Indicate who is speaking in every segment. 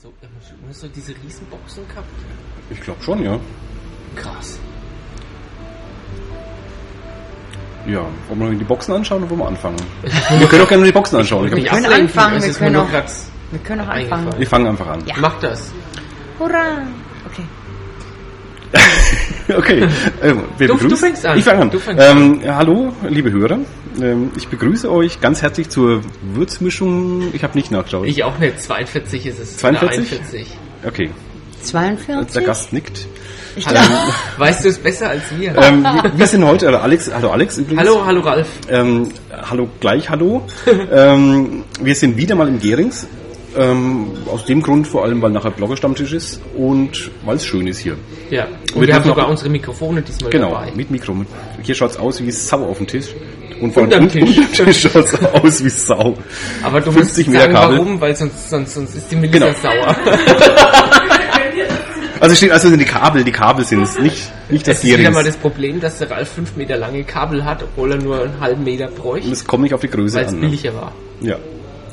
Speaker 1: So, haben wir schon immer so diese Riesenboxen gehabt?
Speaker 2: Ich glaube schon, ja.
Speaker 1: Krass.
Speaker 2: Ja, wollen wir die Boxen anschauen oder wollen wir anfangen? wir können auch gerne die Boxen anschauen. Ich
Speaker 1: mich
Speaker 2: glaub,
Speaker 1: ablenken,
Speaker 3: anfangen,
Speaker 1: das Also
Speaker 3: wir
Speaker 1: ist
Speaker 3: können
Speaker 1: mir
Speaker 3: auch-
Speaker 1: nur grad-
Speaker 3: Wir können auch
Speaker 1: Eingefallen.
Speaker 3: anfangen.
Speaker 2: wir fangen einfach an.
Speaker 3: Ja.
Speaker 1: Mach das.
Speaker 3: Hurra! Okay.
Speaker 2: Okay, ähm, wer
Speaker 1: Du- du
Speaker 2: begrüßt?
Speaker 1: fängst an.
Speaker 2: Ich fange an.
Speaker 1: Du fängst
Speaker 2: ähm, ja, hallo, liebe Hörer. Ähm, ich begrüße euch ganz herzlich zur Würzmischung. Ich habe nicht nachgeschaut.
Speaker 1: Ich auch nicht. 42 ist es.
Speaker 2: 42?
Speaker 1: Na, 41.
Speaker 2: okay, der
Speaker 3: 42?
Speaker 2: Gast nickt.
Speaker 3: Ich
Speaker 1: Hallo.
Speaker 3: glaub-
Speaker 1: Weißt du es besser als wir?
Speaker 2: Ähm, wir- wir sind heute, oder Alex, hallo Alex übrigens.
Speaker 1: hallo, hallo Ralf.
Speaker 2: Ähm, hallo, gleich hallo. ähm, wir sind wieder mal im Gerings. Ähm, aus dem Grund vor allem, weil nachher Bloggerstammtisch ist und weil es schön ist hier.
Speaker 1: Ja. Und
Speaker 2: Wir
Speaker 1: wir, haben
Speaker 2: dürfen
Speaker 1: sogar
Speaker 2: auch-
Speaker 1: unsere Mikrofone diesmal
Speaker 2: Genau,
Speaker 1: dabei.
Speaker 2: mit Mikro. Mit, hier schaut's aus wie Sau auf dem Tisch. Und vor
Speaker 1: Unterm Tisch.
Speaker 2: unterm Tisch schaut's aus wie Sau.
Speaker 1: Aber du
Speaker 2: 50
Speaker 1: musst
Speaker 2: Meter
Speaker 1: sagen,
Speaker 2: Kabel.
Speaker 1: warum, weil sonst, sonst, sonst ist die Melissa
Speaker 2: Genau.
Speaker 1: sauer.
Speaker 2: Also steht, also sind die Kabel, die Kabel sind es, nicht, nicht das
Speaker 1: Es ist wieder mal
Speaker 2: Gerings.
Speaker 1: das Problem, dass der Ralf 5 Meter lange Kabel hat, obwohl er nur einen halben Meter
Speaker 2: Und
Speaker 1: bräuchte,
Speaker 2: es kommt nicht auf die Größe
Speaker 1: weil es
Speaker 2: an. Ne?
Speaker 1: billiger war.
Speaker 2: Ja,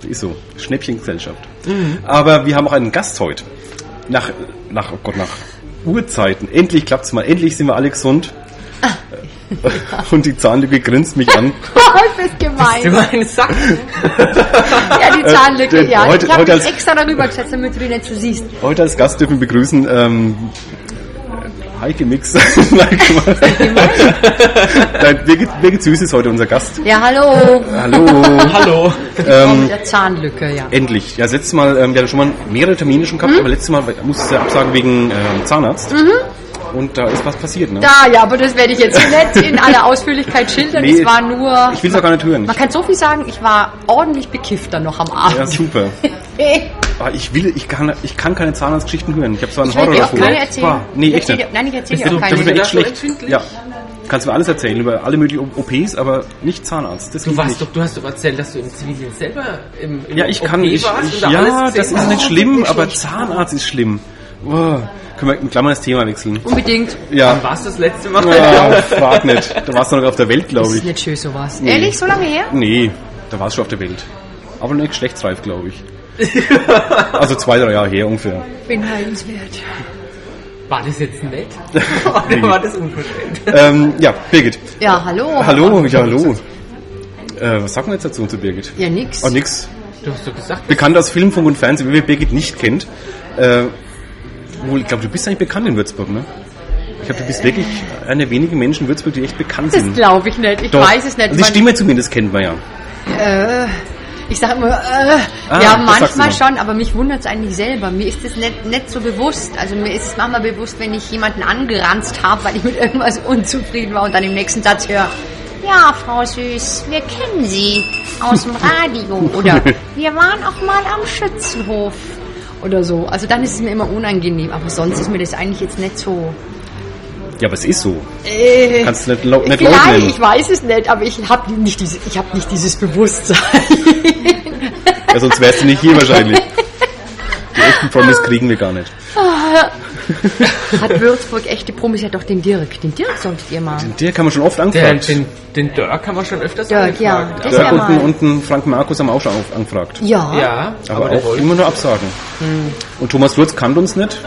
Speaker 2: ist so. Schnäppchengesellschaft.
Speaker 1: Mhm.
Speaker 2: Aber wir haben auch einen Gast heute. Nach, nach, oh Gott, nach Urzeiten. Endlich klappt's mal. Endlich sind wir alle gesund.
Speaker 1: Ah.
Speaker 2: Und die Zahnlücke grinst mich an.
Speaker 3: Das ist
Speaker 1: Du
Speaker 3: gemein.
Speaker 1: meine Sache.
Speaker 3: Ja, die Zahnlücke,
Speaker 2: Äh,
Speaker 3: ja.
Speaker 2: heute-
Speaker 3: ich hab
Speaker 2: heute
Speaker 3: dich
Speaker 2: als-
Speaker 3: extra darüber gesetzt, damit du die nicht so siehst.
Speaker 2: Heute als Gast dürfen wir begrüßen ähm, Heike Mix. Nein, guck mal. Nein, Birgit, Birgit Süß ist heute unser Gast.
Speaker 3: Ja, hallo.
Speaker 2: Hallo.
Speaker 1: Hallo.
Speaker 3: Ähm, mit der Zahnlücke, ja.
Speaker 2: Endlich. Ja, das letzte Mal, ähm, wir hatten schon mal mehrere Termine schon
Speaker 3: Mhm.
Speaker 2: gehabt, aber letztes Mal musste ich ja absagen wegen ähm, Zahnarzt. Und da ist was passiert, ne?
Speaker 3: Da, ja, aber das werde ich jetzt nicht in aller Ausführlichkeit schildern.
Speaker 2: Nee,
Speaker 3: es war nur.
Speaker 2: Ich will es auch gar nicht hören.
Speaker 3: Man kann so viel sagen, ich war ordentlich bekifft dann noch am
Speaker 2: Ja,
Speaker 3: Abend.
Speaker 2: super. Aber Ah, ich will, ich kann, ich kann keine Zahnarztgeschichten hören. Ich habe zwar einen
Speaker 3: Ich will dir auch
Speaker 2: Horror
Speaker 3: keine erzählen.
Speaker 2: Bah, Nee,
Speaker 3: Ich
Speaker 2: echt
Speaker 3: erzähl dir-
Speaker 2: nicht.
Speaker 3: nein, ich erzähl dir
Speaker 2: Das-
Speaker 3: auch
Speaker 2: das wird
Speaker 3: keine.
Speaker 2: mir echt
Speaker 1: Bist du
Speaker 2: schlecht.
Speaker 1: empfindlich?
Speaker 2: Ja. Kannst du mir alles erzählen über alle möglichen OPs, aber nicht Zahnarzt. Das
Speaker 1: Du
Speaker 2: geht
Speaker 1: warst
Speaker 2: nicht.
Speaker 1: doch, du hast doch erzählt, dass du im Zivilien selber im, im
Speaker 2: Ja, ich
Speaker 1: OP
Speaker 2: kann ich,
Speaker 1: warst
Speaker 2: ich,
Speaker 1: und da
Speaker 2: Ja,
Speaker 1: alles
Speaker 2: das
Speaker 1: gesehen
Speaker 2: ist
Speaker 1: hast.
Speaker 2: nicht schlimm, aber Zahnarzt ist schlimm. Boah. Können wir ein kleines Thema wechseln?
Speaker 3: Unbedingt.
Speaker 2: Ja.
Speaker 1: Wann warst du das letzte Mal?
Speaker 2: Ja, frag nicht. Da warst du noch auf der Welt,
Speaker 3: Das
Speaker 2: glaube
Speaker 3: ist
Speaker 2: ich.
Speaker 3: nicht schön sowas. Ehrlich, so lange her?
Speaker 2: Nee, da warst du schon auf der Welt. Aber nicht geschlechtsreif, glaube ich. Also zwei, drei Jahre her ungefähr.
Speaker 3: Ich bin heilenswert.
Speaker 1: War das jetzt nett? Oder war das unverständlich?
Speaker 2: Ähm, ja, Birgit.
Speaker 3: Ja, hallo.
Speaker 2: Hallo, ja, hallo. Äh, was sagen wir jetzt dazu zu Birgit?
Speaker 3: Ja, nix.
Speaker 2: Oh, nix.
Speaker 1: Du hast doch gesagt,
Speaker 2: Bekannt aus Film, Funk und Fernsehen, wer Birgit nicht kennt. Äh, wohl, ich glaube, du bist eigentlich bekannt in Würzburg, ne? Ich glaube, du bist wirklich einer der wenigen Menschen in Würzburg, die echt bekannt
Speaker 3: Das
Speaker 2: sind.
Speaker 3: glaube ich nicht. Ich weiß es nicht.
Speaker 2: Also die
Speaker 3: Man-
Speaker 2: Stimme zumindest kennt man ja.
Speaker 3: Äh, ich sage immer, äh,
Speaker 2: Ah,
Speaker 3: ja,
Speaker 2: das
Speaker 3: manchmal
Speaker 2: sagst du
Speaker 3: schon, aber mich wundert es eigentlich selber. Mir ist es nicht, nicht so bewusst. Also mir ist es manchmal bewusst, wenn ich jemanden angeranzt habe, weil ich mit irgendwas unzufrieden war und dann im nächsten Satz höre, ja, Frau Süß, wir kennen Sie aus dem Radio oder wir waren auch mal am Schützenhof oder so. Also dann ist es mir immer unangenehm, aber sonst ist mir das eigentlich jetzt nicht so...
Speaker 2: Ja, aber es ist so.
Speaker 3: Äh,
Speaker 2: Kannst du nicht, lau- nicht
Speaker 3: Vielleicht,
Speaker 2: leugnen.
Speaker 3: ich weiß es nicht, aber ich habe nicht, diese, ich hab nicht dieses Bewusstsein.
Speaker 2: Ja, sonst wärst du nicht hier wahrscheinlich. Die echten Promis kriegen wir gar nicht.
Speaker 3: Hat Würzburg echte Promis? Ja, doch den Dirk. Den Dirk solltet ihr mal.
Speaker 2: Den Dirk haben wir schon oft
Speaker 1: den,
Speaker 2: angefragt.
Speaker 1: den, den Dirk haben wir schon öfters
Speaker 3: Dirk, ja.
Speaker 1: angefragt.
Speaker 3: Das
Speaker 2: Dirk
Speaker 3: wär
Speaker 2: und,
Speaker 3: mal.
Speaker 2: und einen Frank Markus haben wir auch schon auf- angefragt.
Speaker 3: Ja.
Speaker 1: Ja,
Speaker 2: Aber,
Speaker 1: der Hm.
Speaker 2: auch
Speaker 1: wollte-
Speaker 2: immer nur Absagen. Und Thomas Lutz kannte uns nicht.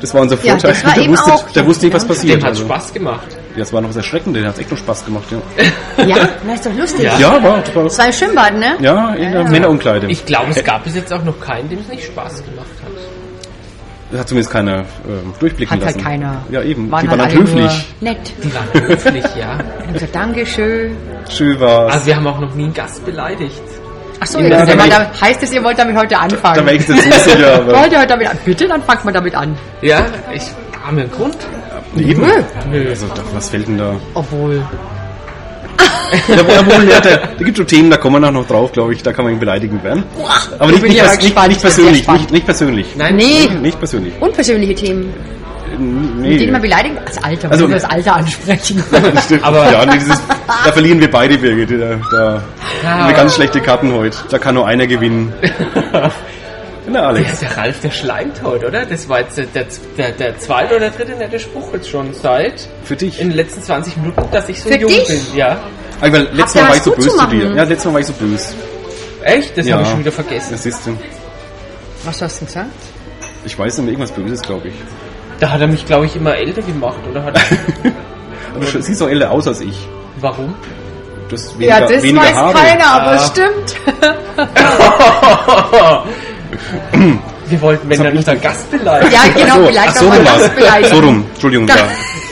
Speaker 2: Das war unser
Speaker 3: Ja,
Speaker 2: Vorteil.
Speaker 3: das war
Speaker 2: der,
Speaker 3: eben
Speaker 2: wusste,
Speaker 3: auch-
Speaker 2: der wusste nicht, was
Speaker 3: Ja.
Speaker 2: passiert.
Speaker 1: Dem hat
Speaker 2: Also,
Speaker 1: Spaß gemacht.
Speaker 2: Das war noch was Erschreckendes. Der hat echt noch Spaß gemacht. Ja,
Speaker 3: Ja, das ist doch lustig.
Speaker 1: Ja.
Speaker 2: ja war total.
Speaker 3: Das war im Schwimmbad, ne?
Speaker 2: Ja, in der Männerumkleide.
Speaker 1: Ich glaube,
Speaker 2: Äh.
Speaker 1: es gab bis jetzt auch noch keinen, dem es nicht Spaß gemacht hat.
Speaker 2: Das hat zumindest keiner ähm, durchblicken
Speaker 3: Hat halt
Speaker 2: lassen.
Speaker 3: keiner.
Speaker 2: Ja, eben.
Speaker 3: Waren
Speaker 2: Die
Speaker 3: halt
Speaker 2: waren halt
Speaker 3: alle nur
Speaker 2: höflich.
Speaker 3: Nett.
Speaker 1: Die waren höflich, ja.
Speaker 3: Und gesagt, Dankeschön.
Speaker 2: Schön war's.
Speaker 1: Also wir haben auch noch nie einen Gast beleidigt.
Speaker 3: Achso,
Speaker 2: Ja,
Speaker 3: ja,
Speaker 2: da
Speaker 3: ja,
Speaker 2: wär-
Speaker 3: damit, heißt es, ihr wollt damit heute
Speaker 2: da
Speaker 3: anfangen?
Speaker 2: wäre ich jetzt nicht sicher. Aber
Speaker 3: wollt ihr heute damit an? Bitte, dann fangt man damit an.
Speaker 1: Ja, ich haben wir einen Grund.
Speaker 2: eben.
Speaker 1: Nö.
Speaker 2: Also, doch, was fällt denn da?
Speaker 3: Obwohl.
Speaker 2: Da, wo- wo- ja, da, da gibt es so Themen, da kommen wir nachher noch drauf, glaube ich. Da kann man ihn beleidigen werden. Aber nicht,
Speaker 3: bin
Speaker 2: nicht,
Speaker 3: ja
Speaker 2: pers-
Speaker 3: mal
Speaker 2: nicht,
Speaker 3: gespannt.
Speaker 2: nicht
Speaker 3: Ich bin sehr
Speaker 2: persönlich.
Speaker 3: gespannt.
Speaker 2: Nicht, nicht persönlich.
Speaker 1: Nein,
Speaker 3: Nee.
Speaker 2: Nicht persönlich.
Speaker 3: Unpersönliche Themen.
Speaker 2: Nee.
Speaker 3: Mit denen man beleidigt. Das Alter,
Speaker 2: Also-
Speaker 3: also, wir das Alter ansprechen.
Speaker 2: Stimmt.
Speaker 1: Aber-
Speaker 2: ja, nee, das ist, da verlieren wir beide, Birgit. Da, da
Speaker 3: Ah.
Speaker 2: haben wir ganz schlechte Karten heute. Da kann nur einer gewinnen. Na,
Speaker 1: Der,
Speaker 2: Alex.
Speaker 1: der Ralf, der schleimt heute, oder? Das war jetzt der, der, der, der zweite oder dritte nette Spruch jetzt schon seit
Speaker 2: Für dich.
Speaker 1: in den letzten 20 Minuten, dass ich so
Speaker 3: Für
Speaker 1: jung
Speaker 3: dich?
Speaker 1: bin. Ja.
Speaker 2: Aber letztes
Speaker 3: ihr
Speaker 2: Mal war
Speaker 3: was
Speaker 2: ich so
Speaker 3: gut
Speaker 2: böse
Speaker 3: zu
Speaker 2: zu dir.
Speaker 3: machen?
Speaker 2: Ja, letztes Mal war ich so böse.
Speaker 1: Echt? Das
Speaker 2: ja.
Speaker 1: habe ich schon wieder vergessen.
Speaker 2: Das siehst du.
Speaker 3: Was hast du denn gesagt?
Speaker 2: Ich weiß nicht mehr, irgendwas Böses, glaube ich.
Speaker 1: Da hat er mich, glaube ich, immer älter gemacht, oder? Hat
Speaker 2: Aber schon- sie ist auch älter aus als ich.
Speaker 1: Warum?
Speaker 2: Du hast
Speaker 3: ja, das weiß keiner,
Speaker 2: Ah.
Speaker 3: aber
Speaker 1: Ja.
Speaker 3: es stimmt.
Speaker 1: Wir wollten Männer
Speaker 2: hab ich
Speaker 1: nicht einen Gast beleidigen.
Speaker 3: Ja, genau,
Speaker 2: Ach so,
Speaker 3: vielleicht
Speaker 2: ach so
Speaker 3: auch mal
Speaker 2: rum
Speaker 3: das
Speaker 2: war's.
Speaker 3: beleidigen.
Speaker 2: So rum, Entschuldigung, ja.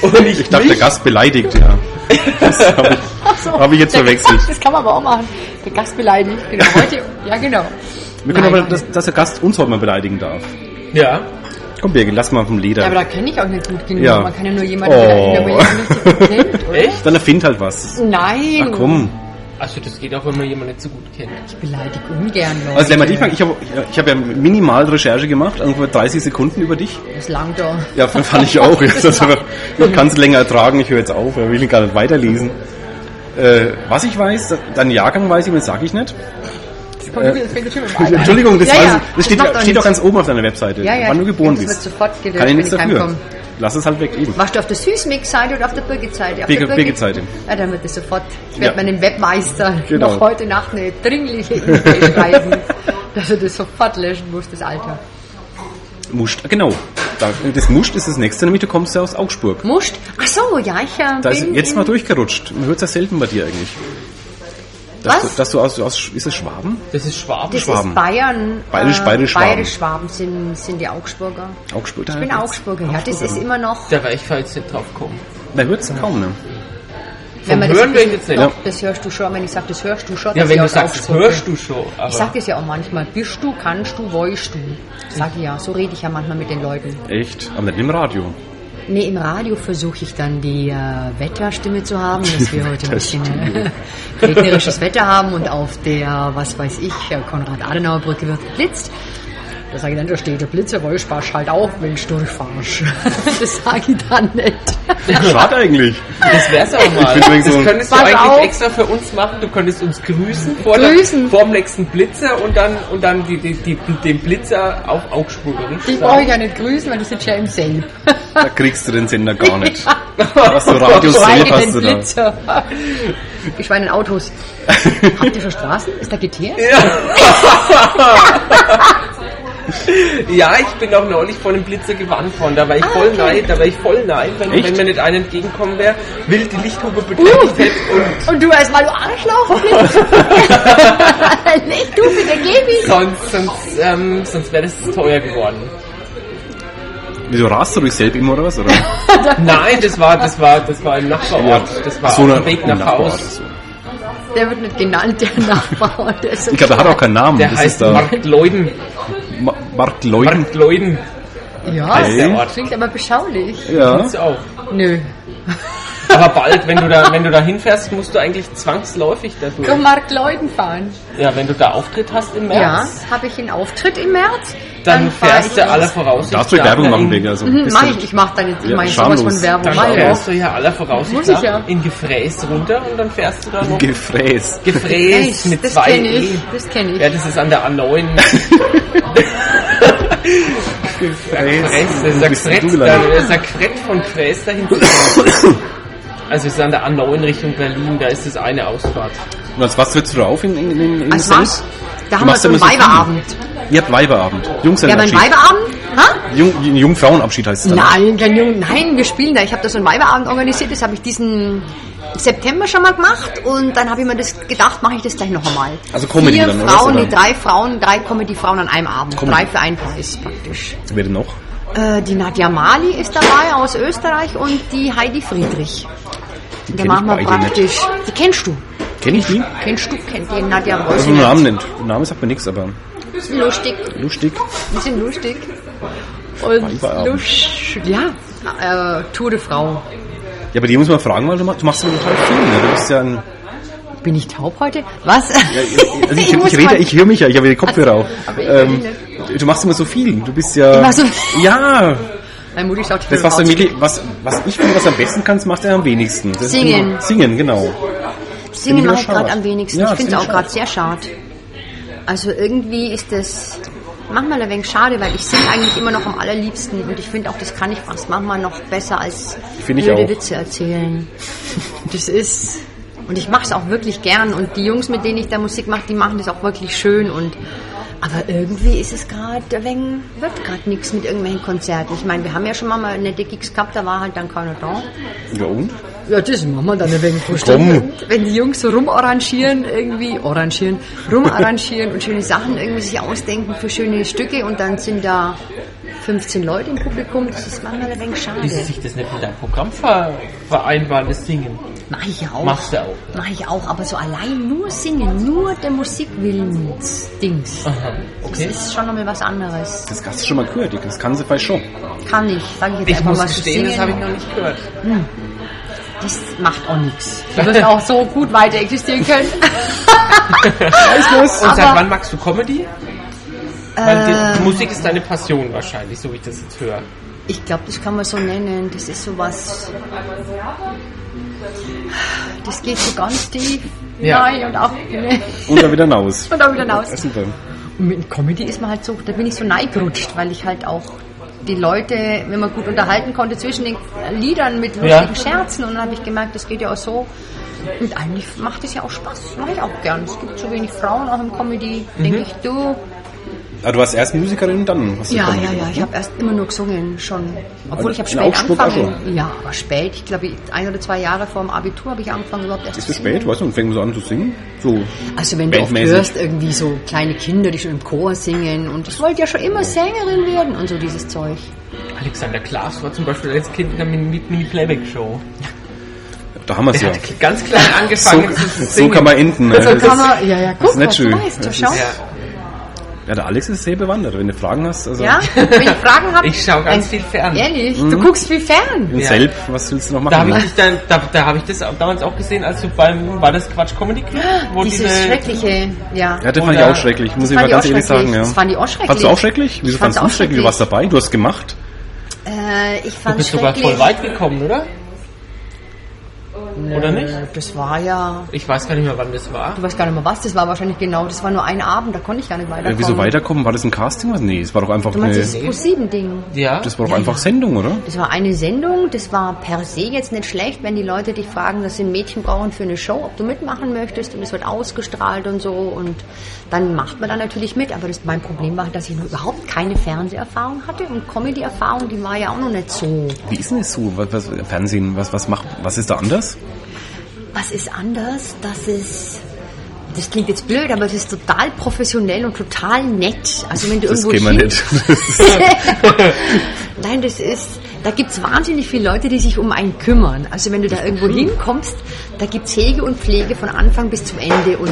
Speaker 1: Und ich,
Speaker 2: Ich dachte, der Gast beleidigt, ja. Das habe ich, hab ich jetzt verwechselt.
Speaker 3: Das kann man aber auch machen. Der Gast beleidigt. Genau, heute. Ja, genau.
Speaker 2: Wir können
Speaker 3: Nein,
Speaker 2: aber,
Speaker 3: nein.
Speaker 2: dass, dass der Gast uns heute mal beleidigen darf.
Speaker 1: Ja.
Speaker 2: Komm, Birgit, lass mal vom
Speaker 3: Ja,
Speaker 2: Leder.
Speaker 3: aber da kenne ich auch nicht gut genug.
Speaker 2: Ja.
Speaker 3: Man kann ja nur jemanden
Speaker 2: Oh.
Speaker 3: beleidigen, aber ich nicht so gut kennt, oder?
Speaker 1: Echt?
Speaker 2: Dann erfind halt was.
Speaker 3: Nein.
Speaker 2: Ach komm.
Speaker 1: Also das geht auch, wenn man jemanden nicht so gut kennt.
Speaker 3: Ich beleidige ungern Leute.
Speaker 2: Also, Lemmer, ich fange- ich habe ich hab ja minimal Recherche gemacht, ungefähr 30 Sekunden über dich.
Speaker 3: Das langt doch.
Speaker 2: Ja, fand ich auch. Jetzt das aber, ich kann es länger ertragen, ich höre jetzt auf, ich will ihn gar nicht weiterlesen. Äh, was ich weiß, deinen Jahrgang weiß ich, aber das sage ich nicht.
Speaker 3: Das
Speaker 2: äh.
Speaker 3: kommt übrigens- fängt schon mit dem Alter an.
Speaker 2: Entschuldigung, das,
Speaker 3: Ja,
Speaker 2: weiß
Speaker 3: ja,
Speaker 2: ich, das steht,
Speaker 3: macht
Speaker 2: doch steht
Speaker 3: nichts.
Speaker 2: doch ganz oben auf deiner Webseite,
Speaker 3: Ja, ja,
Speaker 2: wann du geboren
Speaker 3: das wird
Speaker 2: bist.
Speaker 3: sofort gelöst,
Speaker 2: Kann ich
Speaker 3: wenn
Speaker 2: nichts
Speaker 3: ich
Speaker 2: dafür.
Speaker 3: heimkomme.
Speaker 2: Lass es halt weg, eben.
Speaker 3: Warst du auf der Süßmix-Seite oder auf der Birgit-Seite? Auf
Speaker 2: Birgit-
Speaker 3: der
Speaker 2: Birgit-Seite.
Speaker 3: Ja, dann wird das sofort. Ich werde
Speaker 2: Ja.
Speaker 3: meinem Webmeister
Speaker 2: Genau.
Speaker 3: noch heute Nacht eine dringliche E-Mail schreiben, dass er das sofort löschen muss, das Alter.
Speaker 2: Muscht, genau. Da- Das Muscht ist das nächste, nämlich du kommst ja aus Augsburg.
Speaker 3: Musst? Ach so, ja, ich äh,
Speaker 2: Da ist
Speaker 3: bin
Speaker 2: jetzt
Speaker 3: in-
Speaker 2: mal durchgerutscht. Man hört es ja selten bei dir eigentlich. Dass
Speaker 3: Was?
Speaker 2: Du, dass du aus, aus, ist es Schwaben?
Speaker 1: Das ist Schwaben.
Speaker 3: Das
Speaker 2: Schwaben.
Speaker 3: ist Bayern.
Speaker 2: Bayerisch-
Speaker 3: äh,
Speaker 2: Bayerisch- Schwaben.
Speaker 3: Bayerisch Schwaben sind, sind die Augsburger.
Speaker 2: Augsburg?
Speaker 3: Ich bin Augsburger, ja, das ist immer noch.
Speaker 1: Da wäre ich falls nicht drauf gekommen.
Speaker 2: Da hört es kaum, ne?
Speaker 1: Vom
Speaker 3: das
Speaker 1: Hören wäre ich jetzt nicht.
Speaker 3: Doch, das hörst du schon. Wenn ich sage, das hörst du schon,
Speaker 1: Ja,
Speaker 3: dass
Speaker 1: wenn
Speaker 3: ich
Speaker 1: du
Speaker 3: aus
Speaker 1: sagst, das
Speaker 3: Augsburg
Speaker 1: hörst
Speaker 3: bin.
Speaker 1: du schon.
Speaker 3: ne? Ich
Speaker 1: Aber
Speaker 3: sage es ja auch manchmal. Bist du, kannst du, wollst du. Sag ich ja, so rede ich ja manchmal mit den Leuten.
Speaker 2: Echt? Aber nicht im Radio.
Speaker 3: Nee, im Radio versuche ich dann die äh, Wetterstimme zu haben, dass wir heute ein bisschen äh, regnerisches Wetter haben und auf der, was weiß ich, äh, Konrad-Adenauer-Brücke wird geblitzt. Da sage ich dann, da steht der Blitzer, Wollsparsch halt auf, Mensch, durchfahrst. das sage ich dann nicht.
Speaker 2: Schade eigentlich.
Speaker 1: das wär's auch mal.
Speaker 2: bin übrigens
Speaker 1: Das
Speaker 2: so-
Speaker 1: könntest du
Speaker 3: Pass
Speaker 1: eigentlich
Speaker 3: auf.
Speaker 1: extra für uns machen. Du könntest uns grüßen vor, Der,
Speaker 3: Grüßen.
Speaker 1: vor dem nächsten Blitzer und dann, und dann die, die, die, den Blitzer auf Augsburgerisch
Speaker 3: Die brauche ich ja nicht grüßen, weil die sind ja im Selb.
Speaker 2: Da kriegst du den Sender gar nicht. Was du Radio Selb
Speaker 3: Schweige den
Speaker 2: hast du da.
Speaker 3: Blitzer. Ich war in den Autos. Habt ihr schon Straßen? Ist da GT?
Speaker 1: Ja, ich bin auch neulich vor einem Blitzer gewarnt worden. Da war ich
Speaker 3: Ah,
Speaker 1: voll neid, da war ich voll neid, wenn,
Speaker 2: Echt?
Speaker 1: wenn mir nicht einer entgegenkommen wäre, wild die Lichthube
Speaker 3: Uh.
Speaker 1: betätigt hätte und
Speaker 3: Und du erstmal, du Arschloch! Nicht du, bitte geh mich!
Speaker 1: sonst, sonst, ähm, sonst wäre das teuer geworden.
Speaker 2: Wieso rast du durch Selb immer oder was? Oder?
Speaker 1: Nein, das war, das war, das war im Nachbarort. Das war
Speaker 2: So
Speaker 1: auf
Speaker 2: eine-
Speaker 1: dem Weg
Speaker 2: ein
Speaker 1: nach
Speaker 2: Nachbarort
Speaker 1: Haus.
Speaker 2: oder so.
Speaker 3: Der wird nicht genannt, der Nachbar. Der ist so
Speaker 2: Ich glaube, der hat auch keinen Namen.
Speaker 1: Der
Speaker 2: das
Speaker 1: heißt
Speaker 2: ist da
Speaker 1: Markt Leuden.
Speaker 2: Ma Markt Leuden.
Speaker 1: Markt Leuden.
Speaker 3: Ja,
Speaker 2: Hey.
Speaker 1: der Ort.
Speaker 3: klingt aber beschaulich.
Speaker 2: Ja.
Speaker 1: Gibt's auch.
Speaker 3: Nö.
Speaker 1: Aber bald, wenn du da, wenn du da hinfährst, musst du eigentlich zwangsläufig dadurch.
Speaker 3: Zum Markt Leuten fahren.
Speaker 1: Ja, wenn du da Auftritt hast im
Speaker 3: Ja,
Speaker 1: März,
Speaker 3: habe ich einen Auftritt im März.
Speaker 1: dann,
Speaker 3: fahr
Speaker 1: fährst du
Speaker 3: ich-
Speaker 1: aller Voraussicht.
Speaker 2: Darfst du
Speaker 1: nach
Speaker 2: Werbung machen,
Speaker 1: in-
Speaker 2: Digga? Also,
Speaker 3: Hm,
Speaker 2: bist
Speaker 3: Mach
Speaker 2: du-
Speaker 3: ich, ich mache dann jetzt, ich
Speaker 2: Ja,
Speaker 3: meine sowas
Speaker 2: schamlos.
Speaker 3: von Werbung.
Speaker 1: Dann
Speaker 3: Mach ich
Speaker 1: fährst
Speaker 3: auch.
Speaker 1: du ja aller Voraussicht
Speaker 3: Muss ich
Speaker 1: nach
Speaker 3: ja.
Speaker 1: in Gefräß runter und dann fährst du da noch
Speaker 2: Gefräß.
Speaker 1: Gefräß
Speaker 3: Hey,
Speaker 1: mit
Speaker 3: das
Speaker 1: zwei
Speaker 3: kenne
Speaker 1: E.
Speaker 3: ich, das kenne
Speaker 1: Ja,
Speaker 3: ich.
Speaker 1: das ist an der A9. Gefräß. Das ist
Speaker 2: Wo
Speaker 1: der
Speaker 2: bist
Speaker 1: Kret,
Speaker 2: du
Speaker 1: da,
Speaker 2: gelandet?
Speaker 1: das ist der Kret von Gefräß dahin. Also es ist an der A9 Richtung Berlin, da ist das eine Ausfahrt.
Speaker 2: Und als was trittst du da auf in, in, in, in
Speaker 3: Als
Speaker 2: Selb?
Speaker 3: was?
Speaker 2: Du
Speaker 3: Da haben wir
Speaker 2: machst
Speaker 3: so einen
Speaker 2: immer
Speaker 3: Weiberabend.
Speaker 2: Filme. Ihr habt Weiberabend. Jungs
Speaker 3: Ja, mein Weiberabend? Ha?
Speaker 2: Jung, Jungfrauenabschied heißt es dann.
Speaker 3: Nein, kein Jung, nein, wir spielen da. Ich habe da so einen Weiberabend organisiert, das habe ich diesen September schon mal gemacht und dann habe ich mir das gedacht, mache ich das gleich noch einmal.
Speaker 2: Also Comedy
Speaker 3: Vier
Speaker 2: dann, oder?
Speaker 3: Frauen,
Speaker 2: Oder?
Speaker 3: die drei Frauen, drei Comedy-Frauen an einem Abend.
Speaker 2: Comedy.
Speaker 3: Drei für einen Preis praktisch.
Speaker 2: Wer denn noch?
Speaker 3: Äh, die Nadja Mali ist dabei aus Österreich und die Heidi Friedrich. Die da
Speaker 2: kenn
Speaker 3: machen
Speaker 2: ich
Speaker 3: wir
Speaker 2: beide
Speaker 3: praktisch. Die kennst du.
Speaker 2: Kenn ich die?
Speaker 3: Kennst du, kennt die Nadja Mali.
Speaker 2: Also nur Namen nennt. Name sagt mir nichts, aber
Speaker 3: Bisschen lustig.
Speaker 2: lustig.
Speaker 3: Bisschen lustig. Und
Speaker 2: Weiberabend.
Speaker 3: lusch, ja, äh, Tour de Frau.
Speaker 2: Ja, aber die muss man fragen, weil du, ma- du machst ja total viel. Ne? Du bist ja ein...
Speaker 3: Bin ich taub heute? Was?
Speaker 2: Also ich,
Speaker 3: muss
Speaker 2: ich, rede,
Speaker 3: mal-
Speaker 2: ich höre mich ja, ich habe die Kopfhörer
Speaker 3: Ach
Speaker 2: auf.
Speaker 3: so, aber ich
Speaker 2: Ähm,
Speaker 3: rede
Speaker 2: du machst immer so viel. Du bist ja...
Speaker 3: Ich mach so-
Speaker 2: ja,
Speaker 3: Meine Mutti schaut
Speaker 2: das was, du wirklich, was, was ich finde, was du am besten kannst, macht er am wenigsten. Das ist
Speaker 3: Singen.
Speaker 2: immer- Singen, genau.
Speaker 3: Singen
Speaker 2: wieder
Speaker 3: mache ich
Speaker 2: schade.
Speaker 3: gerade am wenigsten.
Speaker 2: Ja,
Speaker 3: ich finde es
Speaker 2: finde
Speaker 3: auch
Speaker 2: ich
Speaker 3: gerade sehr schade. Also irgendwie ist das manchmal ein wenig schade, weil ich singe eigentlich immer noch am allerliebsten und ich finde auch, das kann ich fast manchmal noch besser als
Speaker 2: Finde ich
Speaker 3: blöde
Speaker 2: auch.
Speaker 3: Witze erzählen. Das ist... Und ich mache es auch wirklich gern und die Jungs, mit denen ich da Musik mache, die machen das auch wirklich schön und Aber irgendwie ist es gerade, wenn wird gerade nichts mit irgendwelchen Konzerten. Ich meine, wir haben ja schon mal nette Gigs gehabt, da war halt dann keiner da.
Speaker 2: Ja und?
Speaker 3: Ja, das machen wir dann ein wenig
Speaker 2: Komm.
Speaker 3: Wenn die Jungs so rumorangieren, irgendwie, orangieren, rumarrangieren und schöne Sachen irgendwie sich ausdenken für schöne Stücke und dann sind da 15 Leute im Publikum, das ist manchmal ein wenig
Speaker 1: Wie sie
Speaker 3: schade.
Speaker 1: sich das nicht mit deinem Programm ver vereinbaren, das Singen.
Speaker 3: Mach ich ja auch.
Speaker 1: Machst du auch.
Speaker 3: Mach ich auch, aber so allein nur singen, nur der Musik willens Dings.
Speaker 1: Aha,
Speaker 3: Das
Speaker 1: okay.
Speaker 3: ist schon nochmal was anderes.
Speaker 2: Das hast du schon mal gehört, Dick. das kann sie vielleicht schon.
Speaker 3: Kann ich, sag ich jetzt
Speaker 1: Ich
Speaker 3: einfach
Speaker 1: muss
Speaker 3: mal so
Speaker 1: gestehen, das
Speaker 3: singen.
Speaker 1: habe ich noch nicht gehört.
Speaker 3: Das macht auch nichts. Du wirst auch so gut weiter existieren können.
Speaker 1: Ah, Und seit
Speaker 3: Aber- Ähm.
Speaker 1: wann magst du Comedy? Weil die, die Musik ist deine Passion wahrscheinlich, so wie ich das jetzt höre.
Speaker 3: Ich glaube, das kann man so nennen. Das ist sowas. Das geht so ganz tief
Speaker 1: Ja.
Speaker 3: hinein und auch ne,
Speaker 2: Und dann wieder hinaus.
Speaker 3: und auch wieder raus.
Speaker 2: Das ist super.
Speaker 3: Und mit Comedy ist man halt so, da bin ich so neigerutscht, weil ich halt auch die Leute, wenn man gut unterhalten konnte, zwischen den Liedern mit lustigen
Speaker 1: Ja.
Speaker 3: Scherzen und dann habe ich gemerkt, das geht ja auch so. Und eigentlich macht es ja auch Spaß, das mache ich auch gern. Es gibt so wenig Frauen auch im Comedy,
Speaker 1: Mhm.
Speaker 3: denke ich, du.
Speaker 2: Ah, du warst erst Musikerin und dann hast du
Speaker 3: Ja,
Speaker 2: Comedy
Speaker 3: ja, ja,
Speaker 2: gemacht,
Speaker 3: ich
Speaker 2: ne?
Speaker 3: habe erst immer nur gesungen, schon.
Speaker 2: Also
Speaker 3: Obwohl ich habe
Speaker 2: in
Speaker 3: spät
Speaker 2: Augsburg auch
Speaker 3: angefangen. Ja, aber spät. Ich glaube, ein oder zwei Jahre vor dem Abitur habe ich angefangen, überhaupt erst
Speaker 2: Ist
Speaker 3: zu
Speaker 2: es spät,
Speaker 3: singen.
Speaker 2: weißt du, und fängst du an zu singen? So.
Speaker 3: Also wenn du oft
Speaker 2: Bandmäßig.
Speaker 3: hörst, irgendwie so kleine Kinder, die schon im Chor singen und ich wollte ja schon immer Sängerin werden und so dieses Zeug.
Speaker 1: Alexander Klaas war zum Beispiel als Kind in der Mini-Playback-Show.
Speaker 2: Da haben wir es
Speaker 1: Der
Speaker 2: ja.
Speaker 1: hat ganz klein
Speaker 2: So,
Speaker 1: angefangen zu
Speaker 2: so
Speaker 1: singen.
Speaker 2: kann man enden. ne?
Speaker 3: So
Speaker 2: Das
Speaker 3: kann
Speaker 2: ist-
Speaker 3: man, ja, ja, guck,
Speaker 2: nicht
Speaker 3: was
Speaker 2: schön.
Speaker 3: du weißt, du
Speaker 2: Das
Speaker 3: schaust.
Speaker 1: ja.
Speaker 2: Ja, der Alex ist sehr bewandert, wenn du Fragen hast. Also
Speaker 3: Ja, wenn ich Fragen habe.
Speaker 1: Ich schaue ganz viel fern.
Speaker 3: Ehrlich,
Speaker 2: Mhm.
Speaker 3: du guckst viel fern.
Speaker 2: Und
Speaker 1: Ja.
Speaker 2: selbst, was willst du noch
Speaker 1: Da habe
Speaker 2: machen? ne?
Speaker 1: ich, dich dann, da, da hab ich das auch damals auch gesehen, als du beim, war das Quatsch Comedy Club? Wo
Speaker 3: Ah, Dieses schreckliche, ja.
Speaker 2: Ja, das fand ich
Speaker 1: Oder-
Speaker 2: auch schrecklich, muss ich
Speaker 3: fand
Speaker 2: mal
Speaker 3: ich
Speaker 2: ganz
Speaker 3: auch
Speaker 2: ehrlich
Speaker 3: schrecklich.
Speaker 2: sagen. Ja.
Speaker 3: Das fand ich auch schrecklich.
Speaker 2: Fandst du auch schrecklich?
Speaker 3: Ich
Speaker 2: Wieso
Speaker 3: fand's
Speaker 2: fandst du
Speaker 3: auch
Speaker 2: schrecklich? Du warst dabei, du hast gemacht.
Speaker 3: Äh, ich
Speaker 1: Du
Speaker 3: fand
Speaker 1: bist sogar voll weit gekommen, oder? Oder nicht?
Speaker 3: Das war ja
Speaker 1: Ich weiß gar nicht mehr, wann das war.
Speaker 3: Ich weiß gar nicht mehr was, das war wahrscheinlich genau, das war nur ein Abend, da konnte ich gar nicht
Speaker 2: Äh,
Speaker 3: weiterkommen.
Speaker 2: wieso weiterkommen? War das ein Casting? oder? Nee, es war doch einfach
Speaker 3: Du meinst
Speaker 2: eine,
Speaker 3: das
Speaker 1: Nee.
Speaker 3: Pro-7-Ding?
Speaker 1: Ja.
Speaker 2: das war doch einfach Sendung, oder?
Speaker 3: Das war eine Sendung, das war per se jetzt nicht schlecht, wenn die Leute dich fragen, dass sie ein Mädchen brauchen für eine Show, ob du mitmachen möchtest und es wird ausgestrahlt und so und dann macht man da natürlich mit, aber das, mein Problem war, dass ich noch überhaupt keine Fernseherfahrung hatte und Comedy-Erfahrung, die war ja auch noch nicht so.
Speaker 2: Wie ist denn das so? Was, was, Fernsehen, was, was, macht, was ist da anders?
Speaker 3: Was ist anders? Das ist. Das klingt jetzt blöd, aber es ist total professionell und total nett. Also wenn du
Speaker 2: Das
Speaker 3: irgendwo
Speaker 2: geht man
Speaker 3: hin-
Speaker 2: nicht.
Speaker 3: Nein, das ist, da gibt es wahnsinnig viele Leute, die sich um einen kümmern. Also wenn du da irgendwo hinkommst, da gibt es Hege und Pflege von Anfang bis zum Ende und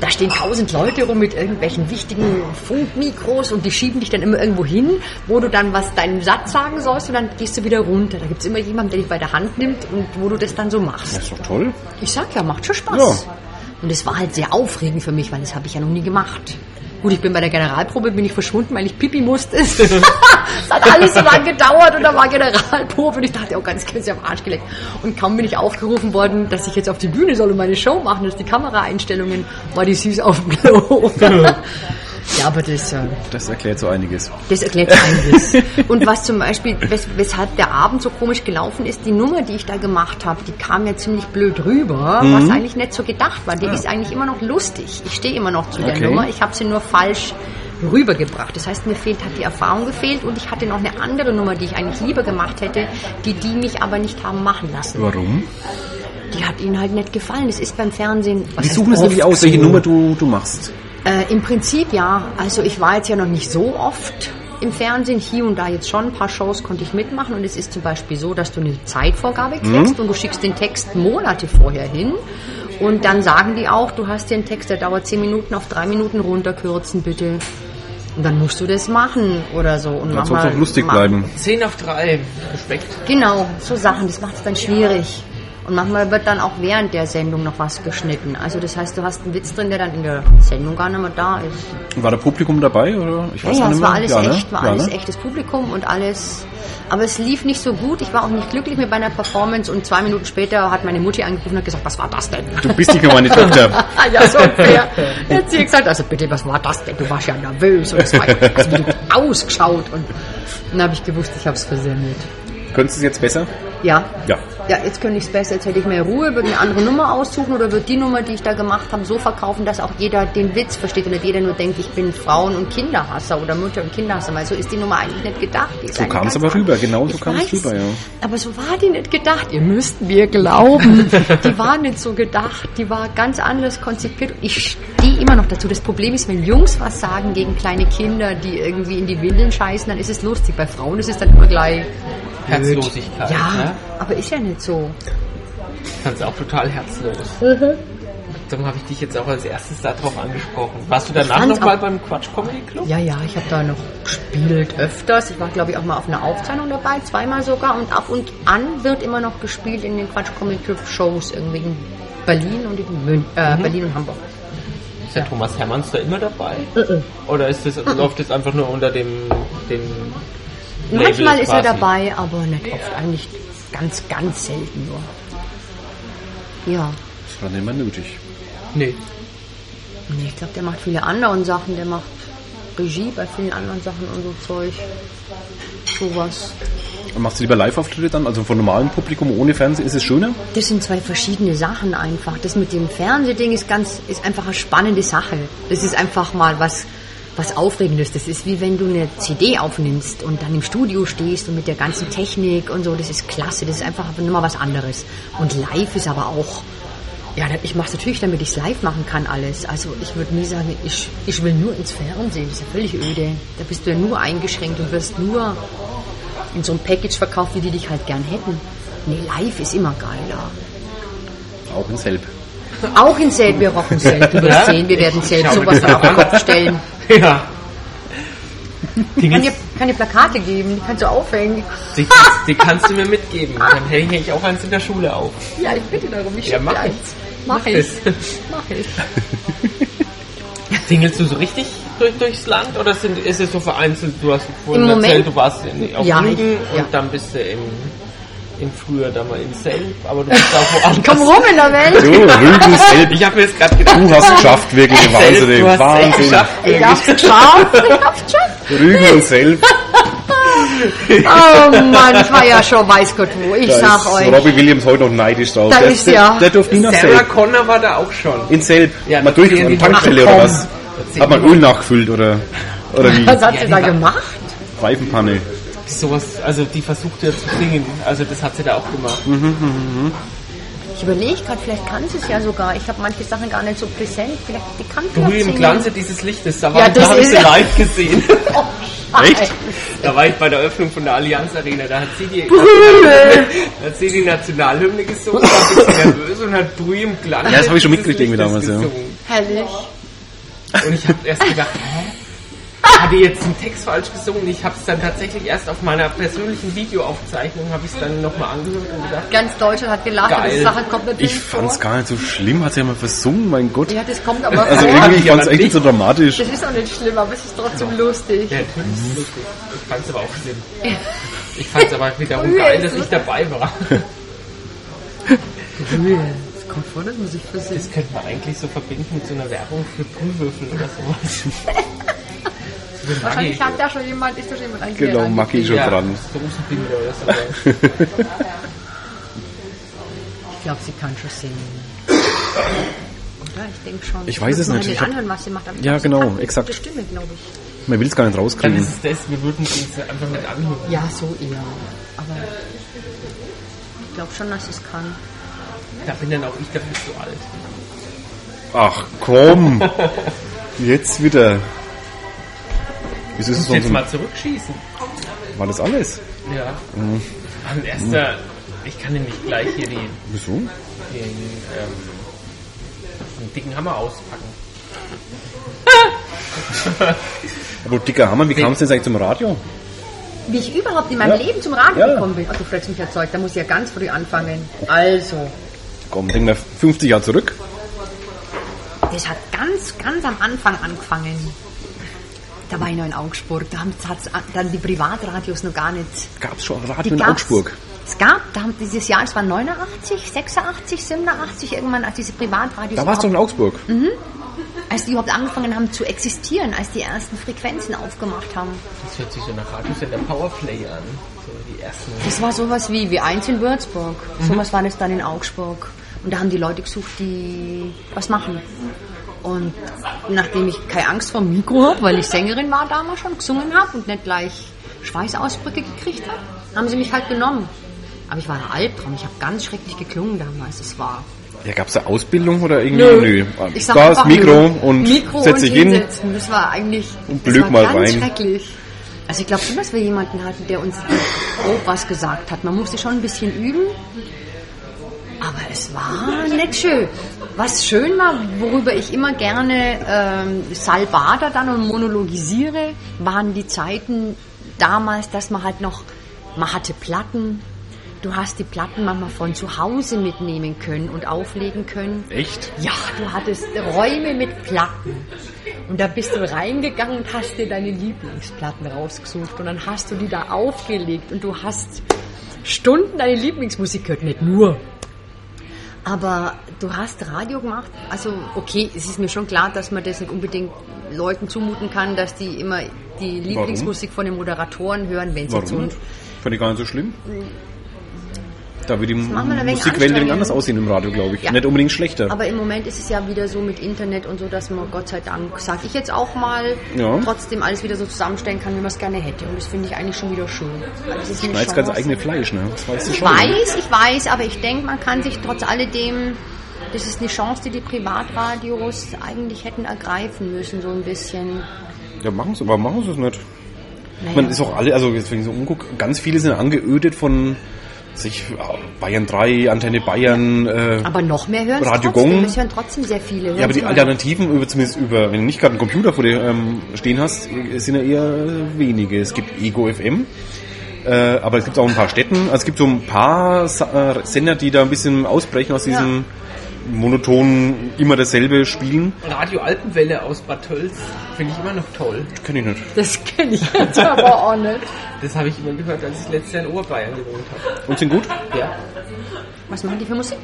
Speaker 3: da stehen tausend Leute rum mit irgendwelchen wichtigen Funkmikros und die schieben dich dann immer irgendwo hin, wo du dann was deinen Satz sagen sollst und dann gehst du wieder runter. Da gibt es immer jemanden, der dich bei der Hand nimmt und wo du das dann so machst.
Speaker 2: Das ist doch toll.
Speaker 3: Ich sag ja, macht schon Spaß.
Speaker 2: Ja.
Speaker 3: Und es war halt sehr aufregend für mich, weil das habe ich ja noch nie gemacht. Gut, ich bin bei der Generalprobe, bin ich verschwunden, weil ich Pipi musste. es hat alles so lange gedauert und da war Generalprobe und ich dachte, oh, ganz kurz, ich am Arsch gelegt. Und kaum bin ich aufgerufen worden, dass ich jetzt auf die Bühne soll und meine Show machen, dass die Kameraeinstellungen, war die süß auf dem Klo. ja, aber das... Äh,
Speaker 2: Das erklärt so einiges.
Speaker 3: das erklärt einiges. Und was zum Beispiel, wes weshalb der Abend so komisch gelaufen ist, die Nummer, die ich da gemacht habe, die kam ja ziemlich blöd rüber,
Speaker 2: Mhm.
Speaker 3: was eigentlich nicht so gedacht war. Die ist eigentlich immer noch lustig. Ich stehe immer noch zu
Speaker 2: Okay.
Speaker 3: der Nummer. Ich habe sie nur falsch rübergebracht. Das heißt, mir fehlt, hat die Erfahrung gefehlt und ich hatte noch eine andere Nummer, die ich eigentlich lieber gemacht hätte, die die mich aber nicht haben machen lassen.
Speaker 2: Warum?
Speaker 3: Die hat ihnen halt nicht gefallen. Das ist beim Fernsehen. was
Speaker 2: Die
Speaker 3: heißt
Speaker 2: suchen es nämlich
Speaker 3: oft
Speaker 2: aus, welche
Speaker 3: so.
Speaker 2: Nummer du, du machst.
Speaker 3: Äh, Im Prinzip ja. Also ich war jetzt ja noch nicht so oft im Fernsehen. Hier und da jetzt schon ein paar Shows konnte ich mitmachen. Und es ist zum Beispiel so, dass du eine Zeitvorgabe
Speaker 2: Mhm.
Speaker 3: kriegst und du schickst den Text Monate vorher hin. Und dann sagen die auch, du hast den Text, der dauert 10 Minuten, auf 3 Minuten runterkürzen bitte. Und dann musst du das machen oder so. Und
Speaker 2: Dann soll
Speaker 3: manchmal
Speaker 2: es auch lustig
Speaker 3: ma-
Speaker 2: bleiben.
Speaker 1: 10 auf 3. Respekt.
Speaker 3: Genau, so Sachen, das macht es dann schwierig. Und manchmal wird dann auch während der Sendung noch was geschnitten. Also das heißt, du hast einen Witz drin, der dann in der Sendung gar nicht mehr da ist.
Speaker 2: War da Publikum dabei? Oder? Ich
Speaker 3: Ja, ja,
Speaker 2: gar
Speaker 3: es
Speaker 2: mehr.
Speaker 3: war alles
Speaker 2: Ja, ne?
Speaker 3: echt, war
Speaker 2: Ja,
Speaker 3: alles
Speaker 2: ne?
Speaker 3: echtes Publikum und alles. Aber es lief nicht so gut. Ich war auch nicht glücklich mit meiner Performance und zwei Minuten später hat meine Mutti angerufen und hat gesagt, was war das denn?
Speaker 2: Du bist nicht mehr meine Tochter.
Speaker 3: Ah, ja, so ungefähr. Jetzt sie gesagt, also bitte, was war das denn? Du warst ja nervös und es war also, wie du ausgeschaut und dann habe ich gewusst, ich habe es versemmelt.
Speaker 2: Könntest du es jetzt besser?
Speaker 3: Ja,
Speaker 2: Ja.
Speaker 3: ja, jetzt könnte ich es besser, jetzt hätte ich mehr Ruhe, würde eine andere Nummer aussuchen oder würde die Nummer, die ich da gemacht habe, so verkaufen, dass auch jeder den Witz versteht und nicht jeder nur denkt, ich bin Frauen- und Kinderhasser oder Mutter- und Kinderhasser, weil so ist die Nummer eigentlich nicht gedacht. Die ist
Speaker 2: So
Speaker 3: eigentlich
Speaker 2: kam's
Speaker 3: ganz
Speaker 2: aber rüber,
Speaker 3: anders.
Speaker 2: genau so
Speaker 3: Ich
Speaker 2: kam's
Speaker 3: weiß,
Speaker 2: rüber, ja.
Speaker 3: Aber so war die nicht gedacht, ihr müsst mir glauben, die war nicht so gedacht, die war ganz anders konzipiert. Ich stehe immer noch dazu, das Problem ist, wenn Jungs was sagen gegen kleine Kinder, die irgendwie in die Windeln scheißen, dann ist es lustig, bei Frauen ist es dann immer gleich...
Speaker 1: Herzlosigkeit.
Speaker 3: Ja,
Speaker 1: Ne?
Speaker 3: aber ist ja nicht so.
Speaker 1: fand es auch total herzlos.
Speaker 3: Mhm.
Speaker 1: Darum habe ich dich jetzt auch als erstes darauf angesprochen. Warst du danach
Speaker 3: fand's
Speaker 1: nochmal
Speaker 3: auch-
Speaker 1: beim Quatsch Comedy Club?
Speaker 3: Ja, ja, ich habe da noch gespielt öfters. Ich war, glaube ich, auch mal auf einer Aufzeichnung dabei, zweimal sogar. Und ab und an wird immer noch gespielt in den Quatsch Comedy Club Shows irgendwie in Berlin und in Mün äh,
Speaker 1: Mhm.
Speaker 3: Berlin und Hamburg.
Speaker 1: Ist der Thomas Hermanns da immer dabei?
Speaker 3: Mhm.
Speaker 1: Oder ist das, läuft das einfach nur unter dem, dem Label
Speaker 3: Manchmal ist er
Speaker 1: quasi?
Speaker 3: dabei, aber nicht oft. Eigentlich ganz, ganz selten nur. Ja,
Speaker 2: Das war nicht mehr nötig.
Speaker 1: Nee.
Speaker 3: nee, ich glaube, der macht viele andere Sachen. Der macht Regie bei vielen anderen Sachen und so Zeug. Sowas.
Speaker 2: Und machst du lieber Live-Auftritte dann? Also von normalem Publikum ohne Fernsehen ist es schöner?
Speaker 3: Das sind zwei verschiedene Sachen einfach. Das mit dem Fernsehding ist ganz, ist einfach eine spannende Sache. Das ist einfach mal was, was Aufregendes. Das ist wie wenn du eine CD aufnimmst und dann im Studio stehst und mit der ganzen Technik und so. Das ist klasse. Das ist einfach immer was anderes. Und live ist aber auch, ja, ich mache es natürlich, damit ich es live machen kann alles. Also ich würde nie sagen, ich, ich will nur ins Fernsehen. Das ist ja völlig öde. Da bist du ja nur eingeschränkt und wirst nur in so einem Package verkauft, wie die dich halt gern hätten. Nee, live ist immer geiler.
Speaker 2: Auch in Selb.
Speaker 3: Auch in Zelt, wir rocken Zelt. Du
Speaker 1: Ja?
Speaker 3: wirst sehen, wir werden Zelt
Speaker 1: Ich schau mir
Speaker 3: sowas
Speaker 1: das
Speaker 3: von auf den Kopf stellen.
Speaker 1: Ja. Die,
Speaker 3: Kann dir,
Speaker 1: kannst,
Speaker 3: kann dir Plakate geben, die kannst du aufhängen.
Speaker 1: die, kannst, die kannst du mir mitgeben. Dann hänge ich auch eins in der Schule auf.
Speaker 3: Ja, ich bitte darum, ich
Speaker 1: Ja,
Speaker 3: schick
Speaker 1: mach
Speaker 3: dir
Speaker 1: ich.
Speaker 3: eins. Mach ich. Mach ich.
Speaker 1: Tingelst du so richtig durch, durchs Land oder sind, ist es so vereinzelt? Du hast vorhin
Speaker 3: Im Moment-
Speaker 1: erzählt, du warst in, auf
Speaker 3: Ja,
Speaker 1: Rügen
Speaker 3: ich- ja.
Speaker 1: und dann bist du im, im Frühjahr da mal in Selb, aber du bist auch woanders.
Speaker 3: Komm rum in der
Speaker 2: So,
Speaker 3: Welt.
Speaker 2: Rügen, Selb.
Speaker 1: Ich habe mir jetzt gerade gedacht,
Speaker 2: Du hast es geschafft, wirklich. Wahnsinn,
Speaker 1: du hast es echt
Speaker 2: Wahnsinn.
Speaker 1: geschafft.
Speaker 3: Ich hab's geschafft. Ich hab's geschafft.
Speaker 2: Rügen und Selb.
Speaker 3: Oh Mann, ich war ja schon weiß Gott wo. Ich
Speaker 2: Da
Speaker 3: sag
Speaker 2: ist
Speaker 3: euch.
Speaker 2: Robbie Williams heute noch neidisch drauf.
Speaker 3: Da
Speaker 2: der,
Speaker 3: ist
Speaker 2: der,
Speaker 3: ja-
Speaker 2: der durfte nie nach
Speaker 1: Sarah
Speaker 2: Selb.
Speaker 1: Connor war da auch schon.
Speaker 2: In Selb.
Speaker 1: Ja,
Speaker 2: mal durch
Speaker 1: erzähl
Speaker 2: an
Speaker 1: die-
Speaker 2: Tankstelle
Speaker 1: Ach,
Speaker 2: oder
Speaker 1: komm.
Speaker 2: was?
Speaker 1: Erzähl
Speaker 2: Hat man
Speaker 1: die-
Speaker 2: Öl nachgefüllt oder, oder wie?
Speaker 3: Was hat
Speaker 1: Ja,
Speaker 3: sie
Speaker 1: die
Speaker 3: da
Speaker 1: war-
Speaker 3: gemacht?
Speaker 2: Reifenpanne.
Speaker 1: Sowas, also die versucht ja zu klingen. Also das hat sie da auch gemacht.
Speaker 2: Mhm.
Speaker 3: Ich überlege gerade, vielleicht kann sie es ja sogar. Ich habe manche Sachen gar nicht so präsent. Vielleicht die kann
Speaker 1: Brühe im
Speaker 3: singen.
Speaker 1: Glanze dieses Lichtes, da, war
Speaker 3: Ja,
Speaker 1: ich- da
Speaker 3: das
Speaker 1: habe ich
Speaker 3: ist
Speaker 1: sie
Speaker 3: ja-
Speaker 1: live gesehen.
Speaker 3: Oh,
Speaker 1: Ah,
Speaker 2: Echt?
Speaker 1: Da war ich bei der Öffnung von der Allianz Arena, da hat sie die, da hat sie die Nationalhymne gesungen, da war ein bisschen nervös und hat Brühe im Glanz.
Speaker 2: Ja, das hab ich schon
Speaker 1: dieses
Speaker 2: mitgekriegt irgendwie
Speaker 1: Lichtes
Speaker 2: damals, ja.
Speaker 1: gesungen.
Speaker 3: Herrlich.
Speaker 1: Und ich habe erst gedacht, hä? Hat die jetzt den Text falsch gesungen? Ich habe es dann tatsächlich erst auf meiner persönlichen Videoaufzeichnung, habe ich es dann nochmal angehört und gedacht,
Speaker 3: Ganz Deutschland hat gelacht.
Speaker 1: Geil.
Speaker 3: Und das Sache kommt natürlich
Speaker 2: Ich fand's gar nicht so schlimm, hat sie ja mal versungen, mein Gott.
Speaker 3: Ja, das kommt aber
Speaker 2: Also
Speaker 3: vor.
Speaker 2: irgendwie, ich
Speaker 1: Ja,
Speaker 2: fand's echt
Speaker 1: natürlich.
Speaker 2: nicht so dramatisch.
Speaker 3: Das ist auch nicht schlimm, aber es ist trotzdem lustig.
Speaker 1: ja, natürlich ist es lustig. Ich fand es aber auch schlimm. Ich fand es aber wiederum geil, dass ich dabei war.
Speaker 3: Es kommt vor, dass man sich versieht.
Speaker 1: Das könnte man eigentlich so verbinden mit so einer Werbung für Brühwürfel oder sowas. So eine
Speaker 3: Wahrscheinlich
Speaker 1: Maggi-
Speaker 3: hat da schon jemand, ist da schon jemand eigentlich
Speaker 2: Genau,
Speaker 3: dran.
Speaker 2: Maki schon
Speaker 1: ja,
Speaker 2: dran.
Speaker 1: Dosenbinde oder sowas.
Speaker 3: Ich glaube, sie kann schon singen. Oder? Ich denke schon.
Speaker 2: Ich weiß
Speaker 3: muss
Speaker 2: es
Speaker 3: mal
Speaker 2: nicht.
Speaker 3: den
Speaker 2: Ich hab-
Speaker 3: anhören, was sie macht. aber ich
Speaker 2: Ja,
Speaker 3: glaub, sie
Speaker 2: genau,
Speaker 3: hat eine
Speaker 2: exakt.
Speaker 3: Gute Stimme, glaube ich.
Speaker 2: Man will's gar nicht
Speaker 1: Dann
Speaker 2: rauskriegen.
Speaker 1: ist es das, wir würden uns einfach nicht anhören.
Speaker 3: Ja, so eher. Aber ich glaube schon, dass sie es kann.
Speaker 1: Da bin dann auch ich dafür zu alt.
Speaker 2: Ach komm! Jetzt wieder. Wieso ist es
Speaker 1: Muss jetzt
Speaker 2: sonst?
Speaker 1: mal zurückschießen.
Speaker 2: War das alles?
Speaker 1: Ja.
Speaker 2: Mhm.
Speaker 1: Mann, erster. Ich kann nämlich gleich hier den,
Speaker 2: Wieso?
Speaker 1: den, ähm, den dicken Hammer auspacken.
Speaker 2: Aber dicker Hammer, wie kam es denn eigentlich zum Radio?
Speaker 3: Wie ich überhaupt in meinem
Speaker 2: Ja.
Speaker 3: Leben zum Radio
Speaker 2: Ja.
Speaker 3: gekommen bin. Ach, du fragst mich ja Zeug, da muss ich ja ganz früh anfangen. Also,
Speaker 2: Komm, denk mal 50 Jahre zurück.
Speaker 3: Das hat ganz, ganz am Anfang angefangen. Da war ich noch in Augsburg. Da haben hat's an- dann die Privatradios noch gar nicht.
Speaker 2: Gab's schon
Speaker 3: Die
Speaker 2: Radio in
Speaker 3: gab's-
Speaker 2: Augsburg?
Speaker 3: Es gab, da haben dieses Jahr, es war 89, 86, 87, irgendwann, als diese Privatradios.
Speaker 2: Da warst du in Augsburg.
Speaker 3: überhaupt- als die überhaupt angefangen haben zu existieren, als die ersten Frequenzen aufgemacht haben.
Speaker 1: Das hört sich so nach Radiosender Powerplay an. So die ersten.
Speaker 3: Das war sowas wie W1 in Würzburg. Sowas war das dann in Augsburg. Und da haben die Leute gesucht, die was machen. Und nachdem ich keine Angst vor dem Mikro habe, weil ich Sängerin war damals schon, gesungen habe und nicht gleich Schweißausbrüche gekriegt habe, haben sie mich halt genommen. Aber ich war ein Albtraum. Ich habe ganz schrecklich geklungen damals. Das war
Speaker 2: Ja, gab's da Ausbildung oder irgendwie?
Speaker 3: Nö. Ich sag
Speaker 2: da ist
Speaker 3: einfach
Speaker 2: Mikro
Speaker 3: nö.
Speaker 2: und
Speaker 3: Mikro
Speaker 2: setz dich
Speaker 3: und
Speaker 2: hin.
Speaker 3: hinsetzen. Das war eigentlich
Speaker 2: Und
Speaker 3: das
Speaker 2: blöd
Speaker 3: war
Speaker 2: mal
Speaker 3: ganz
Speaker 2: rein.
Speaker 3: schrecklich. Also ich glaube schon, dass wir jemanden hatten, der uns grob was gesagt hat. Man musste schon ein bisschen üben. Aber es war nicht schön. Was schön war, worüber ich immer gerne ähm, Salbader dann und monologisiere, waren die Zeiten damals, dass man halt noch, man hatte Platten. Du hast die Platten manchmal von zu Hause mitnehmen können und auflegen können.
Speaker 2: Echt?
Speaker 3: Ja, du hattest Räume mit Platten. Und da bist du reingegangen und hast dir deine Lieblingsplatten rausgesucht. Und dann hast du die da aufgelegt und du hast Stunden deine Lieblingsmusik gehört. Nicht nur. Aber du hast Radio gemacht. Also, okay, es ist mir schon klar, dass man das nicht unbedingt Leuten zumuten kann, dass die immer die Lieblingsmusik von den Moderatoren hören, wenn sie
Speaker 2: Warum?
Speaker 3: zu.
Speaker 2: Fand ich gar nicht so schlimm. Da würde die
Speaker 3: Mhm. machen wir da wenig
Speaker 2: Musikwelt
Speaker 3: Anstrengung.
Speaker 2: anders aussehen im Radio, glaube ich.
Speaker 3: Ja.
Speaker 2: Nicht unbedingt schlechter.
Speaker 3: Aber im Moment ist es ja wieder so mit Internet und so, dass man Gott sei Dank, sag ich jetzt auch mal,
Speaker 2: Ja.
Speaker 3: trotzdem alles wieder so zusammenstellen kann, wie man es gerne hätte. Und das finde ich eigentlich schon wieder schön. Weil das ist eine
Speaker 2: Na, jetzt ganz
Speaker 3: Chance.
Speaker 2: eigene Fleisch, ne? Das weißt du
Speaker 3: Ich
Speaker 2: schon. ne?
Speaker 3: weiß, ich weiß, aber ich denke, man kann sich trotz alledem, das ist eine Chance, die die Privatradios eigentlich hätten ergreifen müssen, so ein bisschen.
Speaker 2: Ja, machen sie, aber machen sie es nicht.
Speaker 3: Naja.
Speaker 2: Man ist auch alle, also jetzt wenn ich so umgucke, ganz viele sind angeödet von sich ah, Bayern 3, Antenne Bayern, äh,
Speaker 3: aber noch mehr hören es
Speaker 2: Radio
Speaker 3: trotzdem.
Speaker 2: Gong.
Speaker 3: Es hören trotzdem sehr viele.
Speaker 2: ja, aber die
Speaker 3: Hören Sie mal.
Speaker 2: Alternativen, über, zumindest über, wenn du nicht gerade einen Computer vor dir ähm, stehen hast, äh, sind ja eher wenige. Es gibt Ego FM, äh, aber es gibt auch ein paar Städten. Also es gibt so ein paar Sa- äh, Sender, die da ein bisschen ausbrechen aus diesem monotonen, immer dasselbe Spielen.
Speaker 1: Radio Alpenwelle aus Bad Tölz finde ich immer noch toll.
Speaker 2: Kenne ich nicht.
Speaker 3: Das kenne ich jetzt aber auch nicht.
Speaker 1: Das habe ich immer gehört, als ich letztes Jahr in Oberbayern gewohnt habe.
Speaker 2: Und sind gut?
Speaker 1: Ja.
Speaker 3: Was machen die für Musik?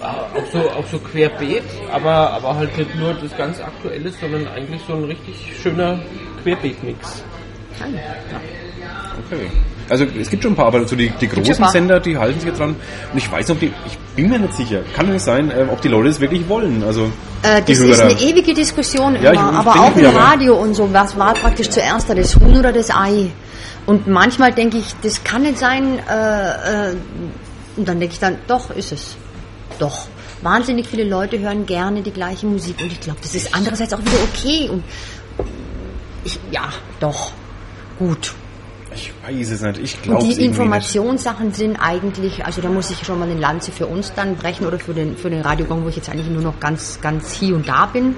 Speaker 1: Auch so, auch so querbeet, aber, aber halt nicht nur das ganz Aktuelle, sondern eigentlich so ein richtig schöner Querbeet-Mix.
Speaker 3: Nein.
Speaker 2: Okay. Also es gibt schon ein paar, aber so die, die
Speaker 3: schon ein
Speaker 2: großen
Speaker 3: paar.
Speaker 2: Sender, die halten sich dran. Und ich weiß noch, die, ich bin mir nicht sicher, kann nicht sein, äh, ob die Leute es wirklich wollen. Also
Speaker 3: Äh,
Speaker 2: die
Speaker 3: das ist eine ewige Diskussion immer,
Speaker 2: Ja, ich- ich
Speaker 3: aber
Speaker 2: bin
Speaker 3: auch im
Speaker 2: wieder bei-
Speaker 3: Radio und so, was war praktisch zuerst da, das Huhn oder das Ei? Und manchmal denke ich, das kann nicht sein, äh, äh, und dann denke ich dann, doch, ist es. Doch. Wahnsinnig viele Leute hören gerne die gleiche Musik und ich glaube, das ist andererseits auch wieder okay und ich, ja, doch, gut.
Speaker 2: ich weiß es nicht, ich
Speaker 3: Und
Speaker 2: glaube es irgendwie
Speaker 3: die
Speaker 2: nicht.
Speaker 3: Informationssachen sind eigentlich, also da muss ich schon mal eine Lanze für uns dann brechen oder für den, für den Radiogong, wo ich jetzt eigentlich nur noch ganz, ganz hier und da bin.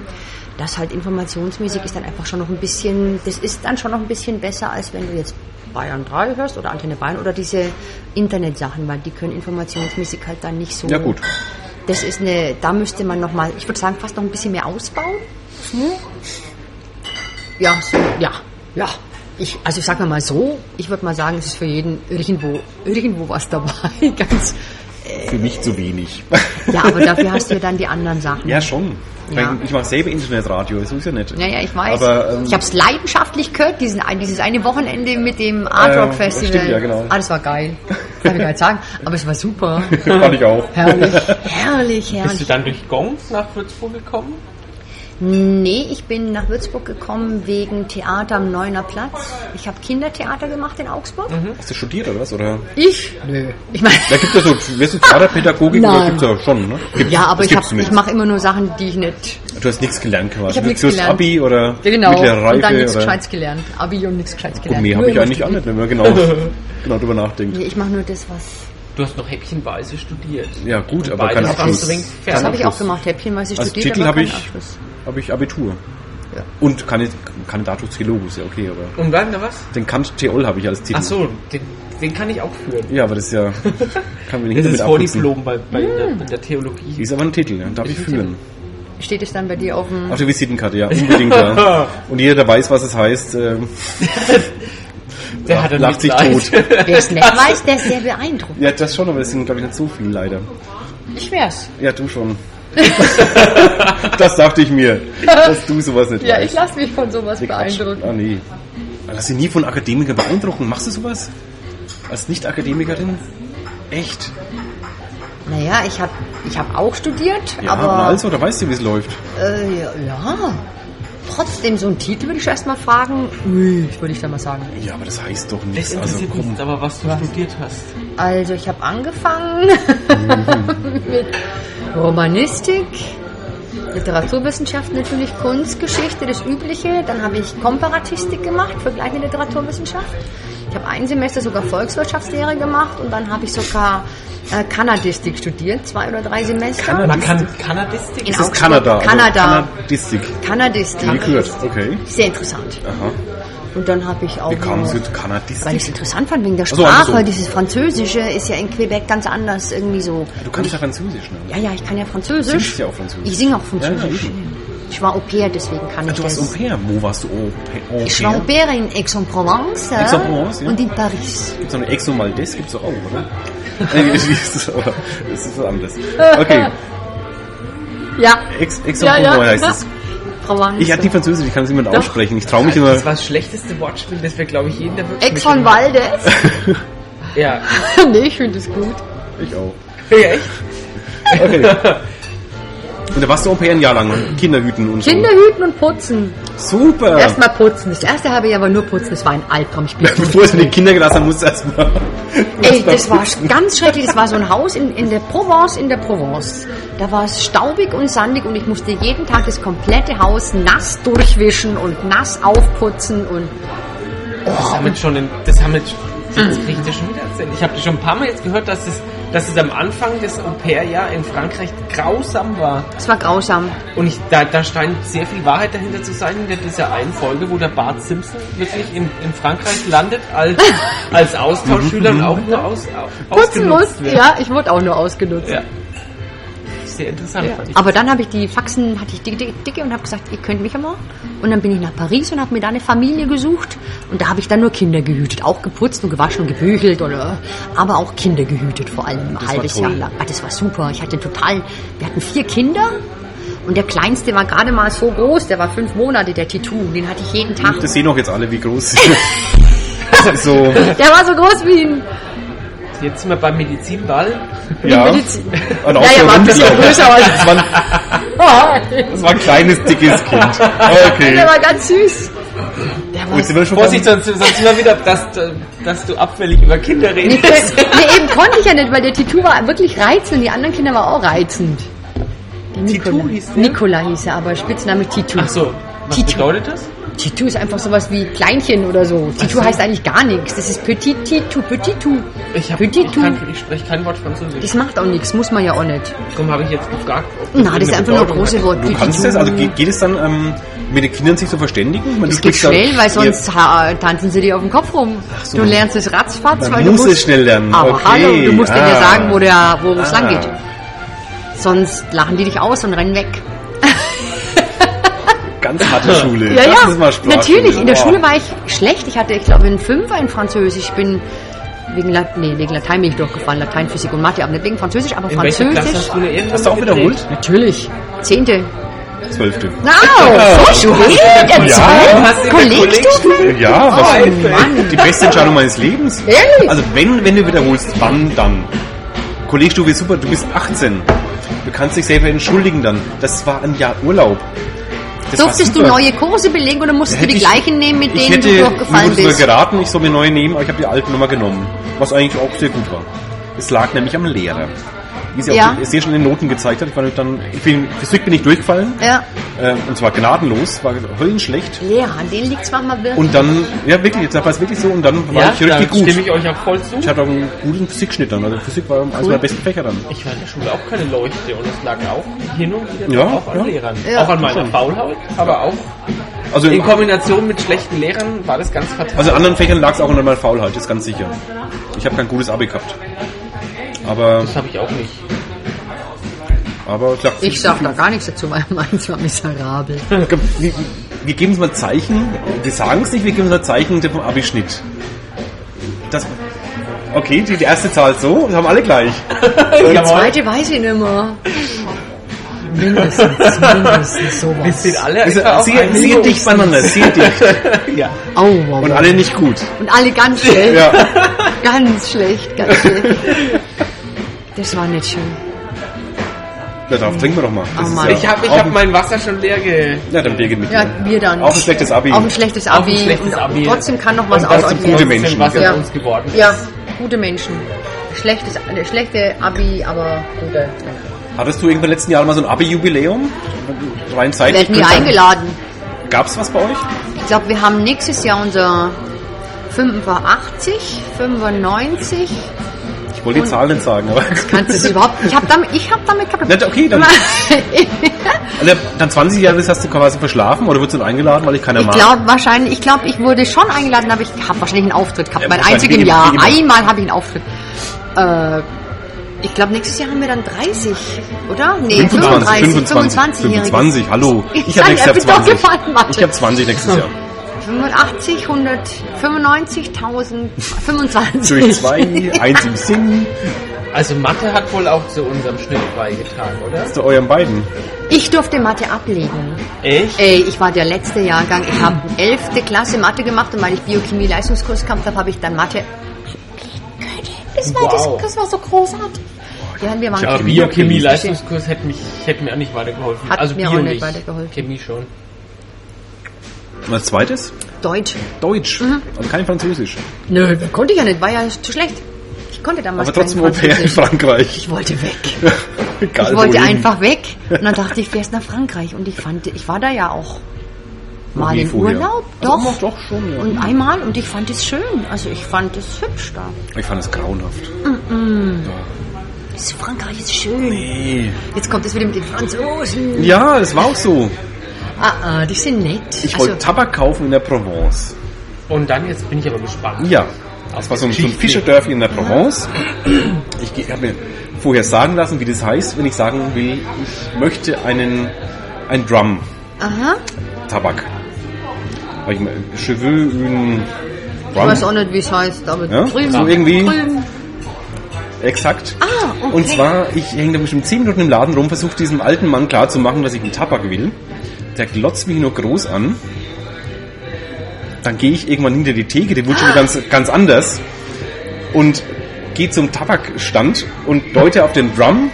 Speaker 3: Das halt informationsmäßig ist dann einfach schon noch ein bisschen, das ist dann schon noch ein bisschen besser, als wenn du jetzt Bayern 3 hörst oder Antenne Bayern oder diese Internetsachen, weil die können informationsmäßig halt dann nicht so.
Speaker 2: Ja, gut.
Speaker 3: Das ist eine, da müsste man nochmal, ich würde sagen, fast noch ein bisschen mehr ausbauen. Hm? Ja, so, ja, ja. Ich, also ich sage mal so, ich würde mal sagen, es ist für jeden irgendwo, irgendwo was dabei. Ganz,
Speaker 2: Für mich zu wenig.
Speaker 3: ja, aber dafür hast du ja dann die anderen Sachen.
Speaker 2: ja, schon.
Speaker 3: Ja.
Speaker 2: Ich mache selber Internetradio, das ist ja nicht.
Speaker 3: Ja, ja, ich weiß.
Speaker 2: Aber, ähm,
Speaker 3: ich habe es leidenschaftlich gehört, diesen, ein- dieses eine Wochenende mit dem Art Rock
Speaker 2: Ähm,
Speaker 3: Festival.
Speaker 2: stimmt, ja, genau.
Speaker 3: Ah, das war geil. Kann ich gar nicht sagen. Aber es war super.
Speaker 2: fand ich auch.
Speaker 3: Herrlich, herrlich,
Speaker 1: Bist du
Speaker 3: herrlich.
Speaker 1: dann durch Gongs nach Würzburg gekommen?
Speaker 3: Nee, ich bin nach Würzburg gekommen wegen Theater am Neuner Platz. Ich habe Kindertheater gemacht in Augsburg.
Speaker 2: Hast du studiert oder was? Oder?
Speaker 3: Ich? Nö. Ich meine,
Speaker 2: Da gibt es so, wirst du Theaterpädagogik oder
Speaker 3: Nein.
Speaker 2: gibt es ja schon, ne? Gibt's-
Speaker 3: Ja, aber
Speaker 2: das
Speaker 3: ich, hab-
Speaker 2: gibt's
Speaker 3: ich
Speaker 2: zumindest.
Speaker 3: mache immer nur Sachen, die ich nicht.
Speaker 2: Du hast nichts gelernt quasi.
Speaker 3: Ich habe
Speaker 2: Du
Speaker 3: nichts
Speaker 2: hast
Speaker 3: gelernt.
Speaker 2: Abi oder
Speaker 3: Genau.
Speaker 2: mittlere Reife
Speaker 3: und dann nichts
Speaker 2: oder...
Speaker 3: Gescheites gelernt. Abi und nichts Gescheites
Speaker 2: Gut,
Speaker 3: gelernt.
Speaker 2: nee,
Speaker 3: Nur
Speaker 2: habe ich
Speaker 3: immer
Speaker 2: eigentlich auch
Speaker 3: studiert.
Speaker 2: nicht, wenn man genau, genau drüber nachdenkt.
Speaker 3: Nee, ich mache nur das, was.
Speaker 1: Du hast noch häppchenweise studiert.
Speaker 2: Ja, gut,
Speaker 1: Und
Speaker 2: aber
Speaker 1: beides
Speaker 2: kein
Speaker 1: war
Speaker 2: Abschluss.
Speaker 1: streng
Speaker 3: Das
Speaker 1: fertig.
Speaker 3: habe ich auch
Speaker 2: Abschluss.
Speaker 3: gemacht, Häppchen, weil ich
Speaker 2: Als
Speaker 3: studiert
Speaker 2: Also Titel
Speaker 3: aber
Speaker 2: habe
Speaker 3: keinen
Speaker 2: ich,
Speaker 3: Abschluss.
Speaker 2: hab ich Abitur. Und Kandid- Candidatus Theologis, ja okay, aber
Speaker 1: Und dann da was?
Speaker 2: den Kant Theol habe ich als Titel.
Speaker 1: Ach so, den, den kann ich auch führen.
Speaker 2: Ja, aber das ist ja... Kann mir nicht
Speaker 1: Das ist
Speaker 2: damit abkürzen.
Speaker 1: Vordiplom bei, bei der,
Speaker 2: Hm.
Speaker 1: in der Theologie.
Speaker 2: Ist aber ein Titel, ja. darf ich führen.
Speaker 3: Steht es dann bei dir auf dem.
Speaker 2: Auf der Visitenkarte, ja, unbedingt, ja. Und jeder, der weiß, was es heißt, ähm,
Speaker 1: Der hat dann
Speaker 2: lacht sich
Speaker 1: Mitleid.
Speaker 2: tot.
Speaker 3: Wer es nicht weiß, der ist sehr beeindruckt.
Speaker 2: Ja, das schon, aber es sind, glaube ich, nicht so viele leider.
Speaker 3: Ich wär's.
Speaker 2: Ja, du schon. Das dachte ich mir, dass du sowas nicht
Speaker 3: Ja, ich
Speaker 2: weißt.
Speaker 3: lasse mich von sowas
Speaker 2: Nee, Quatsch.
Speaker 3: beeindrucken.
Speaker 2: Ah, nee. Lass dich nie von Akademikern beeindrucken. Machst du sowas? Als Nicht-Akademikerin? Echt?
Speaker 3: Naja, ich habe ich hab auch studiert,
Speaker 2: Ja,
Speaker 3: aber
Speaker 2: und also, da weißt du, wie es läuft.
Speaker 3: äh, ja, ja. Trotzdem, so einen Titel würde ich erstmal fragen. Ui, würde ich dann mal sagen.
Speaker 2: Ja, aber das heißt doch
Speaker 1: Es
Speaker 2: nichts. Also,
Speaker 1: interessiert mich
Speaker 2: komm.
Speaker 1: jetzt aber, was du studiert hast.
Speaker 3: Also ich habe angefangen
Speaker 2: Mhm.
Speaker 3: mit Romanistik, Literaturwissenschaften natürlich, Kunstgeschichte, das Übliche. Dann habe ich Komparatistik gemacht, vergleichende Literaturwissenschaft. Ich habe ein Semester sogar Volkswirtschaftslehre gemacht und dann habe ich sogar äh, Kanadistik studiert, zwei oder drei Semester.
Speaker 2: Kanadistik?
Speaker 1: Man kann Kanadistik.
Speaker 3: In
Speaker 2: Das ist
Speaker 3: Augsburg.
Speaker 2: Kanada. also
Speaker 3: Kanada.
Speaker 2: Kanadistik.
Speaker 3: Kanadistik.
Speaker 2: Wie gekürzt, okay.
Speaker 3: Sehr interessant.
Speaker 2: Aha.
Speaker 3: Und dann habe ich auch...
Speaker 2: Wie kam es
Speaker 3: noch-
Speaker 2: mit
Speaker 3: Oh. Weil ich es
Speaker 2: Kanadistik?
Speaker 3: interessant fand wegen der
Speaker 2: Ach so,
Speaker 3: Sprache.
Speaker 2: andersrum.
Speaker 3: Dieses Französische ist ja in Quebec ganz anders irgendwie so.
Speaker 2: Du kannst ja Französisch, ne?
Speaker 3: Ja, ja, ich kann ja Französisch.
Speaker 2: Singst ja auch Französisch.
Speaker 3: Ich singe auch Französisch.
Speaker 2: Ja, ja, eben.
Speaker 3: ich war au pair, deswegen kann
Speaker 2: Ah,
Speaker 3: ich
Speaker 2: Du warst
Speaker 3: das.
Speaker 2: Au pair. Wo warst du Au pair? Au
Speaker 3: Ich war au
Speaker 2: pair?
Speaker 3: pair in Aix-en-Provence ja,
Speaker 2: Aix-en-Provence, ja.
Speaker 3: und in Paris.
Speaker 2: Gibt's noch eine Exo-Maldes? Gibt's doch auch, oder? Nein, das ist aber, das ist was anderes. Okay,
Speaker 3: Ja.
Speaker 2: Ex Exo-Provence heißt es.
Speaker 3: Provence.
Speaker 2: Ich hatte die Französisch, ich kann es immer
Speaker 3: Doch.
Speaker 2: aussprechen. Ich traue mich
Speaker 1: Also,
Speaker 2: immer.
Speaker 1: das war das schlechteste Wortspiel, das wir, glaube ich, jeden der wirklich.
Speaker 3: Aix-en-Valdes?
Speaker 1: Ja.
Speaker 3: nee, ich finde es gut.
Speaker 2: Ich auch.
Speaker 1: ja, echt?
Speaker 2: Okay. Und da warst du Au pair ein Jahr lang. ne? Kinderhüten und
Speaker 3: Kinder hüten und putzen.
Speaker 2: so. Super!
Speaker 3: Erstmal putzen. Das erste habe ich aber nur putzen. Das war ein Albtraum. Ich bin
Speaker 2: Bevor es in die Kinder gelassen hat, musst du erstmal.
Speaker 3: Ey, das war ganz schrecklich. Das war so ein Haus in, in der Provence, in der Provence. Da war es staubig und sandig und ich musste jeden Tag das komplette Haus nass durchwischen und nass aufputzen und
Speaker 1: Das haben jetzt schon, in, das haben jetzt, das
Speaker 3: Mhm.
Speaker 1: krieg ich dir schon wieder erzählt. Ich habe schon ein paar Mal jetzt gehört, dass es, dass es am Anfang des Au-pair-Jahr in Frankreich grausam war.
Speaker 3: es war grausam.
Speaker 1: Und ich, da, da scheint sehr viel Wahrheit dahinter zu sein, in dieser einen Folge, wo der Bart Simpson wirklich in, in Frankreich landet als, als Austauschschüler und auch nur aus, au-
Speaker 3: Putzen muss,
Speaker 1: ausgenutzt wird.
Speaker 3: ja, ich wurde auch nur ausgenutzt.
Speaker 1: ja. Sehr interessant.
Speaker 3: Ja.
Speaker 1: fand ich.
Speaker 3: Aber dann habe ich die Faxen, hatte ich dicke, dicke, dicke und habe gesagt, ihr könnt mich einmal. Und dann bin ich nach Paris und habe mir da eine Familie gesucht. Und da habe ich dann nur Kinder gehütet. Auch geputzt und gewaschen und gebügelt. Oder, aber auch Kinder gehütet, vor allem ein
Speaker 2: war
Speaker 3: halbes
Speaker 2: toll.
Speaker 3: Jahr lang. Ah, das war super. Ich hatte total, wir hatten vier Kinder. Und der Kleinste war gerade mal so groß, der war fünf Monate, der Titu. Den hatte ich jeden Tag.
Speaker 2: Das sehen doch jetzt alle, wie groß sie sind. so,
Speaker 3: Der war so groß wie ein...
Speaker 1: Jetzt sind wir beim Medizinball.
Speaker 2: ja.
Speaker 3: Medizin.
Speaker 2: Und auch
Speaker 3: Ja, ja,
Speaker 2: so
Speaker 3: war ein
Speaker 2: rund,
Speaker 3: bisschen
Speaker 2: glaub ich.
Speaker 3: größer,
Speaker 2: Das war, ein,
Speaker 3: aber...
Speaker 2: das war ein kleines, dickes Kind. Okay.
Speaker 3: Der war ganz süß. Der war
Speaker 2: Jetzt sind wir schon
Speaker 1: Vorsicht, sonst, sonst sind wir wieder, dass, dass du abfällig über Kinder
Speaker 3: Nee,
Speaker 1: redest.
Speaker 3: nee, eben konnte ich ja nicht, weil der Titu war wirklich reizend und die anderen Kinder waren auch reizend. Der
Speaker 1: Titu
Speaker 3: Nikola-
Speaker 1: hieß der?
Speaker 3: Nikola hieß er, aber Spitzname Titu.
Speaker 1: Ach so, was
Speaker 3: Titu.
Speaker 1: bedeutet das?
Speaker 3: Titu ist einfach sowas wie Kleinchen oder so. Titu heißt eigentlich gar nichts. Das ist Petit Titu, Petit Tu.
Speaker 1: Ich, hab,
Speaker 3: Petit
Speaker 1: ich,
Speaker 3: Tu.
Speaker 1: kann, ich spreche kein Wort Französisch.
Speaker 3: Das macht auch nichts, muss man ja auch nicht.
Speaker 1: Darum habe ich jetzt gefragt. ob
Speaker 3: Na, das ist
Speaker 1: eine
Speaker 3: einfach nur
Speaker 1: Bedeutung
Speaker 3: große
Speaker 1: hat.
Speaker 3: Wort.
Speaker 2: Du
Speaker 3: Petit
Speaker 2: kannst
Speaker 3: Tu.
Speaker 2: das, also geht, geht es dann ähm, mit den Kindern sich zu verständigen? Man,
Speaker 3: Das geht schnell, weil sonst ha, tanzen sie dir auf dem Kopf rum.
Speaker 2: so.
Speaker 3: Du lernst es ratzfatz,
Speaker 2: Man
Speaker 3: weil du
Speaker 2: muss
Speaker 3: musst...
Speaker 2: es schnell lernen.
Speaker 3: Aber
Speaker 2: Okay,
Speaker 3: hallo, du musst denen ja
Speaker 2: ah.
Speaker 3: sagen, wo der, wo es
Speaker 2: Ah.
Speaker 3: lang geht. Sonst lachen die dich aus und rennen weg.
Speaker 2: Ganz harte Schule.
Speaker 3: Ja,
Speaker 2: das
Speaker 3: ja,
Speaker 2: Ist mal Oh, Sprachschule.
Speaker 3: natürlich. In der
Speaker 2: Boah.
Speaker 3: Schule war ich schlecht. Ich hatte, ich glaube, einen Fünfer in Französisch. Ich bin wegen, Lat nee, wegen Latein bin ich durchgefallen. Latein, Physik und Mathe. Aber nicht wegen Französisch, aber
Speaker 1: In welcher Klasse
Speaker 3: Französisch.
Speaker 1: hast du eine Ehrenrunde
Speaker 2: Hast du auch
Speaker 1: gedreht?
Speaker 2: wiederholt?
Speaker 3: Natürlich. Zehnte.
Speaker 2: Zwölfte.
Speaker 3: Wow, oh, so schön.
Speaker 2: Ja,
Speaker 3: Der
Speaker 1: du hast
Speaker 3: Zwölf.
Speaker 1: in der
Speaker 3: Kollegstufe.
Speaker 2: Ja, was?
Speaker 1: Mann.
Speaker 2: die beste Entscheidung meines Lebens.
Speaker 3: Oh, Ehrlich?
Speaker 2: Also wenn, wenn du wiederholst, wann dann? Kollegstufe ist super, du bist 18. Du kannst dich selber entschuldigen dann. Das war ein Jahr Urlaub. Das war
Speaker 3: Durftest du
Speaker 2: super.
Speaker 3: neue Kurse belegen oder musstest du
Speaker 2: Hätte
Speaker 3: die
Speaker 2: ich-
Speaker 3: gleichen nehmen, mit
Speaker 2: Ich
Speaker 3: denen
Speaker 2: hätte
Speaker 3: du
Speaker 2: mir
Speaker 3: durchgefallen
Speaker 2: wurde sogar
Speaker 3: bist?
Speaker 2: geraten, ich soll mir neue nehmen, aber ich habe die alte Nummer genommen. Was eigentlich auch sehr gut war. Es lag nämlich am Lehrer. Wie sie
Speaker 3: Ja.
Speaker 2: auch sehr schon in den Noten gezeigt hat. Ich war nämlich dann, ich bin, Physik bin ich durchgefallen.
Speaker 3: Ja.
Speaker 2: Äh, und zwar gnadenlos, war höllenschlecht.
Speaker 3: Lehrer, an denen liegt's manchmal wirklich.
Speaker 2: Und dann, ja wirklich, jetzt war es wirklich so und dann war
Speaker 1: Ja,
Speaker 2: ich
Speaker 1: da
Speaker 2: richtig gut.
Speaker 1: stimme ich euch auch voll zu.
Speaker 2: Ich hatte auch einen guten Physikschnitt dann. Also Physik war eines meiner besten Fächer dann.
Speaker 1: Ich war in der Schule auch keine Leuchte und es lag auch hin und wieder
Speaker 2: Ja,
Speaker 1: auch an
Speaker 2: ja.
Speaker 1: Lehrern.
Speaker 3: Ja.
Speaker 1: auch an meiner Faulheit, aber auch
Speaker 2: Also
Speaker 1: in
Speaker 2: in,
Speaker 1: Kombination mit schlechten Lehrern war das ganz fatal.
Speaker 2: also in anderen Fächern lag es auch an meiner Faulheit, ist ganz sicher. Ich habe kein gutes Abi gehabt. Aber,
Speaker 1: das habe ich auch nicht.
Speaker 2: aber klar,
Speaker 3: ich sag da gar nichts dazu, weil meins war miserabel.
Speaker 2: wir, wir geben es mal Zeichen. Wir sagen es nicht, wir geben es mal Zeichen vom Abischnitt. Das, okay, die, die erste Zahl so, das haben alle gleich.
Speaker 1: Jawohl.
Speaker 3: Zweite weiß ich nicht mehr.
Speaker 4: Mindestens, mindestens sowas.
Speaker 1: Wir sind alle
Speaker 2: Also,
Speaker 1: etwa auf
Speaker 2: sehr,
Speaker 1: einem
Speaker 2: sehr
Speaker 1: Niveau.
Speaker 2: dicht beieinander, sehr dicht.
Speaker 1: Ja.
Speaker 4: Au, wow,
Speaker 2: Und
Speaker 4: wow.
Speaker 2: alle nicht gut.
Speaker 3: Und alle ganz schlecht.
Speaker 2: Ja.
Speaker 3: Ganz schlecht, ganz schlecht. Das war nicht schön.
Speaker 2: Na, darauf trinken wir doch mal. Das
Speaker 3: Oh
Speaker 2: ist
Speaker 3: Mann.
Speaker 2: ja
Speaker 1: Ich habe ich
Speaker 2: auch
Speaker 1: hab
Speaker 2: ein-
Speaker 1: mein Wasser schon leer ge...
Speaker 2: Na, dann Birgit mit
Speaker 3: Ja,
Speaker 2: mir.
Speaker 3: wir dann.
Speaker 2: Auch ein schlechtes Abi.
Speaker 3: Auch ein schlechtes Abi.
Speaker 1: Auch ein schlechtes
Speaker 3: und
Speaker 1: Abi.
Speaker 3: Trotzdem kann noch was
Speaker 1: Und
Speaker 3: aus
Speaker 1: das
Speaker 3: euch
Speaker 1: sind
Speaker 2: gute
Speaker 3: werden.
Speaker 1: trotzdem
Speaker 2: Menschen,
Speaker 1: Was aus
Speaker 3: ja.
Speaker 1: uns geworden ist.
Speaker 3: Ja, gute Menschen. Schlechtes, äh, schlechte Abi, aber gute.
Speaker 2: Hattest du irgendwann letzten Jahr mal so ein Abi-Jubiläum? Rein
Speaker 3: Wir
Speaker 2: zeitlich.
Speaker 3: werden nie eingeladen.
Speaker 2: Gab's was bei euch?
Speaker 3: Ich glaube, wir haben nächstes Jahr unser 85, 95.
Speaker 2: Ich wollte die
Speaker 3: Und-
Speaker 2: Zahlen nicht sagen, aber.
Speaker 3: Kannst du das überhaupt? Ich habe damit, ich hab damit
Speaker 2: Nicht,
Speaker 3: kaputt.
Speaker 2: okay, dann, also, dann 20 Jahre das hast du quasi verschlafen oder wurdest du nicht eingeladen, weil ich keiner
Speaker 3: Ich
Speaker 2: mag?
Speaker 3: glaube wahrscheinlich, ich glaube, ich wurde schon eingeladen, aber ich habe wahrscheinlich einen Auftritt gehabt.
Speaker 2: Ja,
Speaker 3: mein
Speaker 2: wahrscheinlich wie
Speaker 3: einzigen
Speaker 2: im-
Speaker 3: Jahr.
Speaker 2: wie immer.
Speaker 3: Einmal habe ich einen Auftritt. Äh, ich glaube, nächstes Jahr haben wir dann 30, oder? Nee, 35, 25,
Speaker 2: 25, hallo. Ich
Speaker 3: Sag,
Speaker 2: habe nächstes Jahr
Speaker 3: ich bin doch
Speaker 2: 20.
Speaker 3: gefahren, Mathe.
Speaker 2: Ich habe 20 nächstes Jahr.
Speaker 3: 85, 195.000, 25.
Speaker 2: Durch 2, 1 im Singen
Speaker 1: Also Mathe hat wohl auch zu unserem Schnitt beigetragen, oder?
Speaker 2: zu euren beiden.
Speaker 3: Ich durfte Mathe ablegen.
Speaker 1: Echt?
Speaker 3: Ey, ich war der letzte Jahrgang. Ich habe 11. Klasse Mathe gemacht und weil ich Biochemie-Leistungskurs gehabt habe, habe ich dann Mathe. Das war,
Speaker 1: Wow.
Speaker 3: das, das war so großartig. Ja, wir waren
Speaker 2: Ja,
Speaker 1: Aber
Speaker 3: Chemie.
Speaker 1: Biochemie-Leistungskurs hätte, mich, hätte mir auch nicht weitergeholfen.
Speaker 3: Hat
Speaker 1: also
Speaker 3: mir auch
Speaker 1: Bio
Speaker 3: nicht
Speaker 1: nicht
Speaker 3: weitergeholfen.
Speaker 1: Chemie schon.
Speaker 2: Und als zweites?
Speaker 3: Deutsch.
Speaker 2: Deutsch und kein Französisch.
Speaker 3: Nö, konnte ich ja nicht, war ja zu schlecht. Ich konnte damals
Speaker 2: Aber trotzdem
Speaker 3: kein
Speaker 2: Au pair in
Speaker 3: Französisch.
Speaker 2: Frankreich.
Speaker 3: Ich wollte weg.
Speaker 2: Egal,
Speaker 3: Ich wollte
Speaker 2: wohin.
Speaker 3: einfach weg. Und dann dachte ich, fährst nach Frankreich. Und ich fand, ich war da ja auch
Speaker 2: Noch
Speaker 3: mal
Speaker 2: nie
Speaker 3: in
Speaker 2: vorher.
Speaker 3: Urlaub.
Speaker 2: Also,
Speaker 3: Doch.
Speaker 2: doch, doch, schon, ja.
Speaker 3: Und einmal. Und ich fand es schön. Also ich fand es hübsch da.
Speaker 2: Ich fand es grauenhaft.
Speaker 3: Das Frankreich ist schön.
Speaker 2: Nee.
Speaker 3: Jetzt kommt es wieder mit den Franzosen.
Speaker 2: Ja, es war auch so.
Speaker 3: Ah, ah, die sind nett. Also,
Speaker 2: Ich wollte Tabak kaufen in der Provence.
Speaker 1: Und dann, jetzt bin ich aber gespannt.
Speaker 2: Ja. Das war so ein, so ein Fischerdörfchen in der Provence. Ich habe mir vorher sagen lassen, wie das heißt, wenn ich sagen will, ich möchte einen, einen Drum-Tabak.
Speaker 3: aha.
Speaker 2: Habe ich mal Cheveux, un
Speaker 3: Ich weiß auch
Speaker 2: Drum.
Speaker 3: nicht, wie es heißt, aber
Speaker 2: Ja?
Speaker 3: drüben.
Speaker 2: So irgendwie?
Speaker 3: Drüben.
Speaker 2: Exakt.
Speaker 3: Ah, okay.
Speaker 2: Und zwar, ich hänge da bestimmt 10 Minuten im Laden rum, versuche diesem alten Mann klarzumachen, dass ich einen Tabak will. Der glotzt mich nur groß an. Dann gehe ich irgendwann hinter die Theke, die wurde schon ganz, ganz anders. Und gehe zum Tabakstand und deute auf den Drum.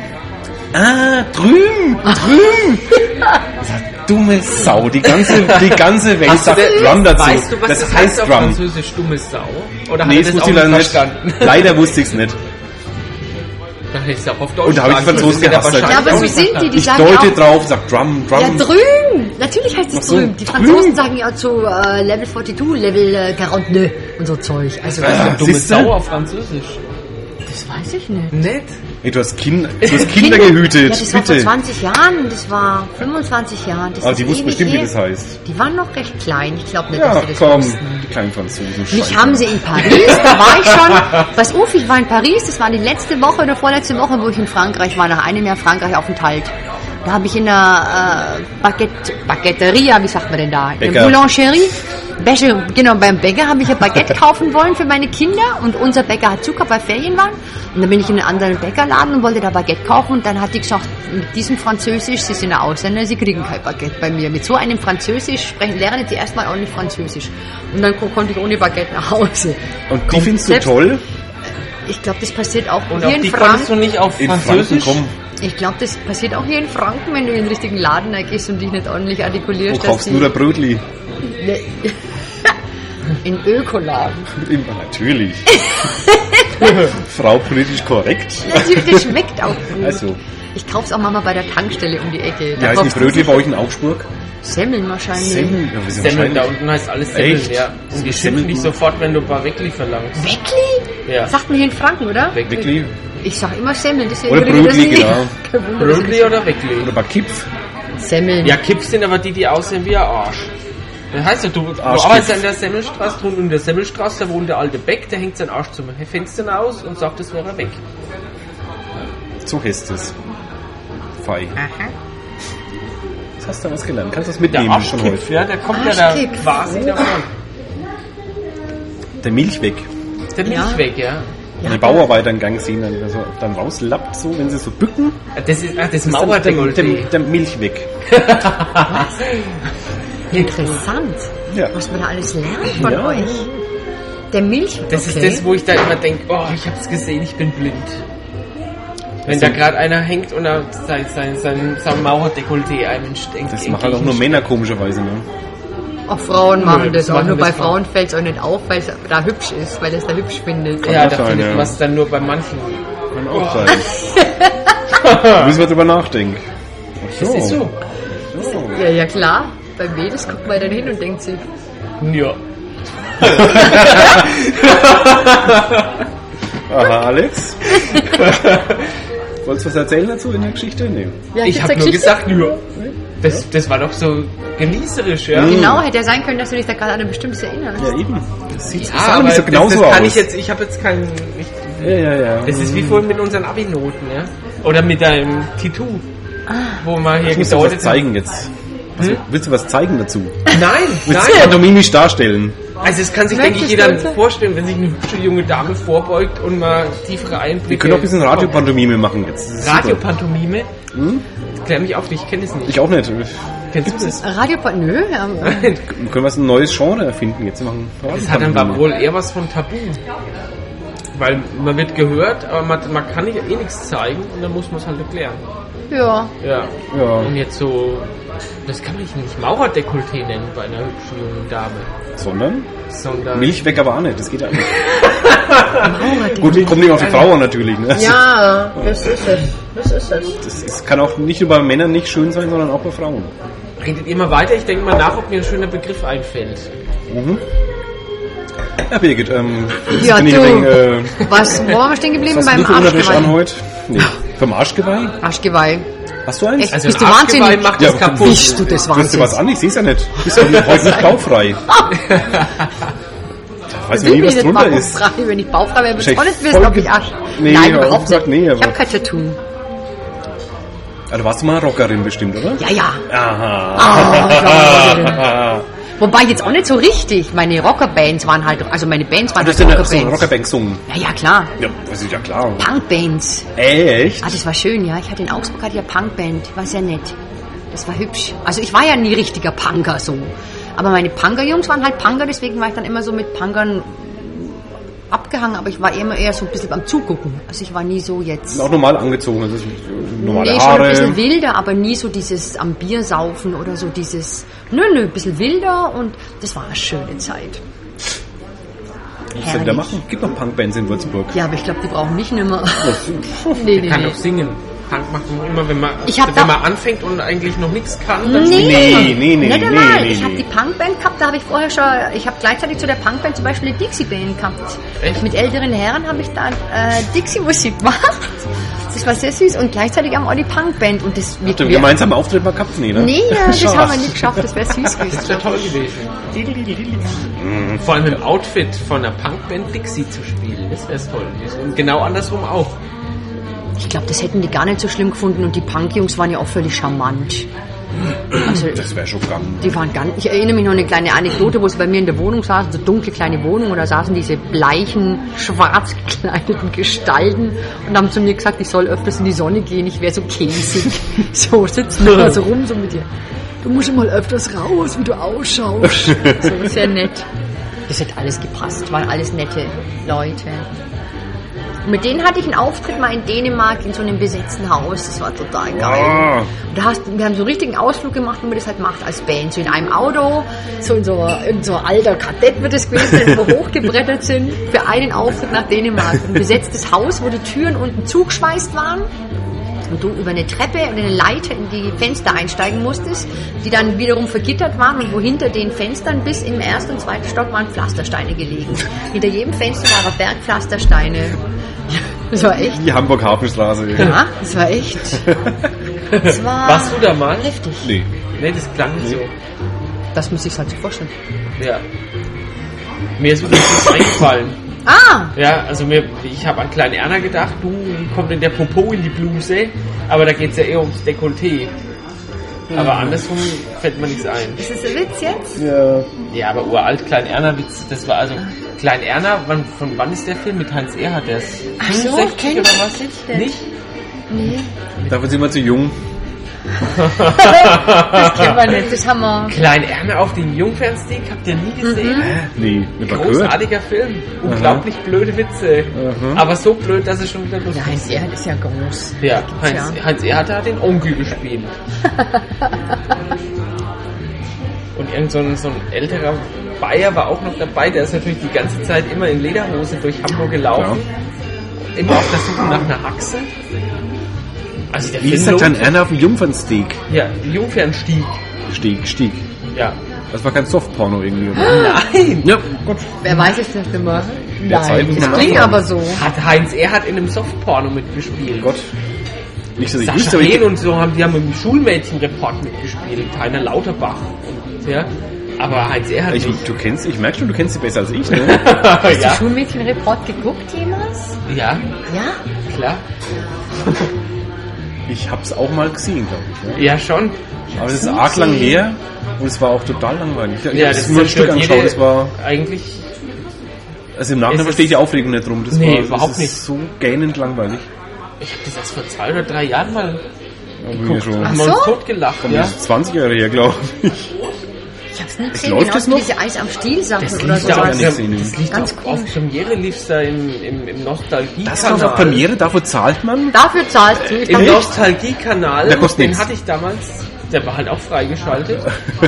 Speaker 2: Ah, drüben, drüben. Sag, Dumme Sau, die ganze, die ganze Welt sagt Drum dazu.
Speaker 1: Weißt du, was
Speaker 2: das,
Speaker 1: das
Speaker 2: heißt
Speaker 1: auf
Speaker 2: Drum.
Speaker 1: Französisch? Dumme Sau? Oder
Speaker 2: Nee,
Speaker 1: hat
Speaker 2: das
Speaker 1: er
Speaker 2: wusste
Speaker 1: auch
Speaker 2: ich leider nicht.
Speaker 1: verstanden?
Speaker 2: Leider wusste ich es nicht.
Speaker 1: Dann hätte ich es auch auf Deutsch
Speaker 2: Und da habe ich die
Speaker 1: sagen
Speaker 2: Franzosen
Speaker 1: müssen,
Speaker 2: gehasst.
Speaker 1: aber
Speaker 2: Ja,
Speaker 3: Ja,
Speaker 1: wahrscheinlich
Speaker 3: aber
Speaker 1: auch
Speaker 3: so
Speaker 1: nicht
Speaker 3: sind die.
Speaker 1: verstanden.
Speaker 3: Die
Speaker 2: Ich
Speaker 3: sagen ja
Speaker 2: deute
Speaker 3: auch.
Speaker 2: drauf, sag Drum, Drum.
Speaker 3: Ja, drüben. Natürlich heißt
Speaker 2: Ach
Speaker 3: es
Speaker 2: so,
Speaker 3: drüben. Die
Speaker 2: drüben.
Speaker 3: Franzosen sagen ja zu äh, Level 42, Level äh, 42 und so Zeug.
Speaker 1: Das ist
Speaker 3: Also,
Speaker 2: Ah,
Speaker 1: eine Dumme
Speaker 2: siehste?
Speaker 1: Sau auf Französisch.
Speaker 3: das weiß ich nicht.
Speaker 1: Nett.
Speaker 2: Ey, du hast, kind, du hast Kinder gehütet,
Speaker 3: Ja, das war vor
Speaker 2: bitte.
Speaker 3: 20 Jahren, das war 25 Jahren. Das
Speaker 2: Aber
Speaker 3: ist
Speaker 2: die wussten
Speaker 3: ewig
Speaker 2: bestimmt, wie
Speaker 3: her.
Speaker 2: das heißt.
Speaker 3: Die waren noch recht klein. Ich glaube nicht, dass
Speaker 2: Ja,
Speaker 3: die das
Speaker 2: komm,
Speaker 3: wussten.
Speaker 2: die kleinen Franzosen.
Speaker 3: Mich
Speaker 2: Scheiße.
Speaker 3: haben sie in Paris, da war ich schon. Pass auf, ich war in Paris, das war die letzte Woche oder vorletzte Woche, wo ich in Frankreich war, nach einem Jahr Frankreich-Aufenthalt. Da habe ich in einer äh, Baguette, Baguetteria, wie sagt man denn da? In
Speaker 2: Bäcker.
Speaker 3: der Boulangerie. Bäche, genau, beim Bäcker habe ich ein Baguette kaufen wollen für meine Kinder und unser Bäcker hat Zucker, weil Ferien waren. Und dann bin ich in einen anderen Bäckerladen und wollte da Baguette kaufen und dann hat die gesagt, mit diesem Französisch, Sie sind ein Ausländer, Sie kriegen kein Baguette bei mir. Mit so einem Französisch sprechen, lernen die erstmal auch nicht Französisch. Und dann ko- konnte ich ohne Baguette nach Hause.
Speaker 2: Und die
Speaker 3: Kommt
Speaker 2: findest du
Speaker 3: selbst-
Speaker 2: toll?
Speaker 3: Ich glaube, das passiert auch
Speaker 1: Und
Speaker 3: hier
Speaker 1: auf
Speaker 3: in
Speaker 1: die
Speaker 3: Frank.
Speaker 1: konntest du nicht auf
Speaker 2: In Franken
Speaker 1: Französisch?
Speaker 2: komm.
Speaker 3: Ich glaube, das passiert auch hier in Franken, wenn du in den richtigen Laden gehst und dich nicht ordentlich
Speaker 2: Wo
Speaker 3: artikulierst. dass
Speaker 2: kaufst du der Brötli?
Speaker 3: Nee. In Ökoladen.
Speaker 2: Immer, natürlich. Frau politisch korrekt.
Speaker 3: Natürlich, das schmeckt auch gut.
Speaker 2: Also.
Speaker 3: Ich kauf's auch manchmal bei der Tankstelle um die Ecke.
Speaker 2: Wie
Speaker 3: Da
Speaker 2: heißt die
Speaker 3: kaufst du
Speaker 2: Brötli bei euch in Augsburg?
Speaker 3: Semmeln wahrscheinlich.
Speaker 2: Semmeln. Ja, wir sind
Speaker 1: Semmeln, da
Speaker 2: wahrscheinlich.
Speaker 1: unten heißt alles Semmeln,
Speaker 2: Echt?
Speaker 1: ja. Und die
Speaker 2: Semmeln-
Speaker 1: schimpfen dich sofort, wenn du ein paar Weckli verlangst.
Speaker 3: Weckli?
Speaker 1: Ja.
Speaker 3: Sagt man hier in Franken, oder?
Speaker 2: Wirklich?
Speaker 3: Ich sag immer Semmeln. Deswegen
Speaker 2: Oder
Speaker 3: würde ich das
Speaker 2: Brötli,
Speaker 3: nie-
Speaker 2: genau.
Speaker 3: Kein Wunder, dass ich-
Speaker 1: Brötli oder Weckli?
Speaker 2: Oder bei Kipf?
Speaker 3: Semmeln.
Speaker 1: Ja, Kips sind aber die, die aussehen wie ein Arsch. Das heißt ja, du, du
Speaker 2: Arschkips.
Speaker 1: arbeitest an der Semmelstraße drunten und in der Semmelstraße, da wohnt der alte Beck, der hängt seinen Arsch zum Fenster aus und sagt, das wäre weg.
Speaker 2: So heißt es. Fei.
Speaker 3: Aha.
Speaker 2: Jetzt hast du was gelernt. Kannst du das
Speaker 1: Der
Speaker 2: mitnehmen schon
Speaker 1: Arschkipf,
Speaker 2: heute?
Speaker 1: ja, der kommt ja da
Speaker 3: Arschkipf.
Speaker 1: quasi davon.
Speaker 2: Der Milch weg.
Speaker 1: Der
Speaker 3: Ja.
Speaker 1: Milchweg, ja.
Speaker 2: Wenn die Bauarbeiter einen Gang sehen, dann, so, dann rauslappt so, wenn sie so bücken,
Speaker 1: Das ist, ah, das
Speaker 2: ist
Speaker 1: Mauer der
Speaker 2: dann der,
Speaker 1: Multi.
Speaker 2: der, der Milch weg.
Speaker 3: Interessant.
Speaker 2: Ja.
Speaker 3: Was man da alles lernt von
Speaker 2: Ja.
Speaker 3: euch. Der Milch.
Speaker 1: Das
Speaker 3: okay.
Speaker 1: ist das, wo ich da immer denke, oh, ich hab's gesehen, ich bin blind. Wenn
Speaker 2: Das
Speaker 1: da
Speaker 2: sind-
Speaker 1: gerade einer hängt und er sein, sein, sein, sein Mauerdekolleté einem stinkt.
Speaker 2: Das machen halt auch nur Männer komischerweise, ne?
Speaker 3: Auch Frauen machen
Speaker 1: Nö,
Speaker 3: das.
Speaker 1: das
Speaker 3: Auch
Speaker 1: machen
Speaker 3: nur bei
Speaker 1: das
Speaker 3: Frauen fällt es auch nicht auf, weil es da hübsch ist, weil es da hübsch findet.
Speaker 1: Ja,
Speaker 2: Kann
Speaker 1: da
Speaker 2: auch sein,
Speaker 1: findet
Speaker 2: ja.
Speaker 1: man es dann nur bei manchen.
Speaker 2: Kann
Speaker 1: Oh.
Speaker 2: auch sein. da müssen wir drüber nachdenken. Ach so. Oh.
Speaker 1: Das ist so.
Speaker 2: so.
Speaker 3: Ja, ja klar. Bei Mädels guckt man dann hin und denkt sich,
Speaker 1: Ja.
Speaker 2: Aha, Alex. Wolltest du was erzählen dazu in der Geschichte? Nee.
Speaker 3: ja,
Speaker 1: ich
Speaker 3: gibt's
Speaker 1: habe
Speaker 3: da
Speaker 1: nur
Speaker 3: Geschichte?
Speaker 1: gesagt, ja. Das, das war doch so genießerisch, ja.
Speaker 3: Genau, hätte ja sein können, dass du dich da gerade an eine bestimmte erinnerst.
Speaker 2: Ja, eben. Das sieht
Speaker 1: Ja,
Speaker 2: sah nämlich so
Speaker 1: das,
Speaker 2: genauso
Speaker 1: Ah, das kann
Speaker 2: aus. Mhm.
Speaker 1: ich jetzt, ich habe jetzt keinen. Ich,
Speaker 2: ja, ja, ja.
Speaker 1: das ist wie vorhin mit unseren Abi-Noten, ja. Oder mit deinem Tattoo. Wo man hier
Speaker 2: ich muss dir was
Speaker 1: gedeutet hat.
Speaker 2: zeigen jetzt. Was, Willst du was zeigen dazu?
Speaker 1: Hm? Nein,
Speaker 2: Willst du
Speaker 1: nein.
Speaker 2: pantomimisch darstellen?
Speaker 1: Also es kann sich, denke ich,
Speaker 3: Möchtest
Speaker 1: jeder
Speaker 3: du uns-
Speaker 1: vorstellen, wenn sich eine hübsche junge Dame vorbeugt und mal tiefere Einblicke...
Speaker 2: Wir können auch ein bisschen Radiopantomime machen jetzt. Das ist super. Hm?
Speaker 1: Radiopantomime? Klär mich auf, ich kenne es nicht.
Speaker 2: Ich auch nicht.
Speaker 1: Kennst du das?
Speaker 3: Radio Nö, ähm,
Speaker 2: Können wir was ein neues Genre erfinden? Jetzt machen
Speaker 1: Das hat dann aber wohl eher was von Tabu. Weil man wird gehört, aber man, man kann nicht, eh nichts zeigen und dann muss man es halt erklären.
Speaker 3: ja.
Speaker 1: Ja. Und
Speaker 2: Ja,
Speaker 1: jetzt so... Das kann man nicht- nicht Maurerdekolleté nennen bei einer hübschen jungen Dame.
Speaker 2: sondern
Speaker 1: Sondern...
Speaker 2: Milch weg aber auch nicht. Das geht ja nicht. Gut, kommt nicht auf die Frau an natürlich. Ne?
Speaker 3: Ja, das ist es. Das ist es.
Speaker 2: Das ist, kann auch nicht nur bei Männern nicht schön sein, sondern auch bei Frauen.
Speaker 1: Redet ihr mal weiter, ich denke mal nach, ob mir ein schöner Begriff einfällt.
Speaker 2: Mhm. Ja, Birgit, ähm,
Speaker 3: Ja,
Speaker 2: bin ich
Speaker 3: du.
Speaker 2: wegen, äh,
Speaker 3: Was, wo waren wir stehen geblieben?
Speaker 2: was hast
Speaker 3: Beim
Speaker 2: du für Unterwäsche an
Speaker 3: Arschgeweih.
Speaker 2: heute? Nee, vom Arschgeweih?
Speaker 3: Arschgeweih.
Speaker 2: Hast du eins?
Speaker 3: Echt?
Speaker 1: Also
Speaker 3: Bist
Speaker 1: ein
Speaker 3: du
Speaker 1: Arschgeweih
Speaker 3: wahnsinnig?
Speaker 1: macht
Speaker 2: Ja,
Speaker 1: das
Speaker 2: aber
Speaker 1: kaputt.
Speaker 3: Bist du das
Speaker 2: Wirst du
Speaker 3: Wahnsinn?
Speaker 2: was an? Ich seh's ja nicht. Bist du heute nicht baufrei? Da weiß man nie, was
Speaker 3: nicht
Speaker 2: drunter
Speaker 3: warum
Speaker 2: ist.
Speaker 3: frage ich, wenn ich Baufrau wäre, würde
Speaker 2: Wahrscheinlich
Speaker 3: ich auch nicht wissen, ob ich Arsch...
Speaker 2: voll ge- Nee,
Speaker 3: Nein,
Speaker 2: aber
Speaker 3: überhaupt
Speaker 2: gesagt,
Speaker 3: nicht.
Speaker 2: nee,
Speaker 3: ich
Speaker 2: aber-
Speaker 3: habe kein Tattoo.
Speaker 2: Ah, du warst mal Rockerin bestimmt, oder?
Speaker 3: Ja, ja.
Speaker 2: Ah. Aha.
Speaker 3: Oh, ich war mal Rockerin.
Speaker 2: Ah,
Speaker 3: Wobei jetzt auch nicht so richtig. Meine Rockerbands waren halt... Also meine Bands waren
Speaker 2: Ah, du hast
Speaker 3: halt
Speaker 2: ja eine- so eine
Speaker 3: Rockerbands.
Speaker 2: Rockerbank gesungen.
Speaker 3: Ja, ja, klar.
Speaker 2: Ja, das ist ja klar.
Speaker 3: Punkbands.
Speaker 2: Echt?
Speaker 3: Ah, das war schön, ja. Ich hatte in Augsburg hatte ich eine Punkband, war sehr nett. Das war hübsch. Also ich war ja nie richtiger Punker so. Aber meine Punker-Jungs waren halt Punker, deswegen war ich dann immer so mit Punkern abgehangen, aber ich war immer eher so ein bisschen am Zugucken. Also ich war nie so jetzt.
Speaker 2: Auch normal angezogen. Das ist äh, normale
Speaker 3: nee, schon ein
Speaker 2: Haare.
Speaker 3: bisschen wilder, aber nie so dieses am Bier saufen oder so dieses. Nö, nö, ein bisschen wilder und das war eine schöne Zeit.
Speaker 2: Was soll ich da machen? Gibt noch Punkbands in Würzburg.
Speaker 3: Ja, aber ich glaube, die brauchen mich nimmer. nee, nee,
Speaker 1: kann
Speaker 3: nee.
Speaker 1: doch singen. Punk macht man immer, wenn man,
Speaker 3: Ich hab
Speaker 1: wenn
Speaker 3: da-
Speaker 1: man anfängt und eigentlich noch nichts kann. Dann
Speaker 3: Nee,
Speaker 2: Nee, nee, nee,
Speaker 3: nicht
Speaker 2: nee,
Speaker 3: einmal.
Speaker 2: nee,
Speaker 3: ich habe
Speaker 2: nee.
Speaker 3: die Punkband gehabt, da habe ich vorher schon, ich habe gleichzeitig zu der Punkband zum Beispiel eine Dixie-Band gehabt.
Speaker 1: Echt?
Speaker 3: Mit älteren Herren habe ich dann äh, Dixie-Musik gemacht. Das war sehr süß und gleichzeitig haben wir auch die Punkband und das
Speaker 2: Habt ihr einen gemeinsamen Auftritt mal gehabt? Nee, ne?
Speaker 3: Nee, ja, das
Speaker 2: Schade.
Speaker 3: haben wir nicht geschafft, das wäre süß
Speaker 1: Das wäre
Speaker 3: gewesen.
Speaker 1: toll gewesen. Vor allem im Outfit von einer Punkband Dixie zu spielen, das wäre toll gewesen. Und genau andersrum auch.
Speaker 3: Ich glaube, das hätten die gar nicht so schlimm gefunden und die Punk-Jungs waren ja auch völlig charmant. Also,
Speaker 2: Das wäre schon gegangen.
Speaker 3: Die waren ganz, ich erinnere mich noch an eine kleine Anekdote, wo sie bei mir in der Wohnung saßen, so dunkle kleine Wohnung, und da saßen diese bleichen, schwarz gekleideten Gestalten und haben zu mir gesagt, ich soll öfters in die Sonne gehen, ich wäre so käsig. So sitzen wir da so rum, so mit dir. Du musst mal öfters raus, wie du ausschaust. so sehr nett. Das hat alles gepasst, waren alles nette Leute. Und mit denen hatte ich einen Auftritt mal in Dänemark in so einem besetzten Haus, das war total geil.
Speaker 2: Ah,
Speaker 3: Da hast, wir haben so einen richtigen Ausflug gemacht, wie man das halt macht als Band. So in einem Auto, so in so, in so alter Kadett wird es gewesen, sein, wo wir hochgebrettert sind für einen Auftritt nach Dänemark. Ein besetztes Haus, wo die Türen unten zugeschweißt waren und du über eine Treppe und eine Leiter in die Fenster einsteigen musstest, die dann wiederum vergittert waren und wo hinter den Fenstern bis im ersten und zweiten Stock waren Pflastersteine gelegen. Hinter jedem Fenster waren ein Berg Pflastersteine. Das war echt.
Speaker 2: die Hamburg-Hafenstraße.
Speaker 3: Ja, das war echt. Das war
Speaker 1: Warst du da mal?
Speaker 3: heftig.
Speaker 2: Nee.
Speaker 1: Nee, das klang nicht so.
Speaker 3: Das muss ich halt so vorstellen.
Speaker 1: Ja. Mir ist wirklich nichts eingefallen.
Speaker 3: Ah!
Speaker 1: Ja, also mir, ich habe an Klein Erna gedacht, du kommt in der Popo in die Bluse, aber da geht es ja eher ums Dekolleté. Aber andersrum fällt mir nichts ein.
Speaker 3: Ist das der Witz jetzt?
Speaker 2: Ja.
Speaker 1: Ja, aber uralt Klein Erna Witz, das war also Klein Erna, wann, von wann ist der Film mit Heinz Erhard? Der ist
Speaker 3: Ach so,
Speaker 1: 65
Speaker 3: kenn
Speaker 1: oder
Speaker 3: ich,
Speaker 1: was?
Speaker 3: kenn ich den.
Speaker 1: Nicht?
Speaker 3: Nee.
Speaker 2: Dafür sind wir zu jung.
Speaker 3: Das kennen wir nicht. Das haben wir.
Speaker 1: Klein Erna auf dem Jungfernstick, habt ihr nie
Speaker 3: Mhm.
Speaker 1: gesehen? Äh,
Speaker 2: Nee, überhört.
Speaker 1: Großartiger Film. Unglaublich blöde Witze.
Speaker 2: Mhm.
Speaker 1: Aber so blöd, dass es schon wieder lustig
Speaker 3: Ja, Heinz Erhard ist ja groß.
Speaker 1: Ja, Heinz,
Speaker 3: Ja.
Speaker 1: Heinz Erhardt hat den Onkel gespielt. Und irgend so ein, so ein älterer Bayer war auch noch dabei, der ist natürlich die ganze Zeit immer in Lederhose durch Hamburg gelaufen. Immer auf der Suche nach einer Achse. Also der
Speaker 2: Wie ist
Speaker 1: Film
Speaker 2: denn Erna auf dem Jungfernstieg?
Speaker 1: lohnt- Ja, Jungfernstieg.
Speaker 2: Stieg, Stieg.
Speaker 1: Ja.
Speaker 2: Das war kein Softporno irgendwie. Oder?
Speaker 3: Ah.
Speaker 1: Nein!
Speaker 2: Ja, gut.
Speaker 3: Wer weiß es nicht immer.
Speaker 2: Zeit muss
Speaker 3: das
Speaker 2: man
Speaker 3: klingt
Speaker 2: auch
Speaker 3: aber so.
Speaker 1: Hat Heinz Erhardt in einem Softporno mitgespielt.
Speaker 2: Gott. Nicht, dass ich wüsste,
Speaker 1: Sascha
Speaker 2: aber ich,
Speaker 1: Rehn und so haben, die haben im Schulmädchenreport mitgespielt. Heiner Lauterbach und, ja. Aber Heinz Erhardt
Speaker 2: ich,
Speaker 1: nicht.
Speaker 2: du kennst, ich merke schon, du kennst sie besser als ich, ne?
Speaker 1: ja.
Speaker 3: Schulmädchenreport geguckt jemals?
Speaker 1: Ja,
Speaker 3: Ja?
Speaker 1: klar.
Speaker 2: Ich hab's auch mal gesehen, glaube ich. Ne?
Speaker 1: Ja, schon.
Speaker 2: Aber es ist
Speaker 3: hab's
Speaker 2: arg
Speaker 3: nie
Speaker 2: lang
Speaker 3: gesehen.
Speaker 2: her und es war auch total langweilig. Ich
Speaker 1: Ja,
Speaker 2: hab
Speaker 1: das
Speaker 2: mir ein
Speaker 1: ist
Speaker 2: Stück
Speaker 1: ja jede,
Speaker 2: angeschaut, das war.
Speaker 1: eigentlich.
Speaker 2: Also im
Speaker 1: Es
Speaker 2: Nachhinein
Speaker 1: ist-
Speaker 2: verstehe ich die Aufregung nicht drum. Das
Speaker 1: Nee,
Speaker 2: war,
Speaker 1: überhaupt
Speaker 2: das
Speaker 1: nicht.
Speaker 2: ist so gähnend langweilig.
Speaker 1: Ich habe das erst vor zwei oder drei Jahren mal
Speaker 2: Aber
Speaker 1: geguckt.
Speaker 2: schon.
Speaker 1: Haben
Speaker 3: so?
Speaker 1: wir uns totgelacht,
Speaker 2: Von
Speaker 1: ja.
Speaker 2: 20 Jahre her, glaube ich.
Speaker 3: Ich hab's nie
Speaker 2: läuft
Speaker 3: gesehen. Genau
Speaker 2: das
Speaker 3: wie
Speaker 2: noch?
Speaker 3: diese Eis am Stiel Sachen
Speaker 1: Das
Speaker 3: oder
Speaker 1: lief da
Speaker 2: auch
Speaker 1: auf,
Speaker 3: sowas.
Speaker 2: nicht.
Speaker 1: das
Speaker 2: sehen.
Speaker 1: lief
Speaker 3: Ganz
Speaker 1: auf,
Speaker 3: komisch.
Speaker 1: auf Premiere lief's da im, im, im Nostalgie.
Speaker 2: Das war auf Premiere, dafür zahlt man.
Speaker 3: Dafür zahlst du. Ich
Speaker 1: Im
Speaker 3: dachte,
Speaker 1: Nostalgie-Kanal,
Speaker 2: Der kostet
Speaker 1: den
Speaker 2: nichts.
Speaker 1: hatte ich damals, der war halt auch freigeschaltet.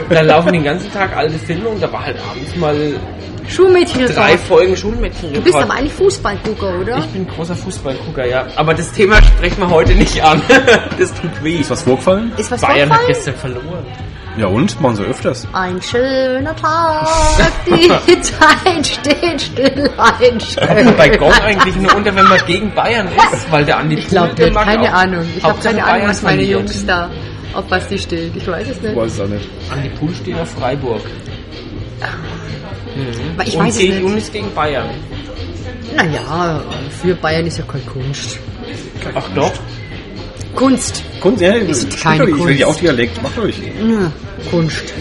Speaker 1: da laufen den ganzen Tag alte Filme und da war halt abends mal drei
Speaker 3: Schulmädchenreport.
Speaker 1: Folgen Schulmädchen
Speaker 3: Du bist aber eigentlich Fußballgucker, oder?
Speaker 1: Ich bin großer Fußballgucker, ja. Aber das Thema sprechen wir heute nicht an. das tut weh.
Speaker 2: Ist was vorgefallen?
Speaker 3: Ist was
Speaker 1: Bayern hat
Speaker 3: vorgefallen?
Speaker 1: gestern verloren.
Speaker 2: Ja und? Machen sie öfters.
Speaker 3: Ein schöner Tag, die Zeit steht still, ein schöner
Speaker 1: Bei Gong eigentlich nur unter, wenn man gegen Bayern ist, weil der Andi
Speaker 3: Ich glaube
Speaker 1: Kuhl, der
Speaker 3: nicht,
Speaker 1: mag
Speaker 3: keine
Speaker 1: auch-
Speaker 3: Ahnung. Ich habe
Speaker 1: Hauptsache
Speaker 3: keine Ahnung,
Speaker 1: Bayern
Speaker 3: was meine
Speaker 1: verliert.
Speaker 3: Jungs da, auf was die steht. Ich weiß es nicht.
Speaker 2: Weiß es auch nicht.
Speaker 1: Andi Pool steht auf Freiburg.
Speaker 3: Aber ich
Speaker 1: und eh
Speaker 3: weiß es
Speaker 1: gegen
Speaker 3: nicht.
Speaker 1: Unis gegen Bayern.
Speaker 3: Naja, für Bayern ist ja keine Kunst.
Speaker 1: Ach doch.
Speaker 3: Kunst.
Speaker 2: Kunst, ja,
Speaker 3: Ist
Speaker 2: stimmt
Speaker 3: keine
Speaker 2: doch, Ich
Speaker 3: Kunst.
Speaker 2: rede auch Dialekt, macht euch.
Speaker 3: Ja, Kunst.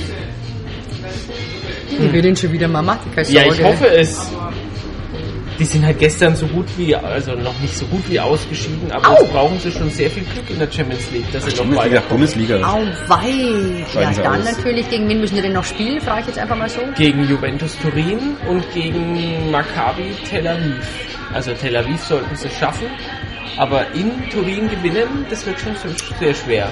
Speaker 3: Hm. Wir reden schon wieder Mathematiker.
Speaker 1: Ja, ich hoffe es. Die sind halt gestern so gut wie, also noch nicht so gut wie ausgeschieden, aber
Speaker 3: Au!
Speaker 1: jetzt brauchen sie schon sehr viel Glück in der Champions League, dass sie noch
Speaker 2: Bundesliga,
Speaker 1: weiter.
Speaker 2: Bundesliga.
Speaker 3: Au, wei. Ja,
Speaker 2: Schreiben Sie
Speaker 3: dann
Speaker 2: aus.
Speaker 3: natürlich. Gegen wen müssen wir denn noch spielen? Frage ich jetzt einfach mal so.
Speaker 1: Gegen Juventus Turin und gegen Maccabi Tel Aviv. Also Tel Aviv sollten sie schaffen, aber in Turin gewinnen, das wird schon so- sehr schwer.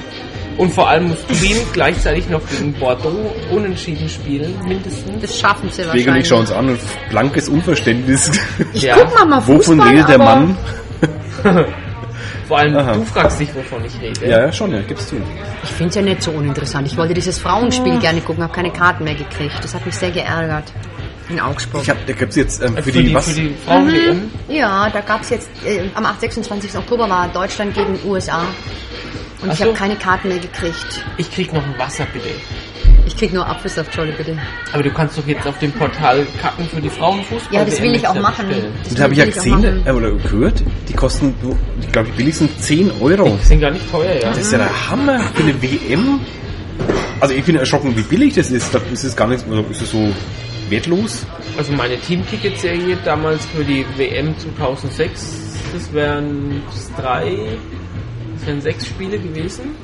Speaker 1: Und vor allem muss Turin gleichzeitig noch gegen Bordeaux unentschieden spielen, mindestens.
Speaker 3: Das schaffen sie wahrscheinlich.
Speaker 2: Wegen ich schauen es an und blankes Unverständnis.
Speaker 3: Ich
Speaker 1: Ja.
Speaker 3: guck mal mal Fußball,
Speaker 2: Wovon redet der
Speaker 3: aber
Speaker 2: Mann?
Speaker 1: Vor allem,
Speaker 2: Aha.
Speaker 1: du fragst dich, wovon ich rede. Äh,
Speaker 2: Ja, ja, schon, ja, gibt's zu.
Speaker 3: Ich finde es ja nicht so uninteressant. Ich wollte dieses Frauenspiel gerne gucken, habe keine Karten mehr gekriegt. Das hat mich sehr geärgert. In Augsburg.
Speaker 2: Ich hab, da gibt's jetzt ähm, für,
Speaker 1: Äh, Für
Speaker 2: die,
Speaker 1: die,
Speaker 2: was? Mhm.
Speaker 1: für die Frauen-WM.
Speaker 3: Ja, da gab es jetzt, äh, am 8. 26. Oktober war Deutschland gegen USA. Und
Speaker 1: Ach
Speaker 3: ich
Speaker 1: so.
Speaker 3: habe keine Karten mehr gekriegt.
Speaker 1: Ich krieg noch ein Wasser, bitte.
Speaker 3: Ich krieg nur Apfelsaftschorle, bitte.
Speaker 1: Aber du kannst doch jetzt auf dem Portal Kacken für die Frauenfußball.
Speaker 3: Ja, das will ich auch machen.
Speaker 1: bestellen.
Speaker 2: Das habe ich ja
Speaker 3: will auch
Speaker 2: gesehen
Speaker 3: machen.
Speaker 2: äh, oder gehört. Die kosten, so, ich glaube, die billigsten 10 Euro.
Speaker 1: Die sind gar nicht teuer, ja.
Speaker 2: Das ist ja der Hammer für eine WM. Also ich bin erschrocken, wie billig das ist. Da ist es gar nichts, oder ist es so wertlos?
Speaker 1: Also meine Teamticket-Serie damals für die WM 2006, das wären drei, das wären sechs Spiele gewesen.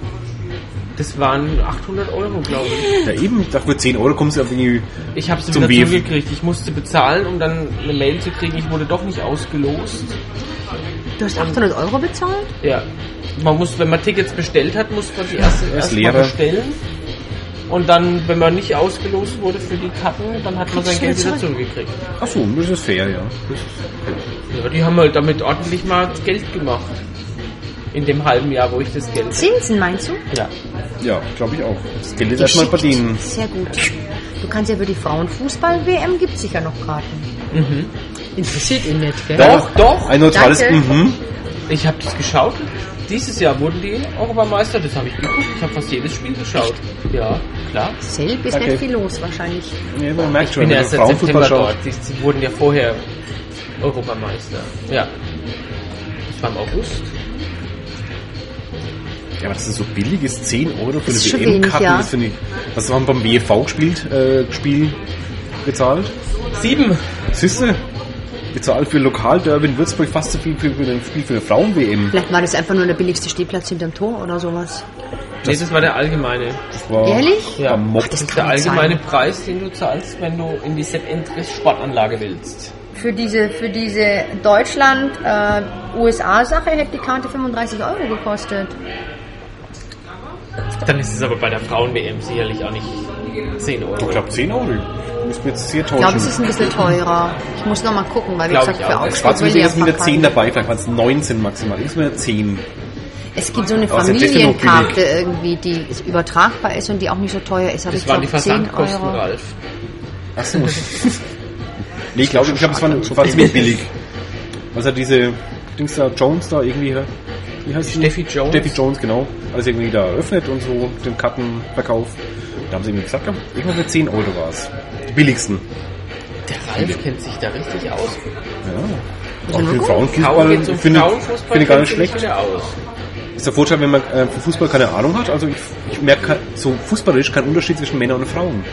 Speaker 1: Das waren 800 Euro, glaube ich.
Speaker 2: Ja eben, dafür 10 Euro kommst du auf irgendwie...
Speaker 1: Ich habe sie
Speaker 2: Zum
Speaker 1: wieder
Speaker 2: BF.
Speaker 1: zugekriegt. Ich musste bezahlen, um dann eine Mail zu kriegen. Ich wurde doch nicht ausgelost.
Speaker 2: äh,
Speaker 3: Du hast 800 Euro bezahlt?
Speaker 1: Ja. Man muss, wenn man Tickets bestellt hat, muss man die erste erst mal
Speaker 2: leere.
Speaker 1: bestellen. Und dann, wenn man nicht ausgelost wurde für die Karten, dann hat man sein Geld wieder zurückgekriegt.
Speaker 2: Ach so, das ist fair, ja.
Speaker 1: Ja, die haben halt damit ordentlich mal Geld gemacht. In dem halben Jahr, wo ich das Geld.
Speaker 3: Zinsen, meinst du?
Speaker 1: Ja.
Speaker 2: Ja, glaube ich auch. Das Geld ist erstmal
Speaker 3: Geschickt.
Speaker 2: verdienen.
Speaker 3: Sehr gut. Du kannst ja für die Frauenfußball-WM gibt sicher noch Karten.
Speaker 1: Mhm.
Speaker 3: Interessiert ihn nicht, gell?
Speaker 1: Doch, doch.
Speaker 2: Ein neutrales
Speaker 3: Danke.
Speaker 2: Mhm.
Speaker 1: Ich habe das geschaut. Dieses Jahr wurden die Europameister. Das habe ich geguckt. Ich habe fast jedes Spiel geschaut. Ja, klar.
Speaker 3: Selb ist
Speaker 2: Danke.
Speaker 3: nicht viel los wahrscheinlich.
Speaker 2: Ja, man merkt
Speaker 1: Ich
Speaker 2: schon,
Speaker 1: bin
Speaker 2: wenn
Speaker 1: erst
Speaker 2: du
Speaker 1: seit
Speaker 2: Frauenfußball
Speaker 1: September
Speaker 2: schaust.
Speaker 1: dort. Die, die wurden ja vorher Europameister. Ja. Das war im August.
Speaker 2: Ja, aber das ist so billig, ist 10 Euro für
Speaker 3: Ist schon
Speaker 2: eine WM-Karte.
Speaker 3: wenig, ja.
Speaker 2: Das finde ich. Was haben wir beim BFV gespielt, äh, Spiel gezahlt?
Speaker 1: Sieben.
Speaker 2: Siehste, wir zahlen für Lokalderby in Würzburg fast so viel wie für ein Spiel für eine Frauen-WM.
Speaker 3: Vielleicht war das einfach nur der billigste Stehplatz hinterm Tor oder sowas.
Speaker 1: Nee, das war der allgemeine.
Speaker 2: Das war
Speaker 3: Ehrlich?
Speaker 2: Ja,
Speaker 1: Am
Speaker 2: Mob.
Speaker 1: Mob. das ist der
Speaker 3: kann nicht
Speaker 1: allgemeine Preis, den du zahlst, wenn du in die Sepp Endres Sportanlage willst.
Speaker 5: Für diese, für diese
Speaker 3: äh,
Speaker 5: Deutschland-USA-Sache hätte die Karte 35 Euro gekostet.
Speaker 2: Oh,
Speaker 1: Dann ist es aber bei der Frauen-WM sicherlich auch nicht 10 Euro.
Speaker 2: Ich glaube 10 Euro. Müssen wir jetzt hier
Speaker 3: Ich glaube, es
Speaker 2: tauschen.
Speaker 3: ist ein bisschen teurer. Ich muss nochmal gucken, weil wie
Speaker 1: Glaub
Speaker 3: gesagt,
Speaker 1: ich
Speaker 3: für
Speaker 1: auch.
Speaker 3: Augsburg
Speaker 2: Schwarz
Speaker 3: will
Speaker 2: müssen
Speaker 3: ich ja
Speaker 2: jetzt wieder 10
Speaker 3: verpassen.
Speaker 2: dabei, vielleicht waren es 19 maximal. Jetzt müssen wir 10.
Speaker 3: Es gibt so eine
Speaker 2: Aber sind die denn noch
Speaker 3: Familienkarte irgendwie, die übertragbar ist und die auch nicht so teuer ist. Aber
Speaker 1: Das
Speaker 3: ich
Speaker 1: waren die
Speaker 3: glaube, 10
Speaker 1: Versandkosten, halt.
Speaker 3: Euro.
Speaker 1: Ralf.
Speaker 2: Achso. nee, ich glaube, ich glaube, es war, war ziemlich billig. Was hat diese Dings da, Jones da irgendwie, ne? wie heißt die?
Speaker 1: Steffi Jones.
Speaker 2: Steffi Jones, genau. Alles irgendwie da eröffnet und so, den Kartenverkauf. Da haben sie irgendwie gesagt, ja, irgendwann für 10 Euro war es. Die billigsten.
Speaker 1: Der Ralf kennt sich da richtig aus.
Speaker 2: Ja. Auch für den
Speaker 1: Kaum
Speaker 2: Frauenfußball
Speaker 1: geht's um
Speaker 2: finde ich,
Speaker 1: Frauenfußball, um
Speaker 2: finde ich gar
Speaker 1: kennt
Speaker 2: nicht
Speaker 1: sich nicht
Speaker 2: schlecht.
Speaker 1: wieder aus.
Speaker 2: Ist der Vorteil, wenn man äh, von Fußball keine Ahnung hat. Also ich, ich merke ke- so fußballerisch keinen Unterschied zwischen Männern und Frauen.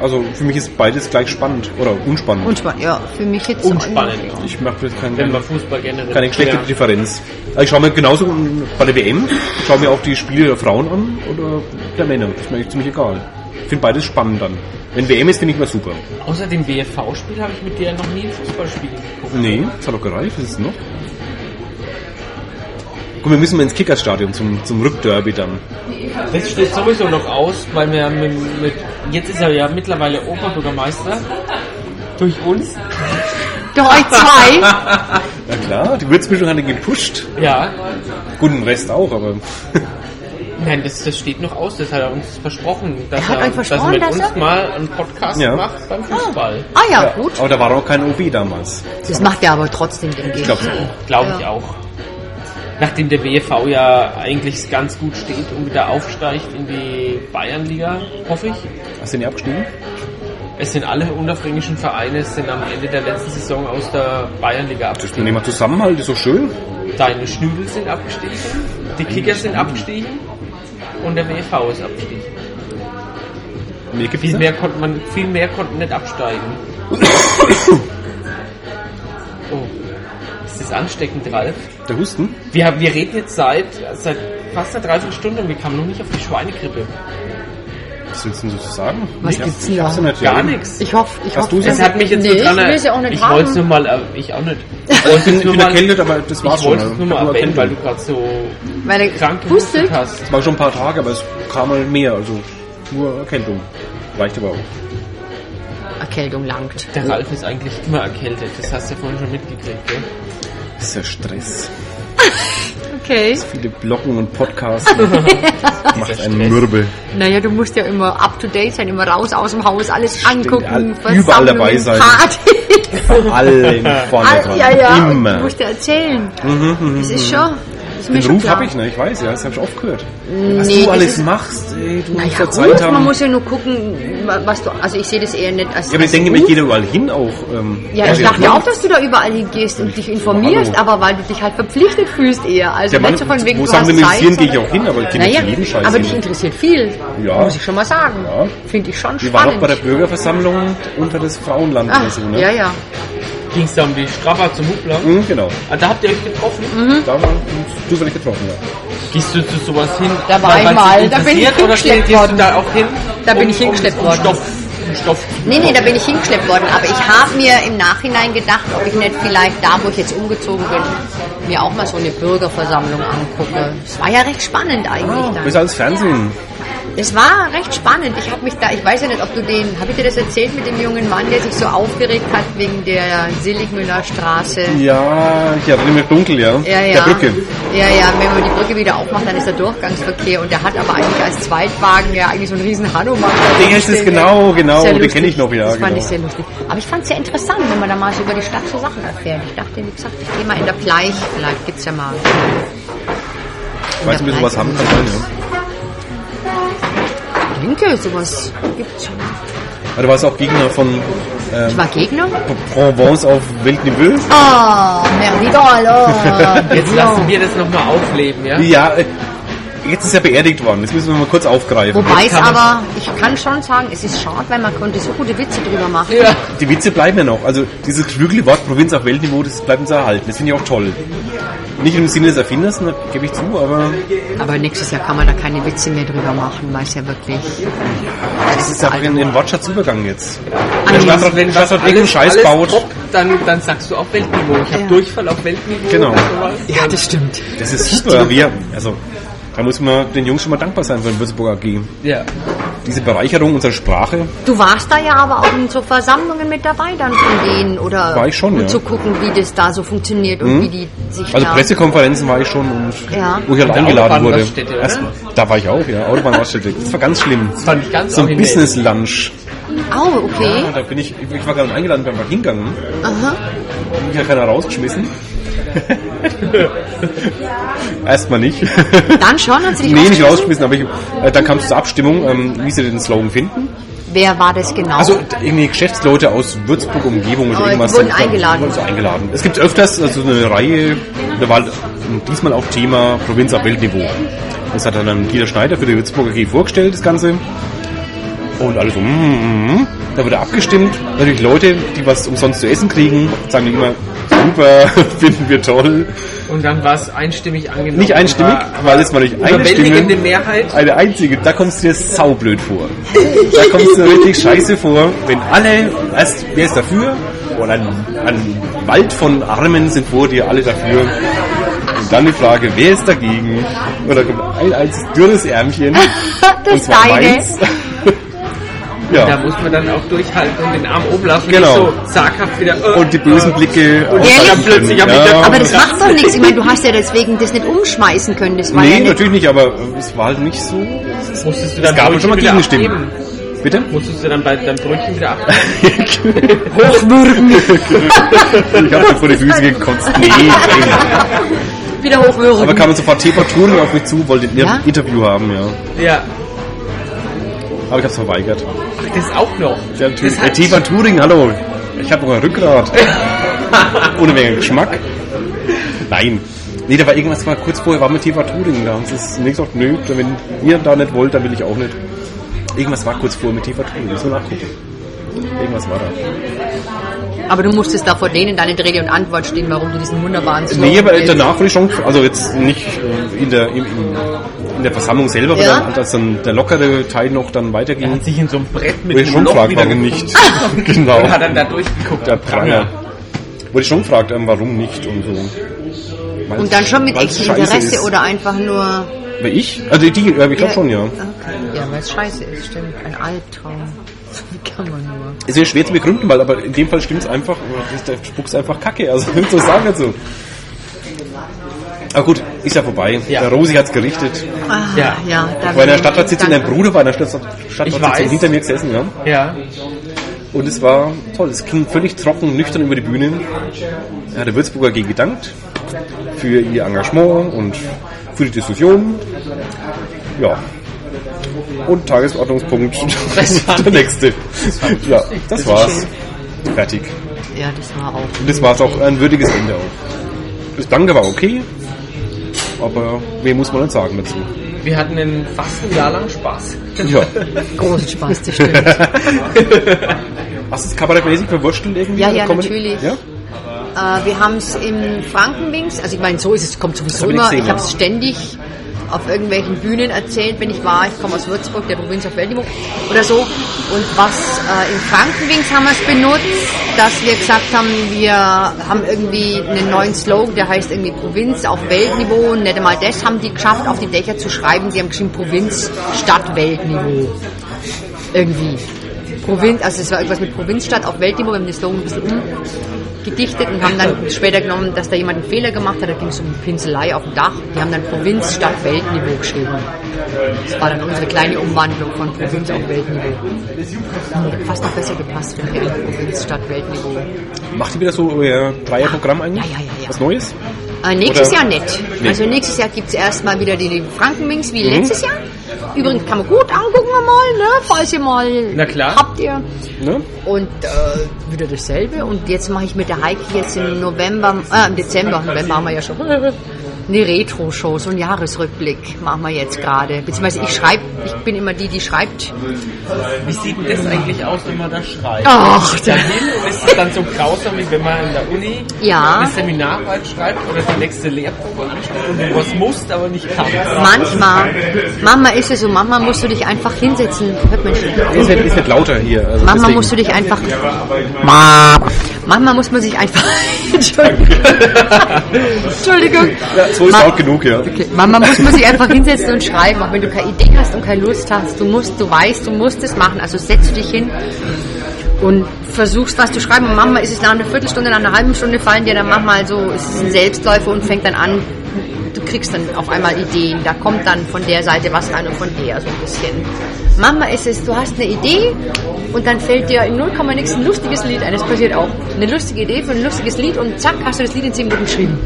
Speaker 2: Also für mich ist beides gleich spannend oder unspannend.
Speaker 3: Und spannend, ja, für mich jetzt
Speaker 1: Unspannend.
Speaker 2: ich mache jetzt keinen
Speaker 1: Wenn man Fußball generell...
Speaker 2: keine Geschlechterdifferenz. Also ich schaue mir genauso um, bei der WM, ich schaue mir auch die Spiele der Frauen an oder der Männer. Das ist mir eigentlich ziemlich egal. Ich finde beides spannend dann. Wenn WM ist, finde ich mal super.
Speaker 1: Ja. Außer dem BFV-Spiel habe ich mit dir noch nie ein Fußballspiel geguckt.
Speaker 2: Nee, das hat doch gereicht, was ist denn noch? Guck, wir müssen mal ins Kickerstadion zum, zum Rückderby dann.
Speaker 1: Das steht sowieso noch aus, weil wir mit, mit jetzt ist er ja mittlerweile Oberbürgermeister durch uns.
Speaker 3: Doch, euch zwei.
Speaker 2: Na klar, die Würzmischung hat ihn gepusht.
Speaker 1: Ja.
Speaker 2: Gut, den Rest auch, aber
Speaker 1: Nein, das, das steht noch aus, das hat er uns versprochen, dass
Speaker 3: Er hat
Speaker 1: er,
Speaker 3: euch versprochen,
Speaker 1: dass er
Speaker 3: dass
Speaker 1: mit uns
Speaker 3: er-
Speaker 1: mal einen Podcast
Speaker 2: Ja.
Speaker 1: macht beim Fußball.
Speaker 3: Ah ja, gut.
Speaker 2: aber da war auch kein OB damals.
Speaker 3: Das macht er aber trotzdem, denke ich.
Speaker 2: Ich glaube,
Speaker 1: Glaube ich
Speaker 3: Ja.
Speaker 1: auch. Nachdem der WFV ja eigentlich ganz gut steht und wieder aufsteigt in die Bayernliga, hoffe ich.
Speaker 2: hast du nicht abgestiegen?
Speaker 1: Es sind alle unterfränkischen Vereine sind am Ende der letzten Saison aus der Bayernliga
Speaker 2: Das ist
Speaker 1: abgestiegen.
Speaker 2: mir nicht mal Zusammenhalt, ist so schön.
Speaker 1: Deine Schnüdel sind abgestiegen, die Kicker sind abgestiegen und der WFV ist abgestiegen.
Speaker 2: Nee, gibt's
Speaker 1: Viel
Speaker 2: nicht.
Speaker 1: mehr konnte man, viel mehr konnten nicht absteigen. Oh, ist das ansteckend, Ralf?
Speaker 2: Der Husten?
Speaker 1: Wir, haben, wir reden jetzt seit, seit fast einer Dreiviertelstunde und wir kamen noch nicht auf die Schweinegrippe.
Speaker 2: Was willst du denn so zu sagen?
Speaker 3: Was
Speaker 2: Ich
Speaker 3: gibt's
Speaker 2: hab's- ich hab's
Speaker 3: denn da?
Speaker 2: nicht, ja.
Speaker 1: Gar nichts.
Speaker 3: Ich hoffe, ich
Speaker 2: Hast
Speaker 3: hoffe.
Speaker 2: du's?
Speaker 3: dass
Speaker 1: Es
Speaker 3: er-
Speaker 1: hat mich jetzt
Speaker 3: Nee,
Speaker 1: nur
Speaker 3: ich
Speaker 1: dran
Speaker 3: will
Speaker 1: erinnert.
Speaker 3: es ja auch nicht
Speaker 1: Ich
Speaker 3: haben.
Speaker 1: wollte es nur mal, er- ich auch nicht. Ich
Speaker 2: Ich
Speaker 1: wollte
Speaker 2: bin,
Speaker 1: es
Speaker 2: ich bin
Speaker 1: nur mal,
Speaker 2: erkältet, aber das war's
Speaker 1: ich
Speaker 2: schon.
Speaker 1: wollte es nur mal erwähnen, weil du gerade so
Speaker 3: Weil er
Speaker 1: krank
Speaker 3: pustet.
Speaker 1: gehustet hast.
Speaker 2: Es war schon ein paar Tage, aber es kam mal mehr, also nur Erkältung. Reicht aber auch.
Speaker 3: Erkältung langt.
Speaker 1: Der Ralf ist eigentlich immer erkältet, das hast du ja vorhin schon mitgekriegt, gell?
Speaker 2: Das ist ja Stress.
Speaker 3: Okay.
Speaker 2: Viele Bloggen und Podcasts macht einen Mürbe.
Speaker 3: Naja, du musst ja immer up to date sein, immer raus aus dem Haus, alles angucken,
Speaker 2: all- überall dabei sein.
Speaker 3: Party.
Speaker 2: Von allen vorne
Speaker 3: All,
Speaker 2: dran.
Speaker 3: ja, ja, und du
Speaker 2: Immer.
Speaker 3: musst dir erzählen. Das ist schon. Das ist
Speaker 2: Mhm,
Speaker 3: mir
Speaker 2: Den
Speaker 3: schon
Speaker 2: Ruf
Speaker 3: klar.
Speaker 2: habe ich, ne? Ich weiß, ja, das habe ich oft gehört. Was
Speaker 3: Nee,
Speaker 2: du
Speaker 3: das
Speaker 2: alles
Speaker 3: ist-
Speaker 2: machst, ey, du musst
Speaker 3: Naja,
Speaker 2: da
Speaker 3: gut,
Speaker 2: Zeit haben.
Speaker 3: man muss ja nur gucken, wa- was du. Also ich sehe das eher nicht als.
Speaker 2: ja, aber ich
Speaker 3: als
Speaker 2: denke, mich
Speaker 3: Ruf.
Speaker 2: geht da überall hin auch. Ähm,
Speaker 3: ja,
Speaker 2: was
Speaker 3: ich
Speaker 2: ihr
Speaker 3: dachte
Speaker 2: macht.
Speaker 3: auch, dass du da überall hingehst und dich informierst,
Speaker 2: Hallo.
Speaker 3: aber weil du dich halt verpflichtet fühlst eher. Also
Speaker 2: Ja,
Speaker 3: nicht
Speaker 2: man,
Speaker 3: so von wegen,
Speaker 2: wo
Speaker 3: du hast
Speaker 2: sagen wir,
Speaker 3: Zeit.
Speaker 2: interessieren gehe ich
Speaker 3: sondern-
Speaker 2: auch hin, aber ich gehe nicht zu jedem
Speaker 3: Naja,
Speaker 2: Scheiß
Speaker 3: aber
Speaker 2: hin.
Speaker 3: dich interessiert viel.
Speaker 2: Ja.
Speaker 3: Muss ich schon mal sagen.
Speaker 2: Ja.
Speaker 3: Finde ich schon
Speaker 2: Wir waren auch
Speaker 3: spannend.
Speaker 2: bei der Bürgerversammlung unter das Frauenland
Speaker 3: Ach,
Speaker 2: oder so, ne?
Speaker 3: Ja, ja.
Speaker 1: Ging es da um die Strapper zum Hubler?
Speaker 2: Mhm, genau.
Speaker 1: Ah, da habt ihr euch getroffen?
Speaker 3: Mhm. Hm?
Speaker 2: Da waren uns zufällig getroffen, ja.
Speaker 1: Gehst du zu sowas hin?
Speaker 3: Da war
Speaker 1: weil
Speaker 3: ich
Speaker 1: man
Speaker 3: mal,
Speaker 1: sich
Speaker 3: da bin ich
Speaker 1: interessiert, oder
Speaker 3: hingeschleppt
Speaker 1: gehst du
Speaker 3: worden.
Speaker 1: da auch hin?
Speaker 3: Da bin ich hingeschleppt
Speaker 1: um, um
Speaker 3: worden.
Speaker 1: Stoff, um Stoff zu
Speaker 3: Nee, nee, da bin ich hingeschleppt worden. Aber ich habe mir im Nachhinein gedacht, ob ich nicht vielleicht da, wo ich jetzt umgezogen bin, mir auch mal so eine Bürgerversammlung angucke. Es war ja recht spannend
Speaker 2: Ah,
Speaker 3: eigentlich
Speaker 2: besser
Speaker 3: dann.
Speaker 2: als Fernsehen.
Speaker 3: Es war recht spannend. Ich habe mich da, ich weiß ja nicht, ob du den, habe ich dir das erzählt mit dem jungen Mann, der sich so aufgeregt hat wegen der Seligmüller Straße?
Speaker 2: Ja, ich erinnere mich dunkel, ja.
Speaker 3: Ja, ja.
Speaker 2: Der Brücke.
Speaker 3: Ja, ja, wenn man die Brücke wieder aufmacht, dann ist der Durchgangsverkehr und der hat aber eigentlich als Zweitwagen ja eigentlich so einen riesen Hanuman.
Speaker 2: Den ist es genau, genau,
Speaker 3: Sehr
Speaker 2: den
Speaker 3: lustig.
Speaker 2: kenne ich noch, ja.
Speaker 3: Das fand
Speaker 2: genau.
Speaker 3: ich sehr lustig. Aber ich fand es sehr interessant, wenn man da mal so über die Stadt so Sachen erfährt. Ich dachte, wie gesagt, ich gehe mal in der Pleich, vielleicht gibt's ja mal.
Speaker 2: ich weiß nicht, ob wir sowas haben kann sein, ja.
Speaker 3: Ich denke, sowas gibt's schon.
Speaker 2: Aber du warst auch Gegner von äh,
Speaker 3: Ich war Gegner.
Speaker 2: Provence auf Wildniveux.
Speaker 3: Ah, oh, merdidolo. Genau.
Speaker 1: Jetzt lassen wir das nochmal aufleben, ja?
Speaker 2: Ja, äh, Jetzt ist er beerdigt worden. Jetzt müssen wir mal kurz aufgreifen.
Speaker 3: Wobei es
Speaker 1: kann man-
Speaker 3: aber, ich kann schon sagen, es ist schade, weil man konnte so gute Witze drüber machen.
Speaker 1: Ja.
Speaker 2: Die Witze bleiben ja noch. Also dieses klügele Wort Provinz auf Weltniveau, das bleibt uns erhalten. Das finde ich auch toll. Nicht im Sinne des Erfinders, ne, gebe ich zu, aber
Speaker 3: Aber nächstes Jahr kann man da keine Witze mehr drüber machen, weil es ja wirklich.
Speaker 2: es ist ja ein, ein Wortschatzübergang jetzt.
Speaker 3: Ah,
Speaker 2: Der Stadtrat, wenn Stadtrat irgendeinen Scheiß
Speaker 1: alles
Speaker 2: baut,
Speaker 1: Top, dann, dann sagst du auf Weltniveau. Ich habe
Speaker 3: Ja.
Speaker 1: Durchfall auf Weltniveau.
Speaker 2: Genau.
Speaker 1: und sowas.
Speaker 6: Ja, das stimmt.
Speaker 2: das ist super. Wir, also, da muss man den Jungs schon mal dankbar sein von Würzburg AG.
Speaker 1: Ja.
Speaker 2: Diese Bereicherung unserer Sprache,
Speaker 3: Du warst da ja aber auch in so Versammlungen mit dabei dann von denen oder
Speaker 2: War ich schon,
Speaker 3: um
Speaker 2: ja.
Speaker 3: zu gucken, wie das da so funktioniert und wie die sich
Speaker 2: also
Speaker 3: da
Speaker 2: Pressekonferenzen war ich schon und
Speaker 3: Ja.
Speaker 2: wo ich halt
Speaker 1: der
Speaker 2: eingeladen wurde.
Speaker 1: Autobahnraststätte, oder?
Speaker 2: Erstmal- Da war ich auch, ja, Autobahnraststätte. Das war ganz schlimm.
Speaker 1: Das fand ich ganz
Speaker 2: So ein
Speaker 1: originell.
Speaker 2: Business Lunch.
Speaker 3: Au, Oh, okay.
Speaker 2: Ja, da bin ich, ich war gerade eingeladen, bin einfach hingegangen.
Speaker 3: Aha.
Speaker 2: Hat mich ja keiner rausgeschmissen. Erstmal nicht.
Speaker 3: Dann schon hat sie dich
Speaker 2: nee, nicht rausgeschmissen,
Speaker 3: rausgeschmissen?
Speaker 2: aber ich, äh, dann kam es zur Abstimmung, ähm, wie sie den Slogan finden.
Speaker 3: Wer war das genau?
Speaker 2: Also d- irgendwie Geschäftsleute aus Würzburg Umgebung oder
Speaker 3: Oh, die
Speaker 2: irgendwas.
Speaker 3: wurden
Speaker 2: sind da-
Speaker 3: eingeladen.
Speaker 2: Wurden so eingeladen. Es gibt öfters also eine Reihe, da war diesmal auch Thema Provinz auf Weltniveau. Das hat dann Dieter Schneider für die Würzburger AG vorgestellt, das Ganze. Und alles so, mm, mm, mm. da wurde abgestimmt. Natürlich Leute, die was umsonst zu essen kriegen, sagen immer, super, finden wir toll.
Speaker 1: Und dann war es einstimmig angenommen.
Speaker 2: Nicht einstimmig, weil es mal nicht eine
Speaker 1: Überwältigende
Speaker 2: Stimme.
Speaker 1: Mehrheit.
Speaker 2: Eine einzige, da kommst du dir saublöd vor. Da kommst du dir richtig scheiße vor, wenn alle, erst, wer ist dafür? Und ein, ein Wald von Armen sind vor dir, alle dafür. Und dann die Frage, wer ist dagegen? Und da kommt ein einziges dürres Ärmchen.
Speaker 3: das
Speaker 2: und zwar
Speaker 3: deine.
Speaker 2: meins. ja.
Speaker 1: Da muss man dann auch durchhalten und den Arm oben lassen.
Speaker 2: Genau.
Speaker 1: Nicht so zaghaft wieder. äh,
Speaker 2: Und die bösen
Speaker 1: äh,
Speaker 2: Blicke.
Speaker 3: ehrlich?
Speaker 2: aushalten können.
Speaker 1: Plötzlich hab ich da-
Speaker 3: aber das macht doch nichts. Ich meine, du hast ja deswegen das nicht umschmeißen können. Das war ja
Speaker 2: Nee,
Speaker 3: nicht
Speaker 2: natürlich nicht, aber es war halt nicht so.
Speaker 1: Musstest du
Speaker 2: Es
Speaker 1: dann
Speaker 2: gab schon mal
Speaker 1: Brötchen wieder
Speaker 2: Gegenstimmen.
Speaker 1: abgeben?
Speaker 2: Bitte?
Speaker 1: Musstest du dann bei deinem Brötchen wieder abgeben?
Speaker 2: Hochwürgen. ich hab mir vor die Füße gekotzt. Nee, nee.
Speaker 3: wieder hochwürgen.
Speaker 2: Aber kam jetzt sofort Tepa Turing auf mich zu, wollte ein
Speaker 3: Ja?
Speaker 2: Interview haben, ja.
Speaker 1: ja.
Speaker 2: Aber ich hab's verweigert.
Speaker 1: Ach, das auch noch.
Speaker 2: Ja, natürlich.
Speaker 1: Das
Speaker 2: Äh,
Speaker 1: hat-
Speaker 2: Tepa Turing, hallo. Ich hab noch ein Rückgrat. Ohne wegen Geschmack. Nein. Nee, da war irgendwas mal kurz vorher, war mit Tepa Turing da. Und es ist nichts gesagt, nö, wenn ihr da nicht wollt, dann will ich auch nicht. Irgendwas war kurz vorher mit Tepa Turing, müssen wir nachgucken. Irgendwas war da.
Speaker 3: Aber du musstest da vor denen deine Rede und Antwort stehen, warum du diesen wunderbaren Slogan
Speaker 2: Nee, aber
Speaker 3: willst.
Speaker 2: danach wurde ich schon, also jetzt nicht äh, in der, im, im, in der Versammlung selber, aber
Speaker 3: Ja?
Speaker 2: dann, als dann der lockere Teil noch dann
Speaker 1: Er
Speaker 2: weiterging,
Speaker 1: hat sich in so einem Brett mit
Speaker 2: wurde ich schon
Speaker 1: Loch
Speaker 2: gefragt,
Speaker 1: wieder
Speaker 2: warum
Speaker 1: geguckt.
Speaker 2: nicht. genau.
Speaker 1: Und hat dann da durchgeguckt.
Speaker 2: Der Pranger. Wurde ich schon gefragt, ähm, warum nicht und so. Weil's-
Speaker 3: Und dann schon mit
Speaker 2: weil's
Speaker 3: echtem
Speaker 2: Also scheiße
Speaker 3: Interesse
Speaker 2: ist.
Speaker 3: oder einfach nur.
Speaker 2: Weil Ich? Also die, äh, ich glaube schon, ja.
Speaker 3: Okay. Ja, weil es scheiße ist, stimmt. Ein Albtraum. Wie kann man nur.
Speaker 2: Ist ja schwer zu begründen, weil aber in dem Fall stimmt's einfach, äh, der spuckst einfach Kacke, also so sagen wir so. Aber gut, ist ja vorbei.
Speaker 1: Ja.
Speaker 2: Der Rosi hat's gerichtet.
Speaker 3: Ah,
Speaker 1: Ja.
Speaker 3: da
Speaker 2: Bei einer
Speaker 3: in
Speaker 2: Stadtratssitzung, dein Bruder war in der Stadt-
Speaker 1: weiß.
Speaker 2: Stadtratssitzung hinter mir gesessen, ja.
Speaker 1: Ja.
Speaker 2: Und es war toll. Es ging völlig trocken, nüchtern über die Bühne. Er hat der Würzburger AG gedankt für ihr Engagement und für die Diskussion. Ja. Und Tagesordnungspunkt
Speaker 1: Das war
Speaker 2: der nächste. Ja, das war's. Fertig.
Speaker 3: Ja, das war auch.
Speaker 2: Und das war's auch ein würdiges Ende auch. Das Danke war okay, aber mehr muss man nicht sagen dazu.
Speaker 1: Wir hatten einen fast ein Jahr lang Spaß.
Speaker 2: Ja.
Speaker 3: Großen Spaß, das stimmt.
Speaker 2: Hast du es kabarettmäßig verwurschtelt irgendwie?
Speaker 3: Ja, ja,
Speaker 2: Comedy?
Speaker 3: natürlich.
Speaker 2: Ja?
Speaker 3: äh, wir haben es im Frankenwings, also ich meine, so ist es, kommt sowieso
Speaker 2: hab ich
Speaker 3: immer.
Speaker 2: gesehen,
Speaker 3: Ich
Speaker 2: ja.
Speaker 3: habe es ständig auf irgendwelchen Bühnen erzählt, wenn ich war, ich komme aus Würzburg, der Provinz auf Weltniveau oder so. Und was äh, im Frankenwings haben wir es benutzt, dass wir gesagt haben, wir haben irgendwie einen neuen Slogan, der heißt irgendwie Provinz auf Weltniveau. Und nicht einmal das haben die geschafft, auf die Dächer zu schreiben. Sie haben geschrieben Provinz, Stadt, Weltniveau irgendwie. Provinz, also es war irgendwas mit Provinzstadt auf Weltniveau, wir haben den Slogan ein bisschen umgedichtet und haben dann später genommen, dass da jemand einen Fehler gemacht hat, da ging es um Pinselei auf dem Dach. Die haben dann Provinzstadt Weltniveau geschrieben. Das war dann unsere kleine Umwandlung von Provinz auf Weltniveau. Hm, Fast noch besser gepasst, wenn wir Provinzstadt Weltniveau.
Speaker 2: Macht ihr wieder so euer Dreierprogramm eigentlich?
Speaker 3: Ja, ja, ja, ja.
Speaker 2: Was Neues?
Speaker 3: Äh, nächstes
Speaker 2: Oder-
Speaker 3: Jahr nicht.
Speaker 2: Nee.
Speaker 3: Also nächstes Jahr gibt es erstmal wieder die die Frankenwings wie letztes Jahr. Übrigens kann man gut angucken wir mal, ne? Falls ihr mal
Speaker 1: Na klar.
Speaker 3: habt ihr.
Speaker 2: Ne?
Speaker 3: und äh, wieder dasselbe. Und jetzt mache ich mit der Heike jetzt im November, äh, im Dezember, November haben wir ja schon, eine Retro-Show, so ein Jahresrückblick machen wir jetzt gerade. Beziehungsweise ich schreibe, ich bin immer die, die schreibt.
Speaker 1: Wie sieht denn das eigentlich aus, wenn man da schreibt?
Speaker 3: Ach,
Speaker 1: Ist es dahin und ist es dann so grausam, wie wenn man in der Uni
Speaker 3: Ja.
Speaker 1: eine Seminararbeit schreibt oder die nächste Lehrprobe anschreibt und du was musst, aber nicht kannst?
Speaker 3: Manchmal, manchmal ist es so, manchmal musst du dich einfach hinsetzen. Hört man nicht.
Speaker 2: Ist nicht, ist nicht lauter hier. Also
Speaker 3: Manchmal
Speaker 2: deswegen-
Speaker 3: musst du dich einfach. Ma. Manchmal muss man sich einfach. Entschuldigung. Entschuldigung.
Speaker 2: ja, so ist
Speaker 3: Ma-
Speaker 2: laut genug, ja.
Speaker 3: Okay. Manchmal muss man sich einfach hinsetzen und schreiben, auch wenn du keine Idee hast und keine Lust hast. Du musst, du weißt, du musst es machen. Also setzt dich hin und versuchst was zu schreiben. Und manchmal ist es nach einer Viertelstunde, nach einer halben Stunde fallen dir dann manchmal so, es ist ein Selbstläufer und fängt dann an. Du kriegst dann auf einmal Ideen. Da kommt dann von der Seite was rein und von der so ein bisschen. Manchmal ist es, du hast eine Idee und dann fällt dir in 0, nix ein lustiges Lied ein. Das passiert auch. Eine lustige Idee für ein lustiges Lied und zack, hast du das Lied in 10 Minuten geschrieben.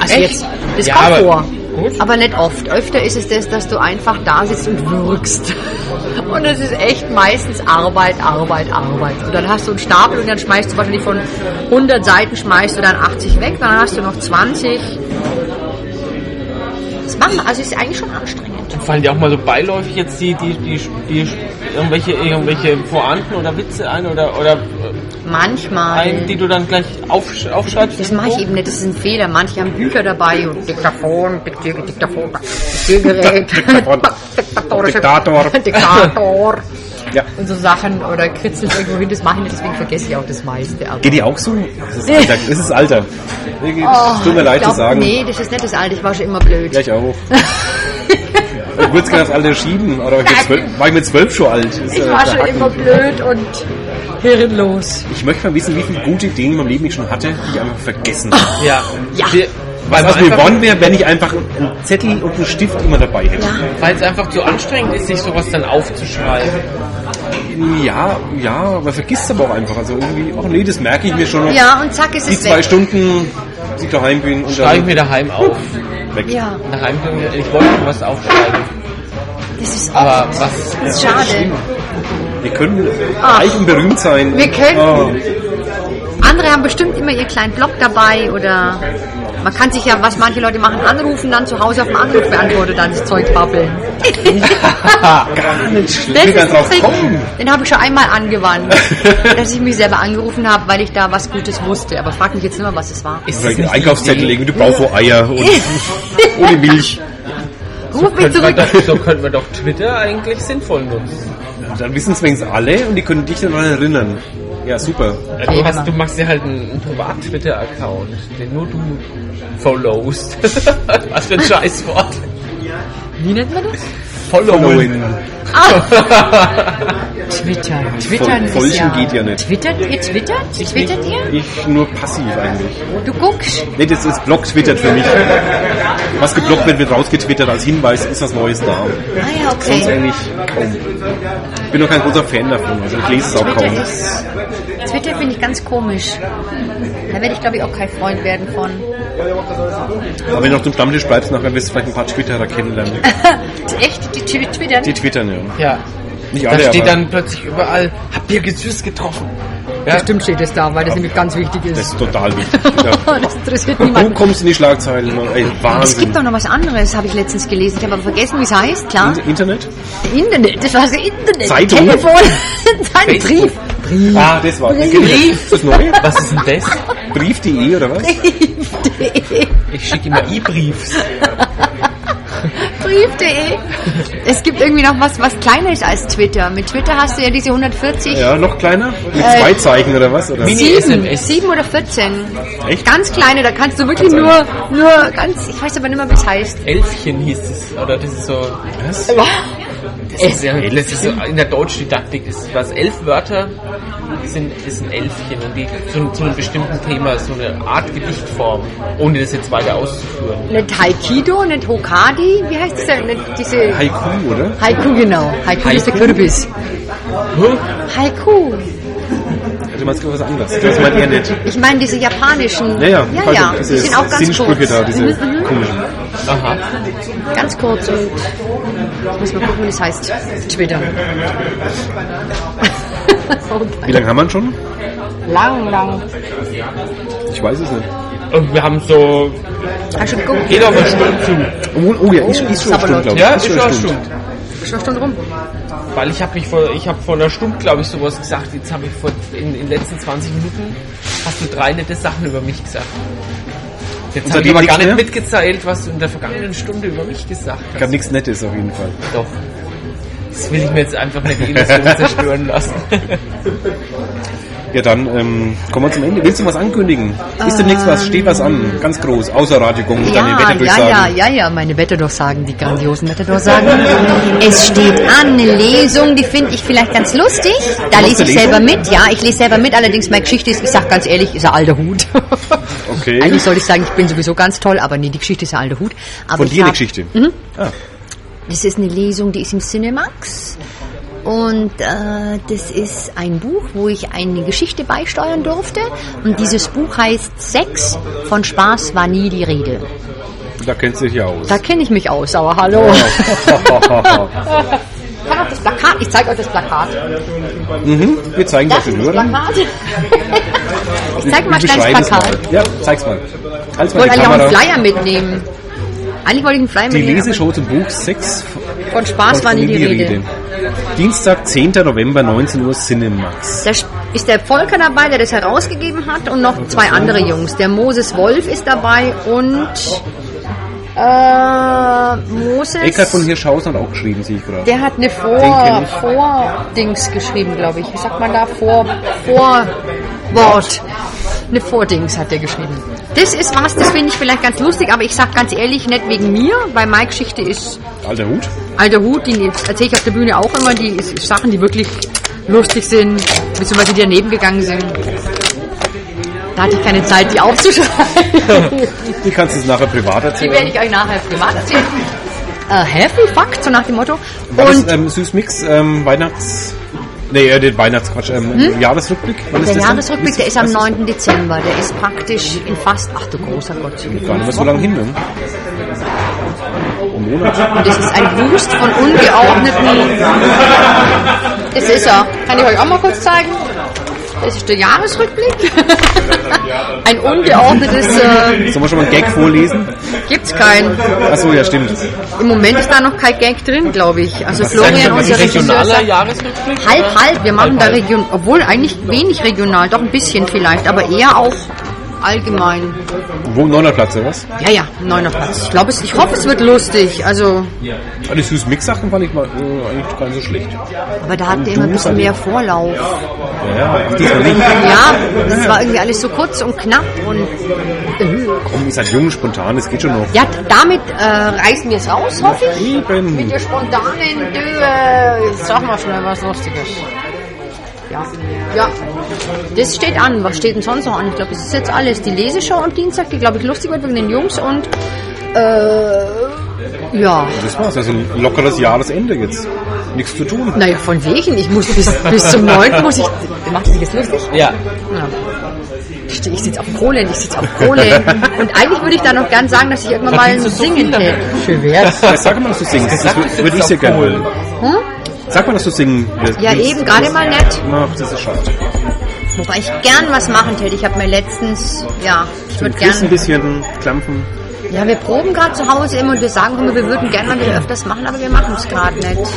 Speaker 3: Also
Speaker 1: Echt?
Speaker 3: jetzt, das
Speaker 1: Ja,
Speaker 3: kommt
Speaker 1: aber-
Speaker 3: vor.
Speaker 1: Gut.
Speaker 3: Aber nicht oft. Öfter ist es das, dass du einfach da sitzt und würgst. Und es ist echt meistens Arbeit, Arbeit, Arbeit. Und dann hast du einen Stapel und dann schmeißt du wahrscheinlich von 100 Seiten schmeißt du dann 80 weg, dann hast du noch 20. Das machen, also es ist eigentlich schon anstrengend.
Speaker 1: Fallen dir auch mal so beiläufig jetzt die, die, die, die irgendwelche, irgendwelche Pointen oder Witze ein oder, oder äh,
Speaker 3: Manchmal.
Speaker 1: ein, die du dann gleich aufsch aufschreibst?
Speaker 3: Das mache ich eben nicht, das ist ein Fehler. Manche haben Bücher dabei und Diktafon, Diktafon, Diktafon, Diktiergerät,
Speaker 2: Diktafon. Diktator.
Speaker 3: Diktator.
Speaker 2: Ja.
Speaker 3: Und so Sachen oder kritzeln irgendwo hin, das mache ich nicht, deswegen vergesse ich auch das meiste. Also Aber
Speaker 2: Geht die auch so? Das ist Alter. Das ist Alter. Es tut mir
Speaker 3: Oh, ich
Speaker 2: leid
Speaker 3: glaub,
Speaker 2: zu sagen.
Speaker 3: Nee, das ist nicht das Alte, ich war schon immer blöd.
Speaker 2: Ja, ich auch. Äh, Ich würde es gerne aufs Alter schieben, aber mit
Speaker 3: Nein.
Speaker 2: zwölf, war ich mit zwölf schon alt. Ist,
Speaker 3: ich
Speaker 2: äh,
Speaker 3: war
Speaker 2: der
Speaker 3: schon
Speaker 2: Haken.
Speaker 3: immer blöd und hirnlos.
Speaker 2: Ich möchte mal wissen, wie viele gute Ideen in meinem Leben ich schon hatte, die ich einfach
Speaker 3: Oh,
Speaker 2: vergessen habe.
Speaker 1: Ja.
Speaker 3: Ja.
Speaker 1: Wir-
Speaker 2: Was
Speaker 1: Weil man
Speaker 2: aus mir
Speaker 1: einfach-
Speaker 2: geworden wäre, wenn ich einfach einen Zettel und einen Stift immer dabei hätte.
Speaker 1: weil es einfach zu anstrengend ist, sich sowas dann aufzuschreiben.
Speaker 2: Ja, ja, aber vergiss es aber auch einfach. Also irgendwie, ach nee, das merke ich mir schon. noch.
Speaker 3: Ja, und zack, ist
Speaker 2: die
Speaker 3: es
Speaker 2: zwei
Speaker 3: weg.
Speaker 2: Stunden, die ich daheim bin und
Speaker 1: Schreibe ich
Speaker 2: dann
Speaker 1: mir daheim auf.
Speaker 2: weg.
Speaker 3: Ja,
Speaker 1: Daheim, ich wollte mir was aufschreiben.
Speaker 3: das ist
Speaker 2: Ah,
Speaker 1: Aber was
Speaker 3: das ist schade.
Speaker 2: Wir können
Speaker 3: Ach.
Speaker 2: reich und berühmt sein.
Speaker 3: Wir könnten.
Speaker 2: Oh.
Speaker 3: Andere haben bestimmt immer ihren kleinen Blog dabei oder man kann sich ja, was manche Leute machen, anrufen, dann zu Hause auf dem Anruf beantwortet dann das Zeug babbeln.
Speaker 2: Ah, Gar nicht schlecht. Ich kann drauf kommen.
Speaker 3: den habe ich schon einmal angewandt, dass ich mich selber angerufen habe, weil ich da was Gutes wusste. Aber frag mich jetzt nicht mehr, was es war.
Speaker 1: ist das
Speaker 2: Vielleicht
Speaker 1: nicht
Speaker 2: einen
Speaker 1: die
Speaker 2: Einkaufszettel
Speaker 1: Idee?
Speaker 2: legen, du brauchst wo Eier und ohne Milch.
Speaker 3: Ruf mich
Speaker 1: Könnte man
Speaker 3: zurück.
Speaker 1: doch, so könnte man doch Twitter eigentlich sinnvoll nutzen.
Speaker 2: Dann wissen es wenigstens alle und die können dich daran erinnern. Ja, super.
Speaker 1: Äh, Du, hast, du machst dir halt einen, einen Privat-Twitter-Account, den nur du followst. was für ein Scheißwort.
Speaker 3: Wie nennt man das? Ah.
Speaker 2: Followen.
Speaker 7: Twitter.
Speaker 3: Twittern ist
Speaker 2: Folgen
Speaker 3: ja...
Speaker 2: geht ja nicht.
Speaker 3: Twittert ihr? Twittert? Twittert ihr?
Speaker 2: Ich nur passiv eigentlich.
Speaker 3: Du guckst.
Speaker 2: Nee, das ist Blog twittert für mich. Was geblockt wird, wird rausgetwittert als Hinweis, ist was Neues da.
Speaker 3: Ah ja,
Speaker 2: Sonst
Speaker 3: okay.
Speaker 2: eigentlich kaum. Ich bin noch kein großer Fan davon, also ich lese es auch kaum.
Speaker 3: Twitter ist... Twitter finde ich ganz komisch. Da werde ich, glaube ich, auch kein Freund werden von.
Speaker 2: Aber wenn du auf dem Stammtisch bleibst, nachher wirst du vielleicht ein paar Twitterer kennenlernen.
Speaker 3: Echt? Die Twi- Twittern?
Speaker 2: Die twittern ja.
Speaker 1: Ja.
Speaker 2: Nicht
Speaker 1: Da
Speaker 2: alle,
Speaker 1: steht
Speaker 2: aber
Speaker 1: dann plötzlich überall, habt ihr Gesüß getroffen? Ja.
Speaker 7: Bestimmt steht es da, weil das nämlich ganz wichtig
Speaker 2: das
Speaker 7: ist.
Speaker 2: ist total wichtig. Ja.
Speaker 3: Oh, Das interessiert
Speaker 2: Du
Speaker 3: niemanden.
Speaker 2: kommst in die Schlagzeilen, Mann. ey,
Speaker 3: Es gibt
Speaker 2: Wahnsinn.
Speaker 3: doch noch was anderes, habe ich letztens gelesen. Ich habe aber vergessen, wie es heißt, klar.
Speaker 2: In- Internet?
Speaker 3: Internet, das war das Internet.
Speaker 2: Zeitung?
Speaker 3: Telefon. Ein
Speaker 1: Facebook.
Speaker 3: Brief. Hm.
Speaker 2: Ah, das war's. Brief. Ist das neu?
Speaker 1: Was ist denn das?
Speaker 2: Brief.de oder was?
Speaker 1: Ich schicke immer E-Briefs.
Speaker 3: Brief.de. Es gibt irgendwie noch was, was kleiner ist als Twitter. Mit Twitter hast du ja diese 140.
Speaker 2: Ja, noch kleiner? Mit
Speaker 3: Äh.
Speaker 2: zwei Zeichen oder was? Oder?
Speaker 1: Mini-
Speaker 3: Sieben,
Speaker 1: SMS.
Speaker 3: sieben oder 14.
Speaker 2: Echt?
Speaker 3: Ganz kleine, da kannst du wirklich nur, nur ganz, ich weiß aber nicht mehr, wie es heißt.
Speaker 1: Elfchen hieß es. Oder das ist so.
Speaker 2: Was?
Speaker 1: Das ist ja, das ist so in der Deutschdidaktik ist was elf Wörter sind ist ein Elfchen und die zu, zu einem bestimmten Thema so eine Art Gedichtform, ohne das jetzt weiter auszuführen.
Speaker 3: Nicht Haikido, nicht Hokadi, wie heißt das denn? Nicht diese
Speaker 2: Haiku, oder?
Speaker 3: Haiku, genau. Haiku, ist der
Speaker 1: Haiku?
Speaker 3: Kürbis.
Speaker 1: Huh?
Speaker 3: Haiku.
Speaker 1: Also
Speaker 2: Hätte man es was anderes. Das meint er nicht.
Speaker 3: Ich meine diese japanischen.
Speaker 2: Naja,
Speaker 3: ja,
Speaker 2: also
Speaker 3: ja.
Speaker 2: diese
Speaker 3: Die sind auch ganz
Speaker 2: Sinnsprüche
Speaker 3: kurz.
Speaker 2: da, diese
Speaker 3: Mhm, mhm.
Speaker 2: komischen.
Speaker 1: Aha.
Speaker 3: Ganz kurz und ich muss mal gucken, wie das heißt. Twitter.
Speaker 2: Wie lange haben wir ihn schon?
Speaker 3: Lang, lang.
Speaker 2: Ich weiß es nicht.
Speaker 1: Und wir haben so,
Speaker 3: Hast du geguckt?
Speaker 1: geht auf eine Stunde zu.
Speaker 2: Oh, oh ja, ist, ist schon eine
Speaker 3: aber
Speaker 2: Stunde,
Speaker 3: laut.
Speaker 2: glaube ich.
Speaker 1: Ja, ist schon eine
Speaker 2: Stunde.
Speaker 1: Stunde.
Speaker 3: Ist schon eine Stunde rum.
Speaker 1: Weil ich habe mich vor, ich habe vor einer Stunde, glaube ich, sowas gesagt. Jetzt habe ich vor, in, in den letzten 20 Minuten hast du drei nette Sachen über mich gesagt. Jetzt habe ich
Speaker 2: seitdem
Speaker 1: aber gar
Speaker 2: nichts
Speaker 1: nicht
Speaker 2: mehr?
Speaker 1: mitgezählt, was du in der vergangenen Stunde über mich gesagt hast.
Speaker 2: Gab nichts Nettes auf jeden Fall.
Speaker 1: Doch. Das will ich mir jetzt einfach nicht die Illusion zerstören lassen.
Speaker 2: Ja, dann ähm, kommen wir zum Ende. Willst du was ankündigen? Ist demnächst was? Steht was an? Ganz groß. Außer Radiogung und deine
Speaker 3: Ja,
Speaker 2: Wetterdurchsagen.
Speaker 3: ja, ja, ja, ja, meine Wetterdurchsagen, die grandiosen Wetterdurchsagen. Es steht an, eine Lesung, die finde ich vielleicht ganz lustig. Da
Speaker 2: machst
Speaker 3: lese
Speaker 2: eine
Speaker 3: ich selber mit, ja, ich lese selber mit, allerdings meine Geschichte ist, ich sag ganz ehrlich, ist ein alter Hut.
Speaker 2: Okay.
Speaker 3: Eigentlich sollte ich sagen, ich bin sowieso ganz toll, aber nee, die Geschichte ist ein alter Hut. Aber
Speaker 2: Von
Speaker 3: ich
Speaker 2: dir eine
Speaker 3: hab-
Speaker 2: Geschichte. Ah,
Speaker 3: Das ist eine Lesung, die ist im Cinemax. Und äh, das ist ein Buch, wo ich eine Geschichte beisteuern durfte. Und dieses Buch heißt Sex, von Spaß war nie die Rede.
Speaker 2: Da kennst du dich ja aus.
Speaker 3: Da kenne ich mich aus, aber hallo. Ich kann auch das Plakat, ich zeige euch das Plakat.
Speaker 2: mhm, wir zeigen das
Speaker 3: Das
Speaker 2: den
Speaker 3: ist das
Speaker 2: Hörern.
Speaker 3: Plakat. Ich zeige mal
Speaker 2: Wir
Speaker 3: schnell
Speaker 2: beschreiben
Speaker 3: das
Speaker 2: es
Speaker 3: Plakat.
Speaker 2: mal. Ja, zeig's mal. Halt's
Speaker 3: Ich
Speaker 2: mal die
Speaker 3: wollte eigentlich auch einen
Speaker 2: Kamera.
Speaker 3: Flyer mitnehmen. Eigentlich wollte ich einen Flyer
Speaker 2: Die
Speaker 3: mitnehmen.
Speaker 2: Leseshow zum Buch Sex
Speaker 3: aber Von Spaß war nie die Rede.
Speaker 2: Dienstag, 10. November, 19 Uhr, Cinemax.
Speaker 3: Da ist der Volker dabei, der das herausgegeben hat und noch zwei andere Jungs. Der Moses Wolf ist dabei und äh, Moses.
Speaker 2: Eckhard von Hirschhausen hat auch geschrieben, sehe ich gerade.
Speaker 3: Der hat eine
Speaker 2: Den kenn
Speaker 3: Vor,
Speaker 2: ich.
Speaker 3: Vordings geschrieben, glaube ich. Wie sagt man da? Vor, Vorwort. Eine Vordings hat der geschrieben. Das ist was, das finde ich vielleicht ganz lustig, aber ich sage ganz ehrlich, nicht wegen mir, weil meine Geschichte ist
Speaker 2: Alter Hut.
Speaker 3: alter Hut, die erzähle ich auf der Bühne auch immer, die ist Sachen, die wirklich lustig sind, beziehungsweise die daneben gegangen sind. Da hatte ich keine Zeit, die aufzuschreiben.
Speaker 2: Die kannst du es nachher privat
Speaker 3: die werde
Speaker 2: erzählen.
Speaker 3: ich euch nachher privat erzählen. Äh, happy Fuck, so nach dem Motto.
Speaker 2: War das
Speaker 3: Und
Speaker 2: ähm, Süßmix, ähm, Weihnachts... Nee, äh, den Weihnachtsquatsch. Ähm, Jahresrückblick? Wann
Speaker 3: Hm? Der
Speaker 2: das dann?
Speaker 3: Jahresrückblick, der ist am
Speaker 2: Weißt du
Speaker 3: 9. Dezember. Der ist praktisch in fast, ach du großer Gott.
Speaker 2: das? Gar nicht mehr so lange hin, ne? Ein Monat.
Speaker 3: Und das ist ein Wust von ungeordneten... Das ist er. Kann ich euch auch mal kurz zeigen? Das ist der Jahresrückblick. ein ungeordnetes... Äh,
Speaker 2: Sollen wir schon mal einen Gag vorlesen?
Speaker 3: gibt's keinen.
Speaker 2: Achso, ja, stimmt.
Speaker 3: Im Moment ist da noch kein Gag drin, glaube ich. Also Florian,
Speaker 1: Was
Speaker 3: unser
Speaker 1: ist
Speaker 3: Regisseur,
Speaker 1: regionaler
Speaker 3: sagt,
Speaker 1: Jahresrückblick?
Speaker 3: halb, halb. Wir machen da
Speaker 1: Halb, halb.
Speaker 3: Region... Obwohl, eigentlich wenig regional. Doch ein bisschen vielleicht, aber eher auch allgemein.
Speaker 2: Wo? Neuner Platz, oder was?
Speaker 3: Ja, ja, neuner Platz. Ich glaube, es, ich hoffe, es wird lustig. Also,
Speaker 2: Ah, Die Süßmix-Sachen fand ich mal äh, eigentlich gar nicht so schlecht.
Speaker 3: aber da hatten wir immer ein bisschen mehr Vorlauf.
Speaker 2: Ja, diesmal nicht.
Speaker 3: Ja, es war irgendwie alles so kurz und knapp und äh,
Speaker 2: Komm, ist halt jung, spontan, es geht schon noch.
Speaker 3: ja, damit äh, reißen wir es raus, hoffe ich. Mit
Speaker 2: Eben.
Speaker 3: der spontanen Döhe. Sag mal schnell was Lustiges. Ja. ja, das steht an. Was steht denn sonst noch an? Ich glaube, es ist jetzt alles. Die Leseshow am Dienstag, die, glaube ich, lustig wird wegen den Jungs und äh, ja.
Speaker 2: Das war's, also ein lockeres Jahresende jetzt. Nichts zu tun.
Speaker 3: Naja, von wegen. Ich muss bis, bis zum 9. muss ich. Macht sich das lustig?
Speaker 1: Ja.
Speaker 3: Ja. Ich steh- ich sitze auf Kohle, ich sitze auf Kohle. Und eigentlich würde ich da noch gern sagen, dass ich irgendwann mal
Speaker 1: Verdienst du so
Speaker 3: singen
Speaker 1: viel damit?
Speaker 3: hätte.
Speaker 8: Schön wär's.
Speaker 2: Ja, sag mal, dass du singst. Das
Speaker 1: Sag, du
Speaker 2: wür-
Speaker 1: sitzt
Speaker 2: würde ich
Speaker 1: auf
Speaker 2: sehr gerne
Speaker 1: Kohl.
Speaker 2: hören. Sag mal, dass du singen wirst.
Speaker 3: Hm? Ja, eben, gerade mal nett.
Speaker 2: Ach, das ist schade.
Speaker 3: Wobei ich gern was machen täte. Ich habe mir letztens, ja, ich
Speaker 2: Zum
Speaker 3: würde
Speaker 2: Quiz ein
Speaker 3: gern.
Speaker 2: bisschen klampfen.
Speaker 3: Ja, wir proben gerade zu Hause immer und wir sagen immer, wir würden gerne mal wieder öfters machen, aber wir machen es gerade nicht.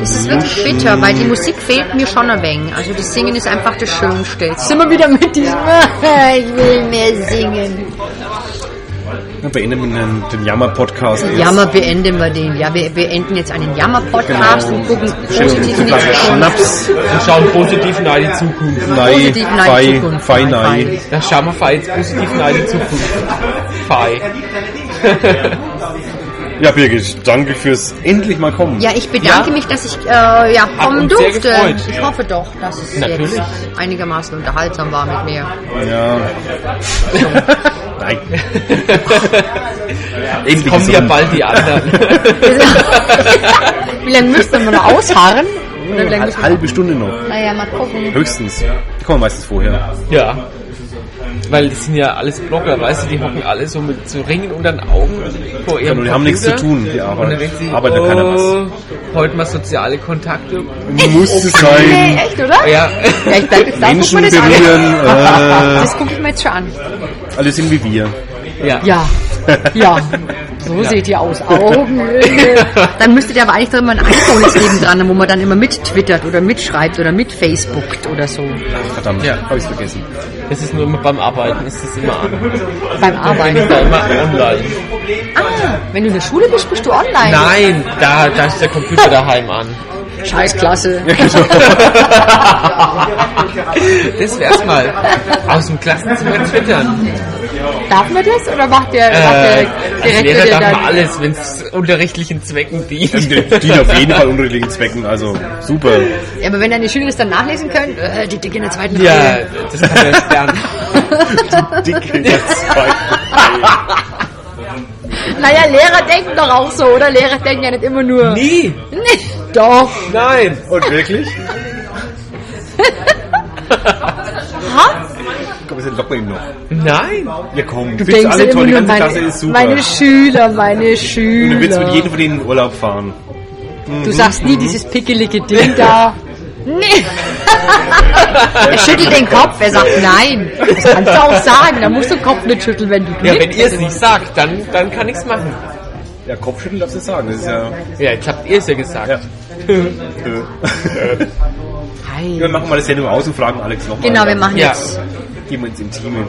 Speaker 3: Das ist wirklich bitter, weil die Musik fehlt mir schon ein wenig. Also das Singen ist einfach das Schönste. Jetzt sind wir wieder mit diesem, ich will mehr singen.
Speaker 2: Wir beenden den, den Jammer-Podcast. jetzt.
Speaker 3: Jammer beenden wir den. Ja, wir beenden jetzt einen Jammer-Podcast
Speaker 1: Genau.
Speaker 3: und gucken
Speaker 2: Schön,
Speaker 3: positiv in die
Speaker 2: Flasche
Speaker 3: Zukunft.
Speaker 2: Schnaps.
Speaker 1: Wir schauen positiv nahe die Zukunft.
Speaker 2: Nei,
Speaker 3: Positiv, nein,
Speaker 2: fei,
Speaker 3: Zukunft,
Speaker 2: fei,
Speaker 3: nein,
Speaker 2: nei.
Speaker 3: fei.
Speaker 1: Da schauen wir fei jetzt positiv nahe die Zukunft. Fei.
Speaker 2: Ja, Birgit, danke fürs endlich mal kommen.
Speaker 3: Ja, ich bedanke
Speaker 1: Ja.
Speaker 3: mich, dass ich äh, ja, kommen
Speaker 1: uns sehr
Speaker 3: durfte.
Speaker 1: gefreut.
Speaker 3: Ich hoffe doch, dass es
Speaker 1: Natürlich.
Speaker 3: jetzt einigermaßen unterhaltsam war mit mir.
Speaker 2: Ja. Nein. Endlich
Speaker 1: Kommen
Speaker 2: ist
Speaker 1: ja
Speaker 2: um.
Speaker 1: bald die anderen.
Speaker 3: wie lange müsste man noch ausharren? Oder wie lange
Speaker 1: halt-
Speaker 3: müsste man
Speaker 2: Halbe Stunde noch.
Speaker 3: Naja, mal gucken.
Speaker 2: Höchstens. Die kommen meistens vorher.
Speaker 1: ja. Weil das sind ja alles Blogger, weißt du, die hocken alle so mit so Ringen unter den Augen vor ihrem
Speaker 2: die haben nichts zu tun, die
Speaker 1: Und dann
Speaker 2: arbeiten.
Speaker 1: denkt sie,
Speaker 2: Arbeitet
Speaker 1: oh,
Speaker 2: keiner was.
Speaker 1: heute mal soziale Kontakte.
Speaker 2: Muss es sein.
Speaker 3: echt, oder?
Speaker 1: Ja,
Speaker 3: Ja, ich dachte, da guckt
Speaker 2: Menschen
Speaker 3: man das an.
Speaker 1: äh,
Speaker 2: berühren,
Speaker 3: Das gucke ich mir jetzt schon an.
Speaker 2: äh, alle sind wie wir.
Speaker 1: ja.
Speaker 9: Ja, ja. So seht ihr aus. Augen.
Speaker 3: Dann müsstet ihr aber eigentlich doch immer ein iPhone neben dran, wo man dann immer mit twittert oder mitschreibt oder mit Facebookt oder so.
Speaker 2: Verdammt,
Speaker 1: Ja.
Speaker 2: habe ich vergessen.
Speaker 1: Das ist nur immer beim Arbeiten, ist das immer an.
Speaker 9: Beim Arbeiten. Ah,
Speaker 1: Da immer online.
Speaker 3: Wenn du in der Schule bist, bist du online.
Speaker 1: Nein, da, da ist der Computer daheim an.
Speaker 9: Scheiß Klasse.
Speaker 1: Das wär's mal. Aus dem Klassenzimmer twittern.
Speaker 9: Darf man das oder macht der,
Speaker 1: Äh,
Speaker 9: macht der
Speaker 1: als
Speaker 9: Direktor
Speaker 1: Lehrer
Speaker 9: dir
Speaker 1: darf man
Speaker 9: dann?
Speaker 1: alles, wenn es unterrichtlichen Zwecken
Speaker 2: Also,
Speaker 1: dient.
Speaker 2: die dient auf jeden Fall unterschiedlichen Zwecken, also super.
Speaker 9: Ja, aber wenn deine Schüler das dann nachlesen können, äh, die Dicke in der zweiten
Speaker 1: Ja, das kann man ja sperren.
Speaker 2: Dicke jetzt
Speaker 9: Naja, Lehrer denken doch auch so, oder? Lehrer denken ja nicht immer nur.
Speaker 1: Nie!
Speaker 9: Nee, doch.
Speaker 1: Nein!
Speaker 2: Und wirklich? Komm, wir sind locker ihn noch.
Speaker 1: Nein!
Speaker 2: Ja komm, du
Speaker 9: Denkst du
Speaker 2: alle
Speaker 9: immer
Speaker 2: toll, die
Speaker 9: nur
Speaker 2: ganze
Speaker 9: meine,
Speaker 2: Klasse ist super.
Speaker 9: meine Schüler, meine
Speaker 2: und
Speaker 9: Schüler.
Speaker 2: du willst mit jedem von denen in Urlaub fahren. Mhm,
Speaker 9: Du sagst nie dieses pickelige Ding da.
Speaker 3: Nee. er schüttelt den Kopf, er sagt nein.
Speaker 9: Das kannst du auch sagen, da musst du den Kopf nicht schütteln, wenn du
Speaker 1: Ja,
Speaker 9: nicht-
Speaker 1: wenn ihr es nicht sagt, dann, dann kann ich's machen.
Speaker 2: mhm. Ja, Kopfschütteln darfst du nicht sagen, das ist ja...
Speaker 1: Ja, jetzt habt ihr es ja gesagt.
Speaker 2: ja.
Speaker 9: Hi.
Speaker 2: Dann machen wir das Sendung aus und fragen Alex nochmal.
Speaker 3: Genau, wir machen
Speaker 1: Ja,
Speaker 3: jetzt.
Speaker 2: Gehen wir ins Intime.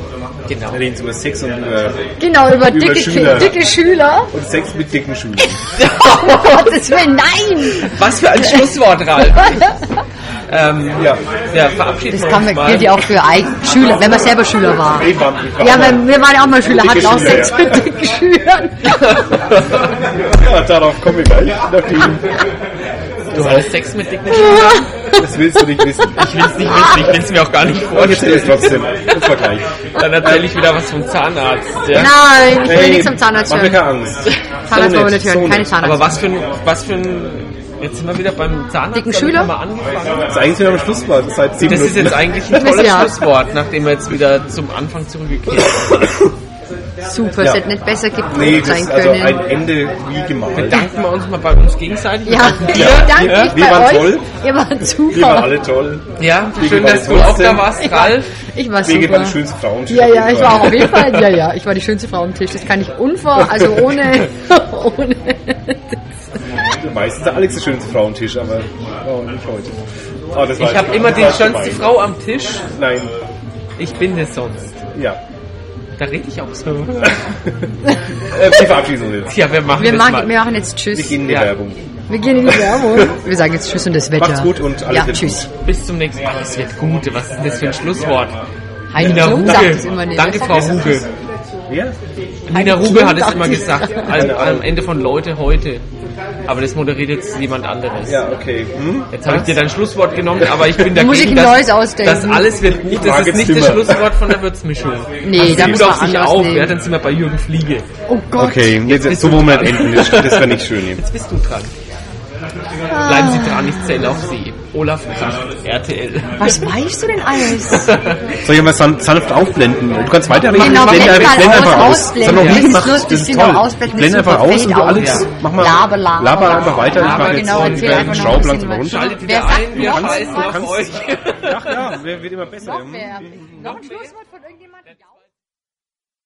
Speaker 1: genau.
Speaker 2: Wir reden über Sex und über...
Speaker 9: Genau, über, dicke
Speaker 2: Schüler.
Speaker 9: Schüler. dicke Schüler.
Speaker 2: Und Sex mit dicken Schülern.
Speaker 9: Oh, Gottes Willen, nein!
Speaker 1: Was für ein Schlusswort, Ralf! ähm,
Speaker 2: ja.
Speaker 1: ja, verabschieden
Speaker 3: Das
Speaker 1: wir
Speaker 3: kann
Speaker 1: uns
Speaker 3: man,
Speaker 1: mal.
Speaker 3: gilt ja auch für Eig- Schüler, wenn man selber Schüler war.
Speaker 2: Ich war, ich war
Speaker 3: Ja, wir, wir waren ja auch mal Schüler,
Speaker 2: Dicke
Speaker 3: hatten auch
Speaker 2: Schüler,
Speaker 3: Sex
Speaker 2: ja.
Speaker 3: mit dicken Schülern.
Speaker 2: ja, darauf komme ich gleich. Nachdem.
Speaker 1: Du hattest Sex mit dicken Schülern?
Speaker 2: Das willst du nicht wissen.
Speaker 1: Ich will's nicht wissen, ich will's mir auch gar nicht
Speaker 2: Und jetzt ist es
Speaker 1: vorstellen.
Speaker 2: trotzdem. Jetzt war gleich.
Speaker 1: Dann erzähle ich wieder was vom Zahnarzt. Ja?
Speaker 3: Nein, ich will nichts am Zahnarzt
Speaker 2: mach mir
Speaker 3: hören.
Speaker 2: keine Angst.
Speaker 3: Zahnarzt wollen wir nicht hören, keine
Speaker 1: Aber
Speaker 3: Zahnarzt.
Speaker 1: was für ein, was für ein, jetzt sind wir wieder beim Zahnarzt.
Speaker 3: Dicken
Speaker 1: damit
Speaker 3: Schüler?
Speaker 1: haben wir angefangen.
Speaker 2: Das ist eigentlich wieder am Schluss war, seit sieben
Speaker 1: Das ist
Speaker 2: Minuten.
Speaker 1: jetzt eigentlich ein tolles
Speaker 3: Ja.
Speaker 1: Schlusswort, nachdem wir jetzt wieder zum Anfang zurückgekehrt sind.
Speaker 3: Super,
Speaker 2: Ja.
Speaker 3: es hätte nicht besser ge-
Speaker 2: Nee, das
Speaker 3: sein
Speaker 2: ist also
Speaker 3: können.
Speaker 2: ein Ende wie gemalt.
Speaker 1: Bedanken wir uns mal bei uns gegenseitig.
Speaker 3: ja,
Speaker 2: Ja.
Speaker 3: ich danke
Speaker 2: Ja.
Speaker 3: ich
Speaker 2: Wir
Speaker 3: bei
Speaker 2: waren
Speaker 3: euch.
Speaker 2: toll.
Speaker 3: Ihr wart
Speaker 2: Wir waren
Speaker 3: super.
Speaker 2: alle toll.
Speaker 1: Ja,
Speaker 2: Wir
Speaker 1: schön,
Speaker 2: waren
Speaker 1: dass du auch da
Speaker 2: trotzdem.
Speaker 1: warst, Ralf.
Speaker 3: Ich war
Speaker 2: Wege war die
Speaker 3: super.
Speaker 2: schönste Frau. und
Speaker 9: Ja, ja, ich war auch auf
Speaker 2: schönste
Speaker 9: jeden Fall. Ja, ja.
Speaker 3: Ich war die schönste Frau am Tisch, das kann ich unvor, also ohne, ohne.
Speaker 2: Frau. Meistens der Alex die schönste Frau am Tisch, aber oh, nicht heute. Oh, das war
Speaker 1: Ich habe
Speaker 2: jetzt-
Speaker 1: immer die
Speaker 2: das war
Speaker 1: schönste
Speaker 2: gemein.
Speaker 1: Frau am Tisch.
Speaker 2: Nein,
Speaker 1: Ich bin es sonst.
Speaker 2: ja.
Speaker 1: Da rede ich auch so.
Speaker 2: Äh, wir verabschieden uns jetzt.
Speaker 1: Tja, wir machen
Speaker 3: Wir
Speaker 1: das mal.
Speaker 3: machen, wir machen jetzt Tschüss.
Speaker 2: Wir gehen in die
Speaker 1: Ja.
Speaker 2: Werbung.
Speaker 3: Wir gehen in die Werbung. Wir sagen jetzt Tschüss und das Wetter.
Speaker 2: Macht's gut und alles
Speaker 3: Ja,
Speaker 2: wird
Speaker 3: tschüss.
Speaker 2: gut.
Speaker 1: Bis zum nächsten Mal. Das wird gut. Was ist denn das für ein Schlusswort?
Speaker 3: Heidi
Speaker 1: Nina
Speaker 3: Klum
Speaker 1: Ruge.
Speaker 3: sagt es immer ne? nicht.
Speaker 1: Danke, Frau Ruge.
Speaker 2: Ja?
Speaker 1: Nina Ruge
Speaker 3: Klum
Speaker 1: hat es
Speaker 3: sagt
Speaker 1: immer
Speaker 3: es.
Speaker 1: gesagt. Am, am Ende von Leute heute. Aber das moderiert jetzt jemand anderes.
Speaker 2: Ja, okay. Hm?
Speaker 1: Jetzt habe ich dir dein Schlusswort genommen, aber ich bin dagegen,
Speaker 3: Muss ich ein neues ausdenken?
Speaker 1: das alles wird gut.
Speaker 2: mag
Speaker 1: Das ist
Speaker 2: jetzt
Speaker 1: nicht das
Speaker 2: Zimmer.
Speaker 1: Schlusswort von der Würzmischung.
Speaker 3: Nee, da
Speaker 1: das gut
Speaker 3: muss man
Speaker 1: auf sich
Speaker 3: anders
Speaker 1: auf.
Speaker 3: nehmen.
Speaker 1: Ja, dann sind wir bei Jürgen Fliege.
Speaker 3: Oh Gott.
Speaker 2: Okay, jetzt,
Speaker 1: bist
Speaker 2: so
Speaker 1: du
Speaker 2: wollen wir
Speaker 1: dran.
Speaker 2: nicht enden. Das, das wäre nicht schön.
Speaker 1: Jetzt bist du dran. Bleiben Sie dran, ich zähle auf Sie. Olaf Kracht, RTL.
Speaker 3: Was weißt du denn alles?
Speaker 2: Soll ich mal san- sanft aufblenden? Du kannst weiterreden.
Speaker 3: Genau,
Speaker 2: ich blende,
Speaker 3: blend
Speaker 2: ich blende
Speaker 3: mal
Speaker 2: einfach
Speaker 3: aus,
Speaker 2: aus. Das haben wir noch nie
Speaker 3: ausblenden. Das ist
Speaker 2: gemacht.
Speaker 3: lustig,
Speaker 2: Das ist
Speaker 3: genau,
Speaker 2: toll.
Speaker 3: ausblenden
Speaker 2: Ich
Speaker 3: ist
Speaker 2: blende einfach
Speaker 3: super,
Speaker 2: aus und
Speaker 3: fällt
Speaker 2: du,
Speaker 3: auf.
Speaker 2: Alex,
Speaker 1: Ja.
Speaker 2: mach mal.
Speaker 3: Laber, laber.
Speaker 2: Laber einfach weiter. Ich
Speaker 1: Laber,
Speaker 2: mach jetzt
Speaker 1: genau,
Speaker 2: so,
Speaker 1: erzähl
Speaker 2: wir
Speaker 3: einfach noch ein
Speaker 2: schrauben langsam
Speaker 3: bisschen was.
Speaker 2: runter.
Speaker 1: Schaltet
Speaker 3: Wer
Speaker 1: wieder
Speaker 3: sagt
Speaker 1: ein, wir
Speaker 3: noch was?
Speaker 1: scheißen auf
Speaker 2: Kannst-
Speaker 1: euch.
Speaker 2: Ach ja, wird immer besser.
Speaker 3: Noch ein Schlusswort von irgendjemandem? Ja.